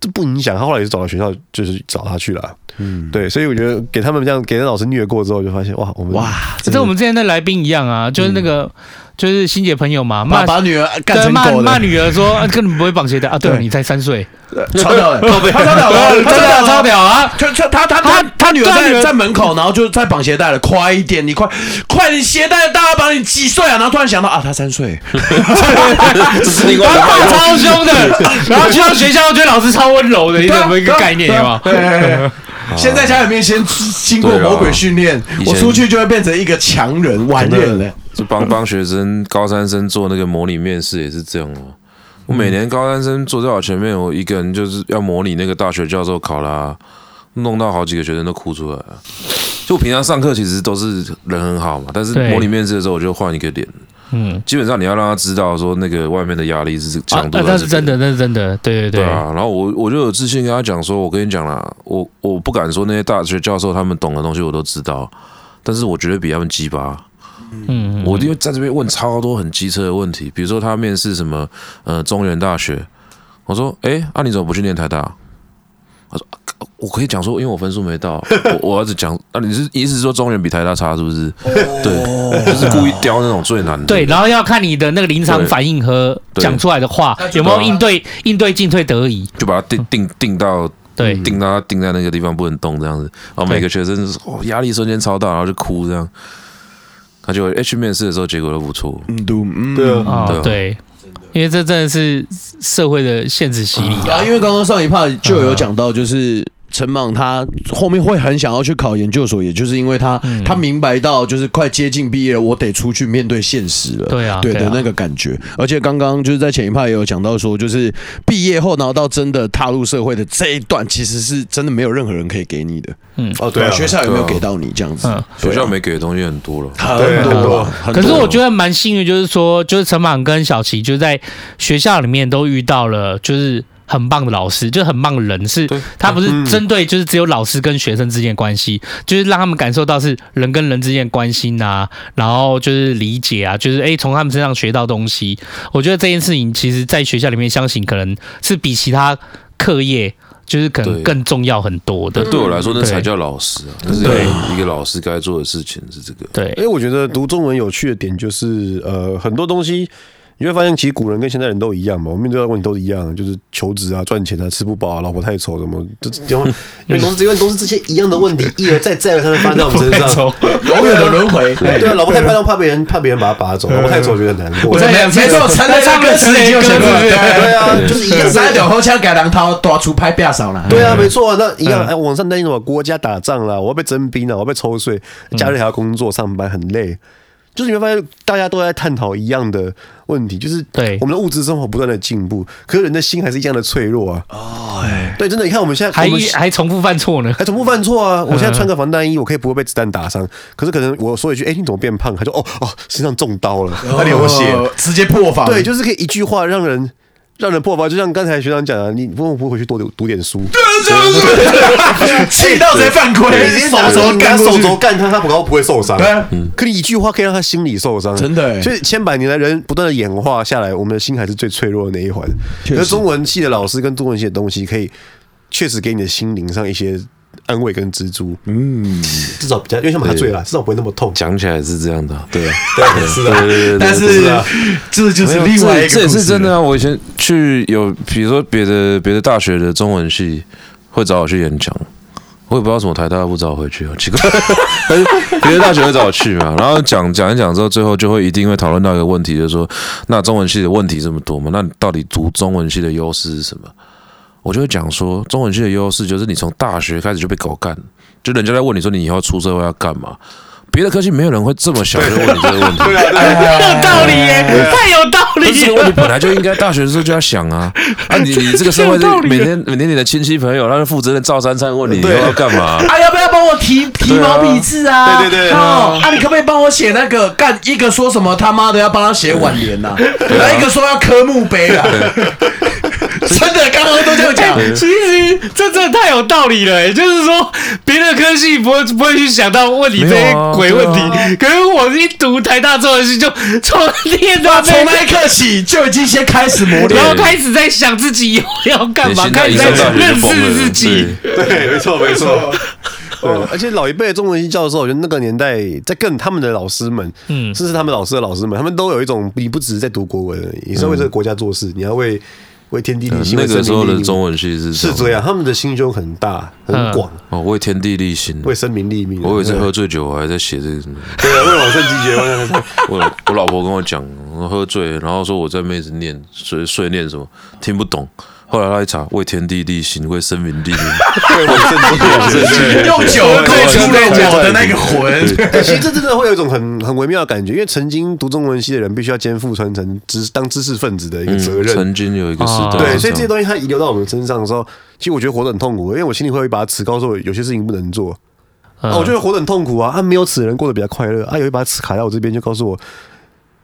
这不影响他后来也是找到学校，就是找他去了。嗯，对，所以我觉得给他们这样给那老师虐过之后，就发现哇，我们
哇，
这跟我们之前的来宾一样啊，就是那个就是欣姐朋友嘛，骂
把把女儿干
对
成
骂
狗
骂
的，
女儿说啊根本不会绑鞋带啊，对
对
你才三岁，
超屌 的，他超屌的，他超
真
屌
的
的
超屌啊！
就就他他他
他
他女儿
对他女
在
儿
在门口，然后就在绑鞋带了，快一点，你快快点，鞋带大家绑你几岁啊？然后突然想到啊，他三 岁，
这是另外
他
一
骂
个。
超凶的，然后去到学校，觉得老师超温柔的，你
对啊
懂一个概念吗？
对对对对先在家里面先经过
对啊
魔鬼训练，
以前
我出去就会变成一个强人完人了。
就帮帮学生高三生做那个模拟面试也是这样哦。我每年高三生坐在我前面，我一个人就是要模拟那个大学教授考啦，弄到好几个学生都哭出来了。就我平常上课其实都是人很好嘛，但是
对
模拟面试的时候我就换一个脸。
嗯，
基本上你要让他知道说那个外面的压力是
啊
强，度
那
在
那
这
是真
边
的，那是真的，对对
对
对，
啊，然后我我就有自信跟他讲说，我跟你讲啦，我我不敢说那些大学教授他们懂的东西我都知道，但是我绝对比他们鸡巴。
嗯，
我就在这边问超多很机车的问题，比如说他面试什么呃中原大学，我说哎、诶啊你怎么不去念台大？他说、啊我可以讲说，因为我分数没到， 我我要是讲啊你是意思是说中原比台大差是不是？对，就是故意挑那种最难的。
哦对，然后要看你的那个临场
对
反应和
对
讲出来的话有没有应对应对进退得宜。
就把它定定定到
对
嗯定到他定在那个地方不能动这样子。然后每个学生就是哦压力瞬间超大，然后就哭这样。他就哎去面试的时候结果都不错，
嗯，对，嗯
对啊
哦，
对
对，因为这真的是社会的现实洗礼啊
啊，。因为刚刚上一趴就有讲到，就是陈莽他后面会很想要去考研究所，也就是因为他、
嗯
他明白到就是快接近毕业了，我得出去面对现实了。
对啊
对
对
的
啊
那个感觉。而且刚刚就是在前一趴也有讲到说，就是毕业后然后到真的踏入社会的这一段，其实是真的没有任何人可以给你的。
嗯
哦对啊
学校有没有
对啊
给到你这样子？
嗯
学校没给的东西很多了。
对
很
很
多
多
啊，很多
可是我觉得蛮幸运，就是说，就是陈莽跟小齐就在学校里面都遇到了，就是很棒的老师，就是很棒的人，是
对
他不是针对就是只有老师跟学生之间的关系，就是让他们感受到是人跟人之间的关心啊，然后就是理解啊，就是诶从他们身上学到东西。我觉得这件事情其实在学校里面，相信可能是比其他课业就是可能
对
更重要很多的
对。对我来说，那
对
才叫老师啊！那是
对
一个老师该做的事情是这个。
对
因哎为我觉得读中文有趣的点就是，呃，很多东西你会发现，其实古人跟现代人都一样嘛，我们面对到的问题都一样，就是求职啊、赚钱啊、吃不饱、啊、老婆太丑什么，这这因为 因为都是因为都是这些一样的 问题，一而再再而三的发生在我们身上。
永远的轮回。 哎
对啊，老婆太漂亮，怕别人怕别人把她拔走；老婆太丑，觉得难过。
对没错，陈雷唱歌词已经有写过了，
对 啊，就是一样
三
的。
九后枪改良涛，大出拍变少了。
对啊，没错，那一样。哎，网上担心什么国家打仗啦，我要被征兵啊了，我要被抽税，假日还要工作上班，很累。就是你会发现，大家都在探讨一样的问题，就是
对
我们的物质生活不断的进步，可是人的心还是一样的脆弱啊。哦，对，真的，你看我们现在
还
我们
还重复犯错呢。
还总不犯错啊！我现在穿个防弹衣，我可以不会被子弹打伤。可是可能我说一句，哎、你怎么变胖？他就哦哦，身上中刀了，他流血。
哦，直接破防。
呃对，就是可以一句话让人让人破防。就像刚才学长讲的，你不不回去多读读点书，
气到直接犯 规
对，你直接拿着你拿
过
手
去
肘干他，他不高不会受伤。嗯
对啊
可你一句话可以让他心里受伤，
真的欸
所以千百年来人不断的演化下来，我们的心还是最脆弱的那一环。
确实
可是中文系的老师跟中文系的东西，可以确实给你的心灵上一些安慰跟蜘蛛，
嗯，
至少比较因为像麻醉啦，至少不会那么痛。
讲起来是这样的啊，对啊，
对，是
对对
的，
对对是啊
这就
没有这这也是真的啊！我以前去有，比如说别的别的大学的中文系会找我去演讲，我也不知道为什么台大不找我回去啊，奇怪。 但是别的大学会找我去嘛，然后讲讲一讲之后，最后就会一定会讨论到一个问题，就是说，那中文系的问题这么多嘛，那你到底读中文系的优势是什么？我就会讲说，中文系的优势就是你从大学开始就被狗干，就人家在问你说你以后出社会要干嘛，别的科系没有人会这么小就问你这个问题。
对啊，对啊，对啊
有道理耶，太有道
但是这
理
个问题
了。
本来就应该大学的时候就要想 啊，啊你你这个社会
有道
是
理
每天每天你的亲戚朋友，他就负责任照三餐问你以后
啊对
要干 嘛，
啊，要不要帮我提提
对
毛
啊
笔字啊？
对对嗯对
哦，啊，你可不可以帮我写那个？干一个说什么他妈的要帮他写挽联呐，然后一个说要刻墓碑啊。真的，刚刚都这样讲。
其实这真的太有道理了耶，欸就是说别的科系不会不会去想到问你这
没
些
有啊
鬼问题，
对
可是我一读台大中文系就从天到
从
被
那一刻起就已经先开始磨
然后
练。
开始在想自己以后要干
你
嘛，
现在
开
一
始
上
在
大学
认
就疯
识
了
自，己。
对
对，没错，没错。对，而且老一辈的中文系教授，我觉得那个年代在更他们的老师们，
嗯
嗯，甚至他们老师的老师们，他们都有一种，你不只是在读国文而已，你是要为这个国家做事，你要为为天地立心。
呃那
为
个时
生
候
民立
的
命
中文系是
是这样，他们的心胸很大很
嗯
广，
哦，为天地立心。
为生民立命。
我有一次
对
喝醉酒，我还在写这个什么，
对啊，为往圣继绝。我想
我我老婆跟我讲，我喝醉，然后说我在妹子念碎碎念什么，听不懂。后来她一查，为天地立心，为生民 立命。
对往圣继绝。
用酒喝出了我的那个魂。
对哎其实这真的会有一种很 很微妙的感觉，因为曾经读中文系的人必须要肩负传承知当知识分子的一个责
嗯，
任。
曾经有一个时代是
哦
这样，
啊对，所以这些东西它遗留到我们身上的时候，其实我觉得活得很痛苦，因为我心里会有一把尺，告诉我有些事情不能做。
嗯
啊，我觉得活得很痛苦啊！啊，没有尺的人过得比较快乐啊，有一把尺卡在我这边，就告诉我，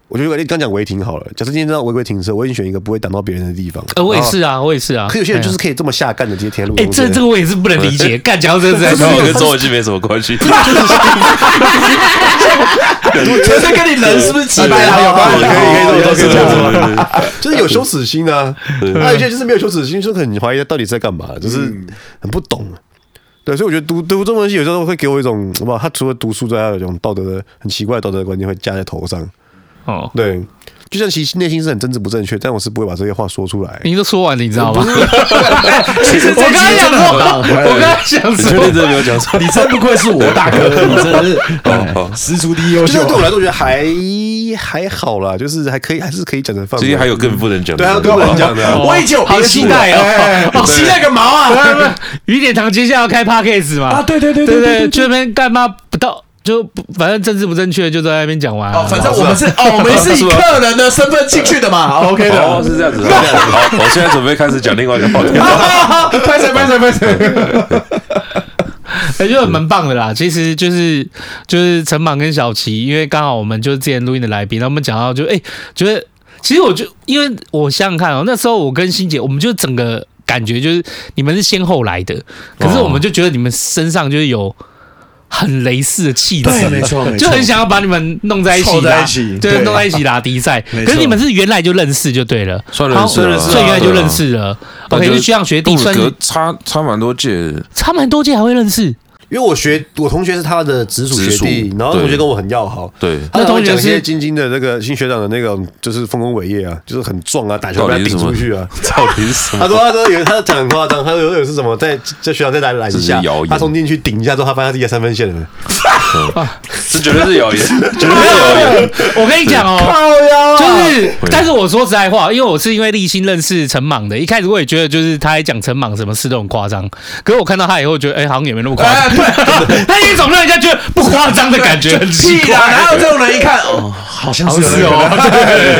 我觉得你刚讲违停好了，假设今天这样违规停车，我已经选一个不会挡到别人的地方。哦
呃，我也是啊，我也是啊。
可有些人就是可以这么下干的，直接贴路。
哎，这这个我也是不能理解，干讲到这在
这
说
哦跟中文系没什么关 系。
可是跟你人是不是几百来有
可以可以可以，都是这样
对对对
子，就是有羞耻心啊。那有些就是没有羞耻心，就很怀疑他到底是在干嘛，就是很不懂。啊对，所以我觉得读读中文系有时候会给我一种，哇，他除了读书之外，还有一种道德的很奇怪的道德观念会加在头上。
哦，
对，就算其实内心是很政治不正确，但我是不会把这些话说出来。
你都说完了，你知道吗？
其实
我刚刚想说，我刚刚想
你确定
说，
这没有 讲错？
你真不愧是我大哥，你真的是
好
哦师出第一优
就是
秀。
对我来说，我觉得还还好啦，就是还可以，还是可以讲的范围。
其实还有更不能讲的，哦
对，还有跟人讲的啊。
我已经有
好
别的
期
事了
待哦
哎
对
期待个毛啊！
雨点堂接下来要开 podcast 嘛？
啊，对对对
对
对
对，这边干嘛不到就不，反正政治不正确就在那边讲完啊。
哦，反正我们是哦，我们是以客人的身份进去的嘛好，OK 的。
哦，是这样
啊
子。好，我现在准备开始讲另外一个话 题。哦
拍谁拍谁拍谁。
哎、就很蛮棒的啦。其实就是就是陈莽跟小齐，因为刚好我们就是之前录音的来宾，然后我们讲到就哎、觉得其实我就因为我想想看哦、那时候我跟欣姐，我们就整个感觉就是你们是先后来的，可是
哦
我们就觉得你们身上就是有很雷似的气质，
啊对没错没错
就很想要把你们弄在一起
凑在
啦，
一起
对，
对
弄在一起打比赛。
没错
可是你们是原来就认识就对了，
算认识啊
好
认识啊
所以原来就认识了。
对啊
OK，就学长学弟，算
隔差差蛮多届的，
差蛮多届还会认识。
因为我学我同学是他的直属学
直
弟
属，
然后同学跟我很要好，
对
他常常
那同学
讲一些
是
晶晶的那个新学长的那种，就是丰功伟业啊，就是很壮啊，打球
到
被他
底是
顶
什么
出去啊。
到底是 什
他说他都有他讲很夸张，他说有有是什么在在学长再来拦一
这
下
是谣，言
他冲进去顶一下之后，他发现他自己在三分线了。
这绝对是谣言，绝对是谣言。
我跟你讲哦，就是，但是我说实在话，因为我是因为立新认识陈莽的，一开始我也觉得就是他还讲陈莽什么事都很夸张，可是我看到他以后觉得，哎、好像也没那么夸张，对， 他有一种让人家觉得不夸张的 感觉，很奇
屁
怪，
啦！哪有这种人一看哦，好像是
是哦，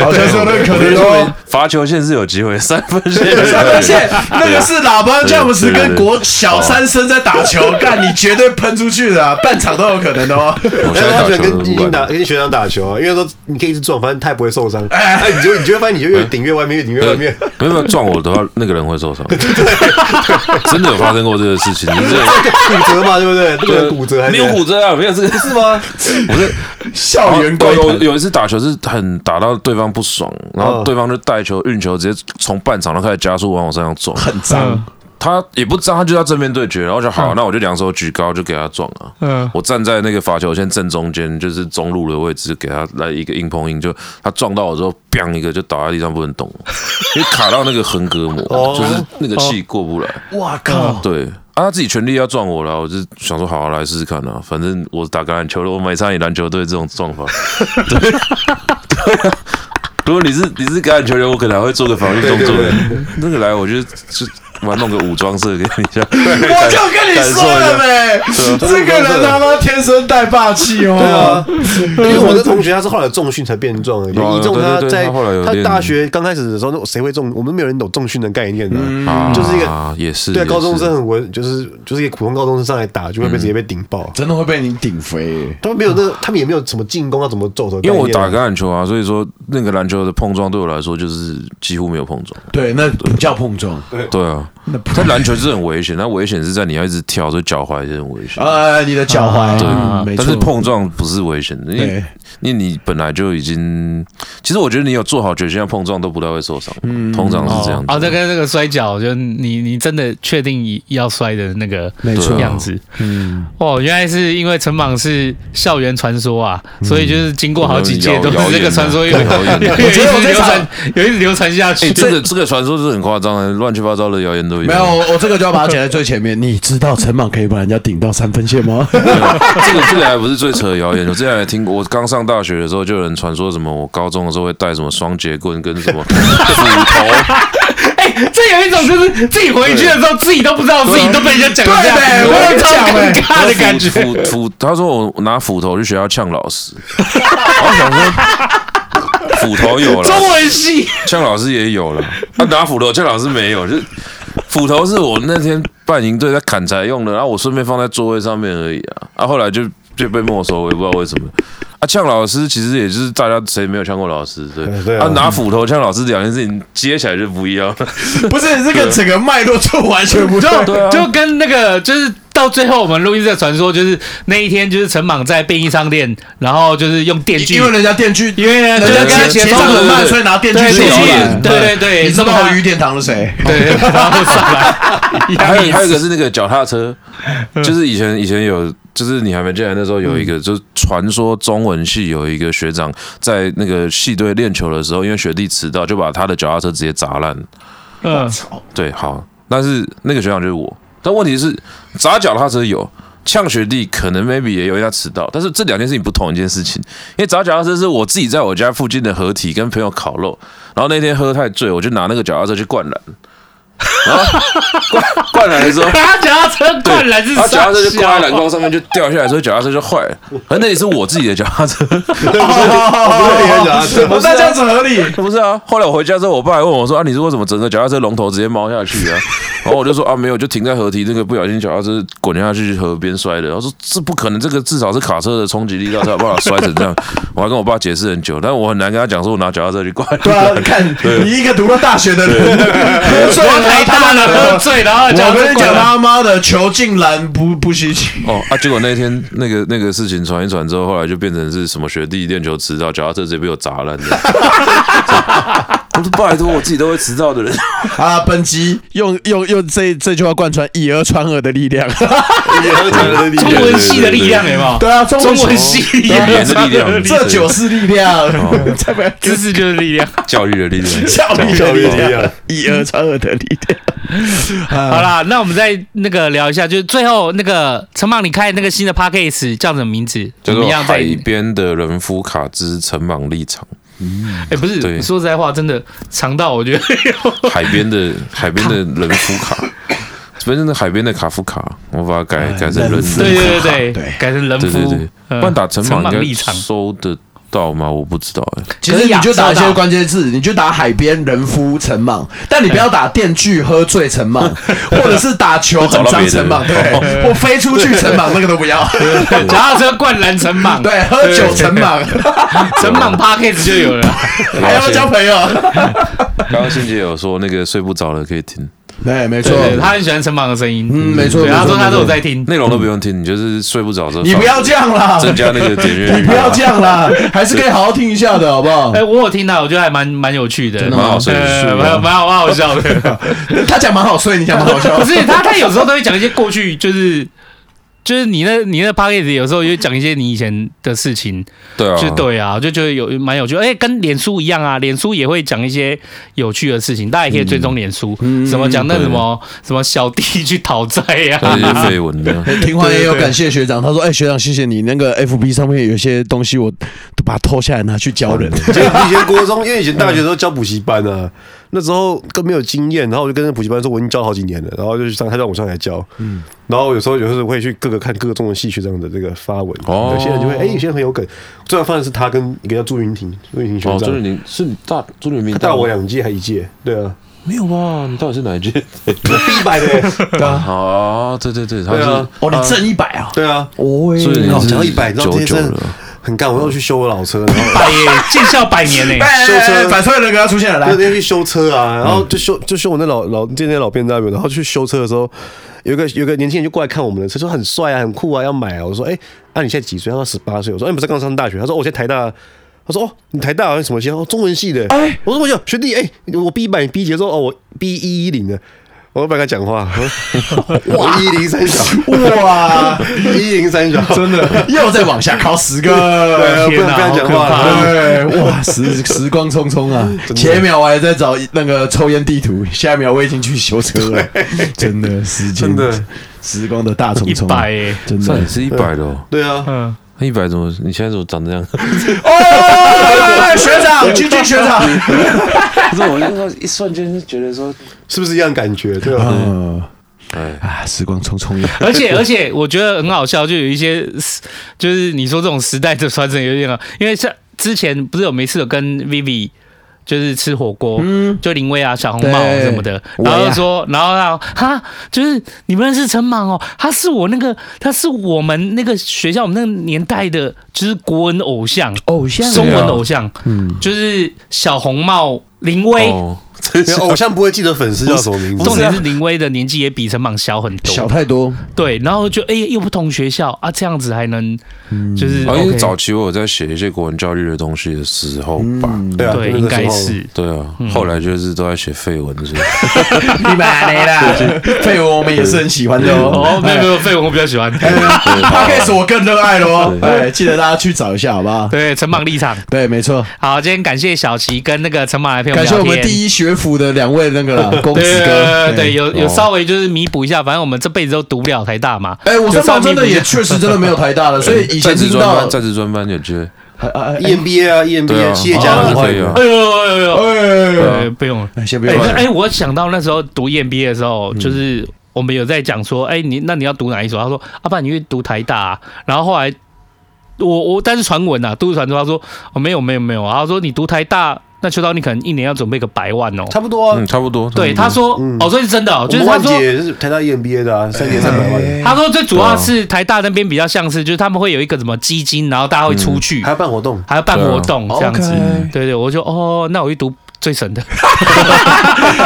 好像是有那个可能 哦。
罚球线是有机会，三分线， 啊
三分线那个是喇叭詹姆斯
对对
跟
对
国小三生在打球， 干你绝对喷出去的啊，半场都有可能的哦。
啊我现
但是
在
他
打
喜欢
球
跟晶
都不
晶打
管。
跟学长打球啊，因为说你可以一直撞，反正他也不会受伤。哎，你就你就会发现你就越顶越外面，越顶越 外面。
没有撞我的话，那个人 会受伤。真的有发生过这个事情，你
这
这
骨折嘛，对不对？这个人骨折还是
没有骨折啊？没有这个
是吗？
不是
校园
有
鬼
有有一次打球是很打到对方
嗯
啊
不爽，然后对方就带球运球，直接从半场都开始加速往我身上撞，
很脏，
他也不脏，他就要正面对决，然后就好，
嗯
那我就两手举高就给他撞啊。
嗯，
我站在那个罚球线正中间，就是中路的位置，给他来一个硬碰硬，就他撞到我之后，砰一个就倒在地上不能动， 因为卡到那个横膈膜，
哦
就是那个气过不来。
哇靠！
对啊，他自己全力要撞我了，我就想说好、啊、来试试看啊，反正我打橄榄球了，我买上你篮球队这种 撞法，对对啊。如果你是你是橄榄球员，我可能还会做个防御动作的。那个来，我就就玩弄个武装色给你 一下。
我就跟你说了呗，这个人他妈天生带霸气
对
哦。
啊，因为我的同学他是后来有重训才变壮的，
对啊
一重
对对对
在
他后来有
他
练
大学刚开始的时候，那谁会重？我们没有人懂重训的概念的、
啊
就是一个
也是
对啊
也
高中
是嗯
生很文，就是就是一个普通高中生上来打，就会被直接被顶爆。
真的会被你顶飞，
他们没有那，他们也没有什么进攻要怎么做的概
因
念啊，
为我打橄榄球啊，所以说那个篮球的碰撞对我来说就是几乎没有碰撞。
对，那不叫碰撞，
对啊，
那不
但篮球是很危险，那危险是在你要一直跳，所以脚踝是很危险。
啊
呃，你的脚踝，
对啊
嗯没错，
但是碰撞不是危险的，因为
对
因为你本来就已经，其实我觉得你有做好决心，要碰撞都不太会受伤，通常是这样子。
哦，这跟那个摔跤，就你你真的确定要摔的那个
没错
样子。
嗯，
哦，原来是因为城堡是校园传说啊，所以就是经过好几届
嗯
都是
谣
这个传说有，有
谣言啊
有
我
一
觉得我
直
在
流
场
传，有一直流传下
哎、
去。
这个这个传说是很夸张的，乱七八糟的谣言都有。
没有，我这个就要把它剪在最前面。你知道陈莽可以把人家顶到三分线吗？
这个这个还不是最扯的谣言，我之前还听过，我刚上大学的时候就有人传说什么，我高中的时候会带什么双节棍跟什 么斧头，
哎，这有一种就是自己回去的时候，自己都不知道自己都被人家讲成这样，
对啊我也
超
讲
尴
欸
尬的感觉。
斧斧斧，他说我拿斧头去学校呛老 师，我想说斧头有了，
中文系
呛老师也有了，他拿斧头，呛老师没有，就是斧头是我那天办营队在砍柴用的，然后我顺便放在座位上面而已啊，啊后来就就被没收，我也不知道为什么。啊，呛老师其实也就是大家谁没有呛过老师，对，
嗯对啊
拿斧头呛老师这两件事情接起来就不一 样了，
不是，这个整个脉络就完全不对。
对啊，
就跟那个就是。到最后，我们录音室的传说就是那一天，就是陈莽在便利商店，然后就是用电锯，
因为人家电锯，
因为人
人家
家跟
跟
他
他
结
结
账
账
对
很
对
慢，
对
所以拿电
对
锯
电
手
锯
来。
对对对
你知
弄
道
来
鱼典堂的谁？
对，然后上来，一
还
样意
有还有一
思
个是那个脚踏车，
嗯
就是以前以前有，就是你还没进来那时候有一个，就是传说中文系有一个学长在那个系队练球的时候，因为学弟迟到，就把他的脚踏车直接砸烂。
嗯，
对，好，但是那个学长就是我，但问题是砸脚踏车有。呛学弟可能 maybe 也有一下迟到，但是这两件事情不同一件事情，因为砸脚踏车是我自己在我家附近的合体跟朋友烤肉，然后那天喝太醉，我就拿那个脚踏车去灌篮，然后灌灌篮的时候，
他脚踏车灌篮是
他脚踏车就挂
啥
在篮
小？
筐上面就掉下来，所以脚踏车就坏了。而那也是我自己的脚踏车，
我那这样子合理。
不是啊。后来我回家之后，我爸还问我说：“啊，你是为什么整个脚踏车龙头直接猫 下去啊？”然后我就说：“啊，没有，就停在河堤那个不小心脚踏车滚下去河边摔的。”然后说：“这不可能，这个至少是卡车的冲击力大，才有办法摔 成这样。”我还跟我爸解释很久，但我很难跟他讲说我拿脚踏车去挂。
对啊，你看你一个读了大学的人，喝醉
我
了
太大了，喝。醉，然后
他妈
脚
的我跟
踏车
你讲，
灌篮。
他妈的囚禁篮不不稀奇。
哦啊！结果那天那个那个事情传一传之后，后来就变成是什么学弟练球迟到，脚踏车直接被我砸 烂的。我说拜托，我自己都会迟到 的人。
啊，本集用用用这这句话贯穿以讹传讹的力量。
中文系的力量有没有？
对啊，中
中文系力
语言
量，
的力量
这就是力 量，哦再不要
知识就是力量。
教育的力 量，
教育的力
教育的力
量
量，
以讹传讹的力 量。
好
好，
啦，那我们再那个聊一下，就是最后那个陈莽，你开那个新的 podcast 叫什么名字？
叫
怎
做
么样？在
海边的人夫卡之城莽立场，
哎，不是
对
说实在话，真的长到我觉得
海边的海边的人夫卡，不是那海边的卡夫卡，我把它改改成人夫卡，
对对对
对
改成人
对对
夫
对，，
嗯
不然打城莽
陈
应
立
该
场。
搜得到吗？我不知道哎，
其实你就打一
可以
些
啊
关键字，你就打海边人夫陈莽，但你不要打电锯喝醉陈莽，或者是打球很脏陈 莽，
找到别的
对，或飞出去陈莽那个都不要，
脚踏车灌篮陈莽，
对，喝酒陈莽，
陈莽 podcast 就有了。
还要交朋友。
刚刚欣姐有说那个睡不着了可以听，
对，没错
对，对，他很喜欢陈榜的声音，
嗯没错
对
没错
他说他都有
没错
在听，
内容都不用听，你就是睡不着的时候
你不要这样啦
放，增加那个点阅
你
率，
不要这样啦，还是可以好好听一下的，好不好
哎、？我有听到，我觉得还蛮蛮有趣的，
哦真的
蛮
吗
好睡的。
呃， 蛮蛮好蛮好笑 的。
他讲蛮好睡，你讲蛮好笑
不。是他，他有时候都会讲一些过去，就是就是你那你那 p o c a s t 有时候也讲一些你以前的事情，
对
哦
啊，
就对啊，就觉得有蛮有趣。而且跟脸书一样啊，脸书也会讲一些有趣的事情，大家也可以追踪脸书，
嗯
什么讲那什么什么小弟去讨债啊呀、
对，一些绯闻的。
庭华也有感谢学长，他说：“哎，学长，谢谢你，那个 FB 上面有些东西我都把它偷下来拿去教人。
以前以前国中，因为以前大学的时候教补习班啊，那时候更没有经验，然后我就跟那补习班说我已经教了好几年了，然后就去上，他让我上来教，嗯，然后有时候有时候会去各个看各个中文系学长的这个发文，
哦
有些人就会哎，有些人很有梗，最好发现是他跟一个叫朱云婷，朱云婷学
哦，朱
长，
立宁是你大朱立明
他大我两届还一届，对啊，
没有吧？你到底是哪一届？
一百的，对啊，
哦，对对对，他
对啊
是”
哦，你挣一百啊？
对啊，
哦，
朱立
然
宁
后
是
讲到一百，然后
九
今天
九
真的
了。
很干，我要去修我老车，然后。
百耶，见效百年欸呢、
修车
哎反社会人格要出现了，
那
来，
天去修车啊，然后就修就修我那老老今天老变大表，然后去修车的时候，有一个有一个年轻人就过来看我们的车，说很帅啊，很酷啊，要买啊。我说，哎、啊你现在几岁？他说十八岁。我说，哎、你不是刚上大学？他说，哦我现在台大。他说：“哦，你台大好像什么系？哦，中文系的。
哎
我说：“我有学弟，哎、我 B 版 B 节奏，哦，我 B 一一零的。”我不敢跟他讲话， 哇，一零三小，
哇，
一零三小， 真的，
又再往下考十
对，啊
个。
不
天
敢跟
哪
他
好
讲
可
话
怕
了。
对，哎哇，时时光匆匆啊！前一秒我还在找那个抽烟地图，下一秒我已经去修车了。真的，时间
真的，
时光的大
一
匆匆，啊
百耶，
真
算
的
你。是一百的哦，
对啊，
嗯，
一百怎么？你现在怎么长这样？
哦，学长，君君学 长，
可是我那时候一瞬间就觉得说，
是不是一样感觉？对啊 吧？
嗯
哎，
啊，时光匆匆呀。
而且而且，我觉得很好笑，就有一些时，就是你说这种时代的传承有点啊，因为像之前不是有每次有跟 Vivi 就是吃火锅，就林威啊、小红帽
嗯对
什么的，
我
然后
呀
就说，然后他哈，就是你们认识陈莽哦，他是我那个，他是我们那个学校我们那个年代的，就是国文偶像，
偶像嗯
中文
啊
偶像，就是小红帽、林威。
哦，真是
因为偶像不会记得粉丝叫什么名字，
重点是
啊
林威的年纪也比陈莽小很多，
小太多，
对，然后就哎、又不同学校啊，这样子还能、就是、
好像是
OK，
哦早期我有在写一些国文教育的东西的时候吧。
对啊，
对，
那个
应该
时候
是
对啊，后来就是都在写废文，是吧？
你买没啦？ 废文我们也是很喜欢的
哦
哦，。
没有没有，废文我比较喜欢。
他 c a s 我更热爱了哦。哎，记得大家去找一下，好不好？
对，陈莽立场。
对，没错。
好，今天感谢小齐跟那个陈莽来陪我们
感谢我
聊
们
天。
第一学府的两位那个啦公
对
子
对
哥，哎
对对，有有
哦
稍微就是弥补一下，反正我们这辈子都读不了台大嘛。
哎，我
就
身
稍
旁
微弥
真
补
的
一下
也确实真的没有台大了，所以以前
在职
听
专
到
班，，在职专班有觉得，
哎哎哎
EMBA 啊
对啊
，EMBA 企业家文化
可以啊
哎呦哎呦哎呦，
哎哎，
呃，不用了。
哎先不
哎
要，
那哎，我想到那时候读 E EMBA 的时候，就是我们有在讲说，哎，你那你要读哪一所？他说，阿爸，你去读台大啊。然后后来我我但是传闻啊，都市传说，他说哦没有没有没有，他说你读台大，那秋刀你可能一年要准备个百万哦。
差不多啊
嗯，。差不多。
对，他说哦，所以是真的哦，
我
就是
们
他
万
说。嗯
姐是台大 EMBA 的啊，三年三百万，
他说最主要是台大那边比较像是，就是他们会有一个什么基金，然后大家会出去，
嗯还要办活动，
还要办活动这样子。
OK
对对，我就哦，那我去读最神的。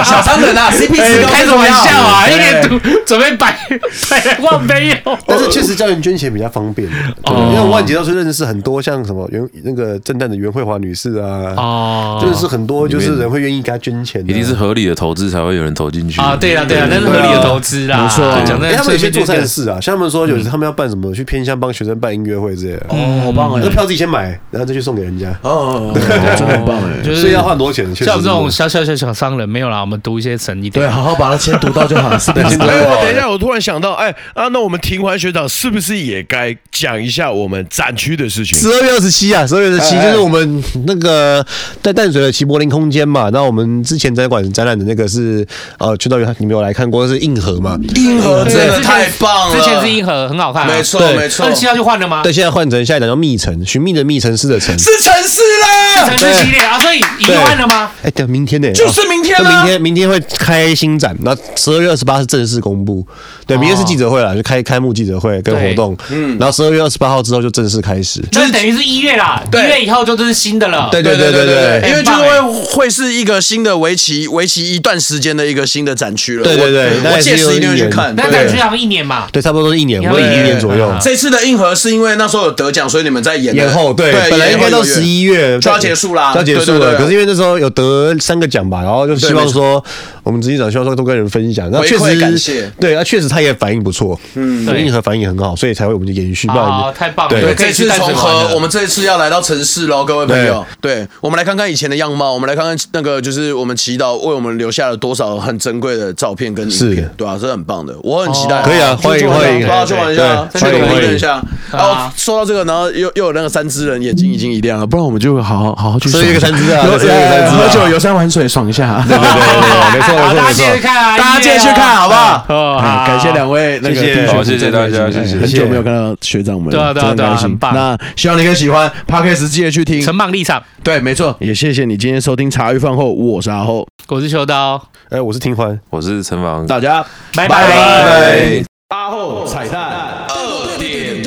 小商人啊，CP 值高
哎开什么玩笑啊？
对
一年读准备百 百万没有，
但是确实叫人捐钱比较方便，对
哦
因为我万姐当时认识很多像什么袁那个正旦的袁慧华女士啊，
哦
认识很多就是人会愿意给她捐钱啊的，
一定是合理的投资才会有人投进去
啊，对啦对啦，那是合理的投资啦，
没错
对讲真
哎。
的，
他们有些做
这
善
个嗯
事啊，像他们说有时他们要办什么去偏乡帮学生办音乐会之类的，
哦，好棒
那
哎，
票自己先买，然后再去送给人家，
哦，真的很棒哎。
就是
所以要花很多钱。确实
像我们这种
是啊
小小小小商人没有啦，我们读一些神一
对，
点。
好好把它先读到就好了。是的，先
哎，我等一下，我突然想到，哎啊，那我们庭环学长是不是也该讲一下我们展区的事情？
十二月二十七啊，十二月二十七
哎
就是我们那个在淡水的齐柏林空间嘛。那我们之前展馆展览的那个是呃，全导演你没有来看过，是硬核嘛？
硬核真的太棒了，
之前是硬核，很好看啊。
没错
对
没错
二，七号就换了吗？
对，，现在换成下一档叫密城，寻觅的密城市的城。
是城市啦。
城市系列啊，所以已经换了吗？
哎，对，明天呢？
就是明天
就
啊
明天，明天会开新展，那十二月二十八是正式公布，对，明天是
哦
记者会啦，就开开幕记者会跟活动，嗯，然后十二月二十八号之后就正式开始，
就是等于是一月啦，一
对
月以后就就是新的了。
对对对对对
因为就是
很
会会是一个新的为期为期一段时间的一个新的展区了。
对对对
我
大
我
概是
届时一定会
有一
去
年
看。
那
对
感觉好像一年嘛。
对，差嗯不多是一年，
对
我一年左右
对。
这次的硬核是因为那时候有得奖，所以你们在演的
延后对，本来应该到十一月
就要结束啦
就要结束
对对
了。
对
可是因为那时候有得三个奖吧，然后就希望说我们执行长希望说多跟人分享，那
回馈
确实
感谢
对，那确实他也反应不错，嗯，
对
硬核反应很好，所以才会我们就延续，不
啊，
然
太棒了！
对
对，
可
这
以去
次
淡水
重
玩了
合，我们这次要来到城市喽，各位朋友。对，我们来看看以前的样貌，我们来看看那个就是我们祈祷为我们留下了多少很珍贵的照片跟影片
是，
对啊，这很棒的，我很期待。
可以啊，欢迎欢迎
对，啊，去玩一下，
对
去
欢迎
评
欢
论一
迎。
下。然后说到这个，然后又又有那个三只人眼睛已经一亮了，不然我们就好好好好去
所以一个三只啊，
游
所以一个三只
喝
啊，
酒游山玩水爽一下，
对对对，对没错
好，
没错
大家
没
记得
错。
看啊，
大家记得去看好不好？
哦，
哎
好
感谢两位那个
谢谢
弟兄
好
谢谢大家谢谢
很久没有看到学长们了，
对啊对啊
真的
对啊
开心
很棒
那希望你可以喜欢 p o d c a s 记得去听。
陈莽立场，
对，没错，也谢谢你今天收听茶余饭后，我是阿后，
我是秋刀，
哎，我是庭欢。
我是陈房，
大家
拜
拜
拜。
拜。阿后彩蛋二点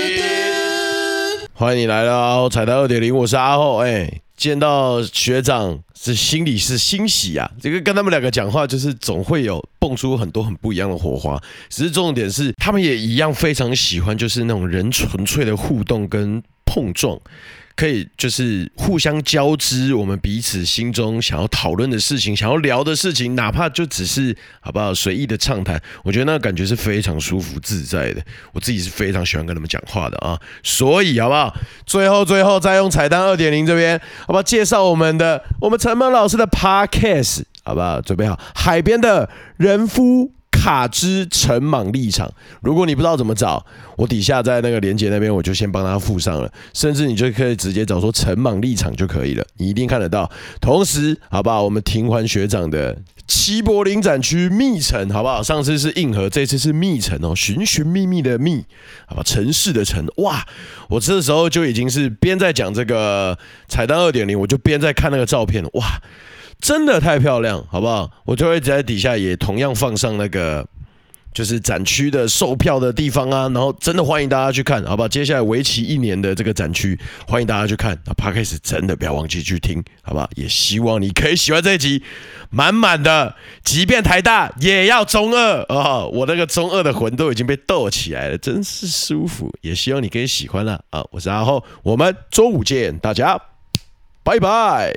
零，欢迎你来到阿后彩蛋二点零，我是阿后，哎。见到学长是心里是欣喜啊，这个跟他们两个讲话就是总会有蹦出很多很不一样的火花。只是重点是他们也一样非常喜欢，就是那种人纯粹的互动跟碰撞，可以就是互相交织我们彼此心中想要讨论的事情、想要聊的事情，哪怕就只是好不好随意的畅谈，我觉得那个感觉是非常舒服自在的。我自己是非常喜欢跟他们讲话的啊，所以好不好？最后最后再用彩蛋二点零这边，好不好？介绍我们的我们陈梦老师的 podcast，好不好？准备好，海边的人夫。卡之陈莽立场。如果你不知道怎么找，我底下在那个连接那边我就先帮他附上了，甚至你就可以直接找说陈莽立场就可以了，你一定看得到。同时，好不好？我们庭环学长的齐柏林展区密城，好不好？上次是硬核，这次是密城哦，寻寻觅觅的觅，好吧，城市的城，哇！我这时候就已经是边在讲这个彩蛋二点零，我就边在看那个照片，哇！真的太漂亮，好不好？我就会在底下也同样放上那个。就是展区的售票的地方啊，然后真的欢迎大家去看，好不好？接下来为期一年的这个展区，欢迎大家去看。那 p a d k a s 真的不要忘记去听，好不好？也希望你可以喜欢这一集，满满的，即便台大也要中二啊、哦！我那个中二的魂都已经被斗起来了，真是舒服。也希望你可以喜欢了啊！我是阿后，我们周五见，大家拜拜。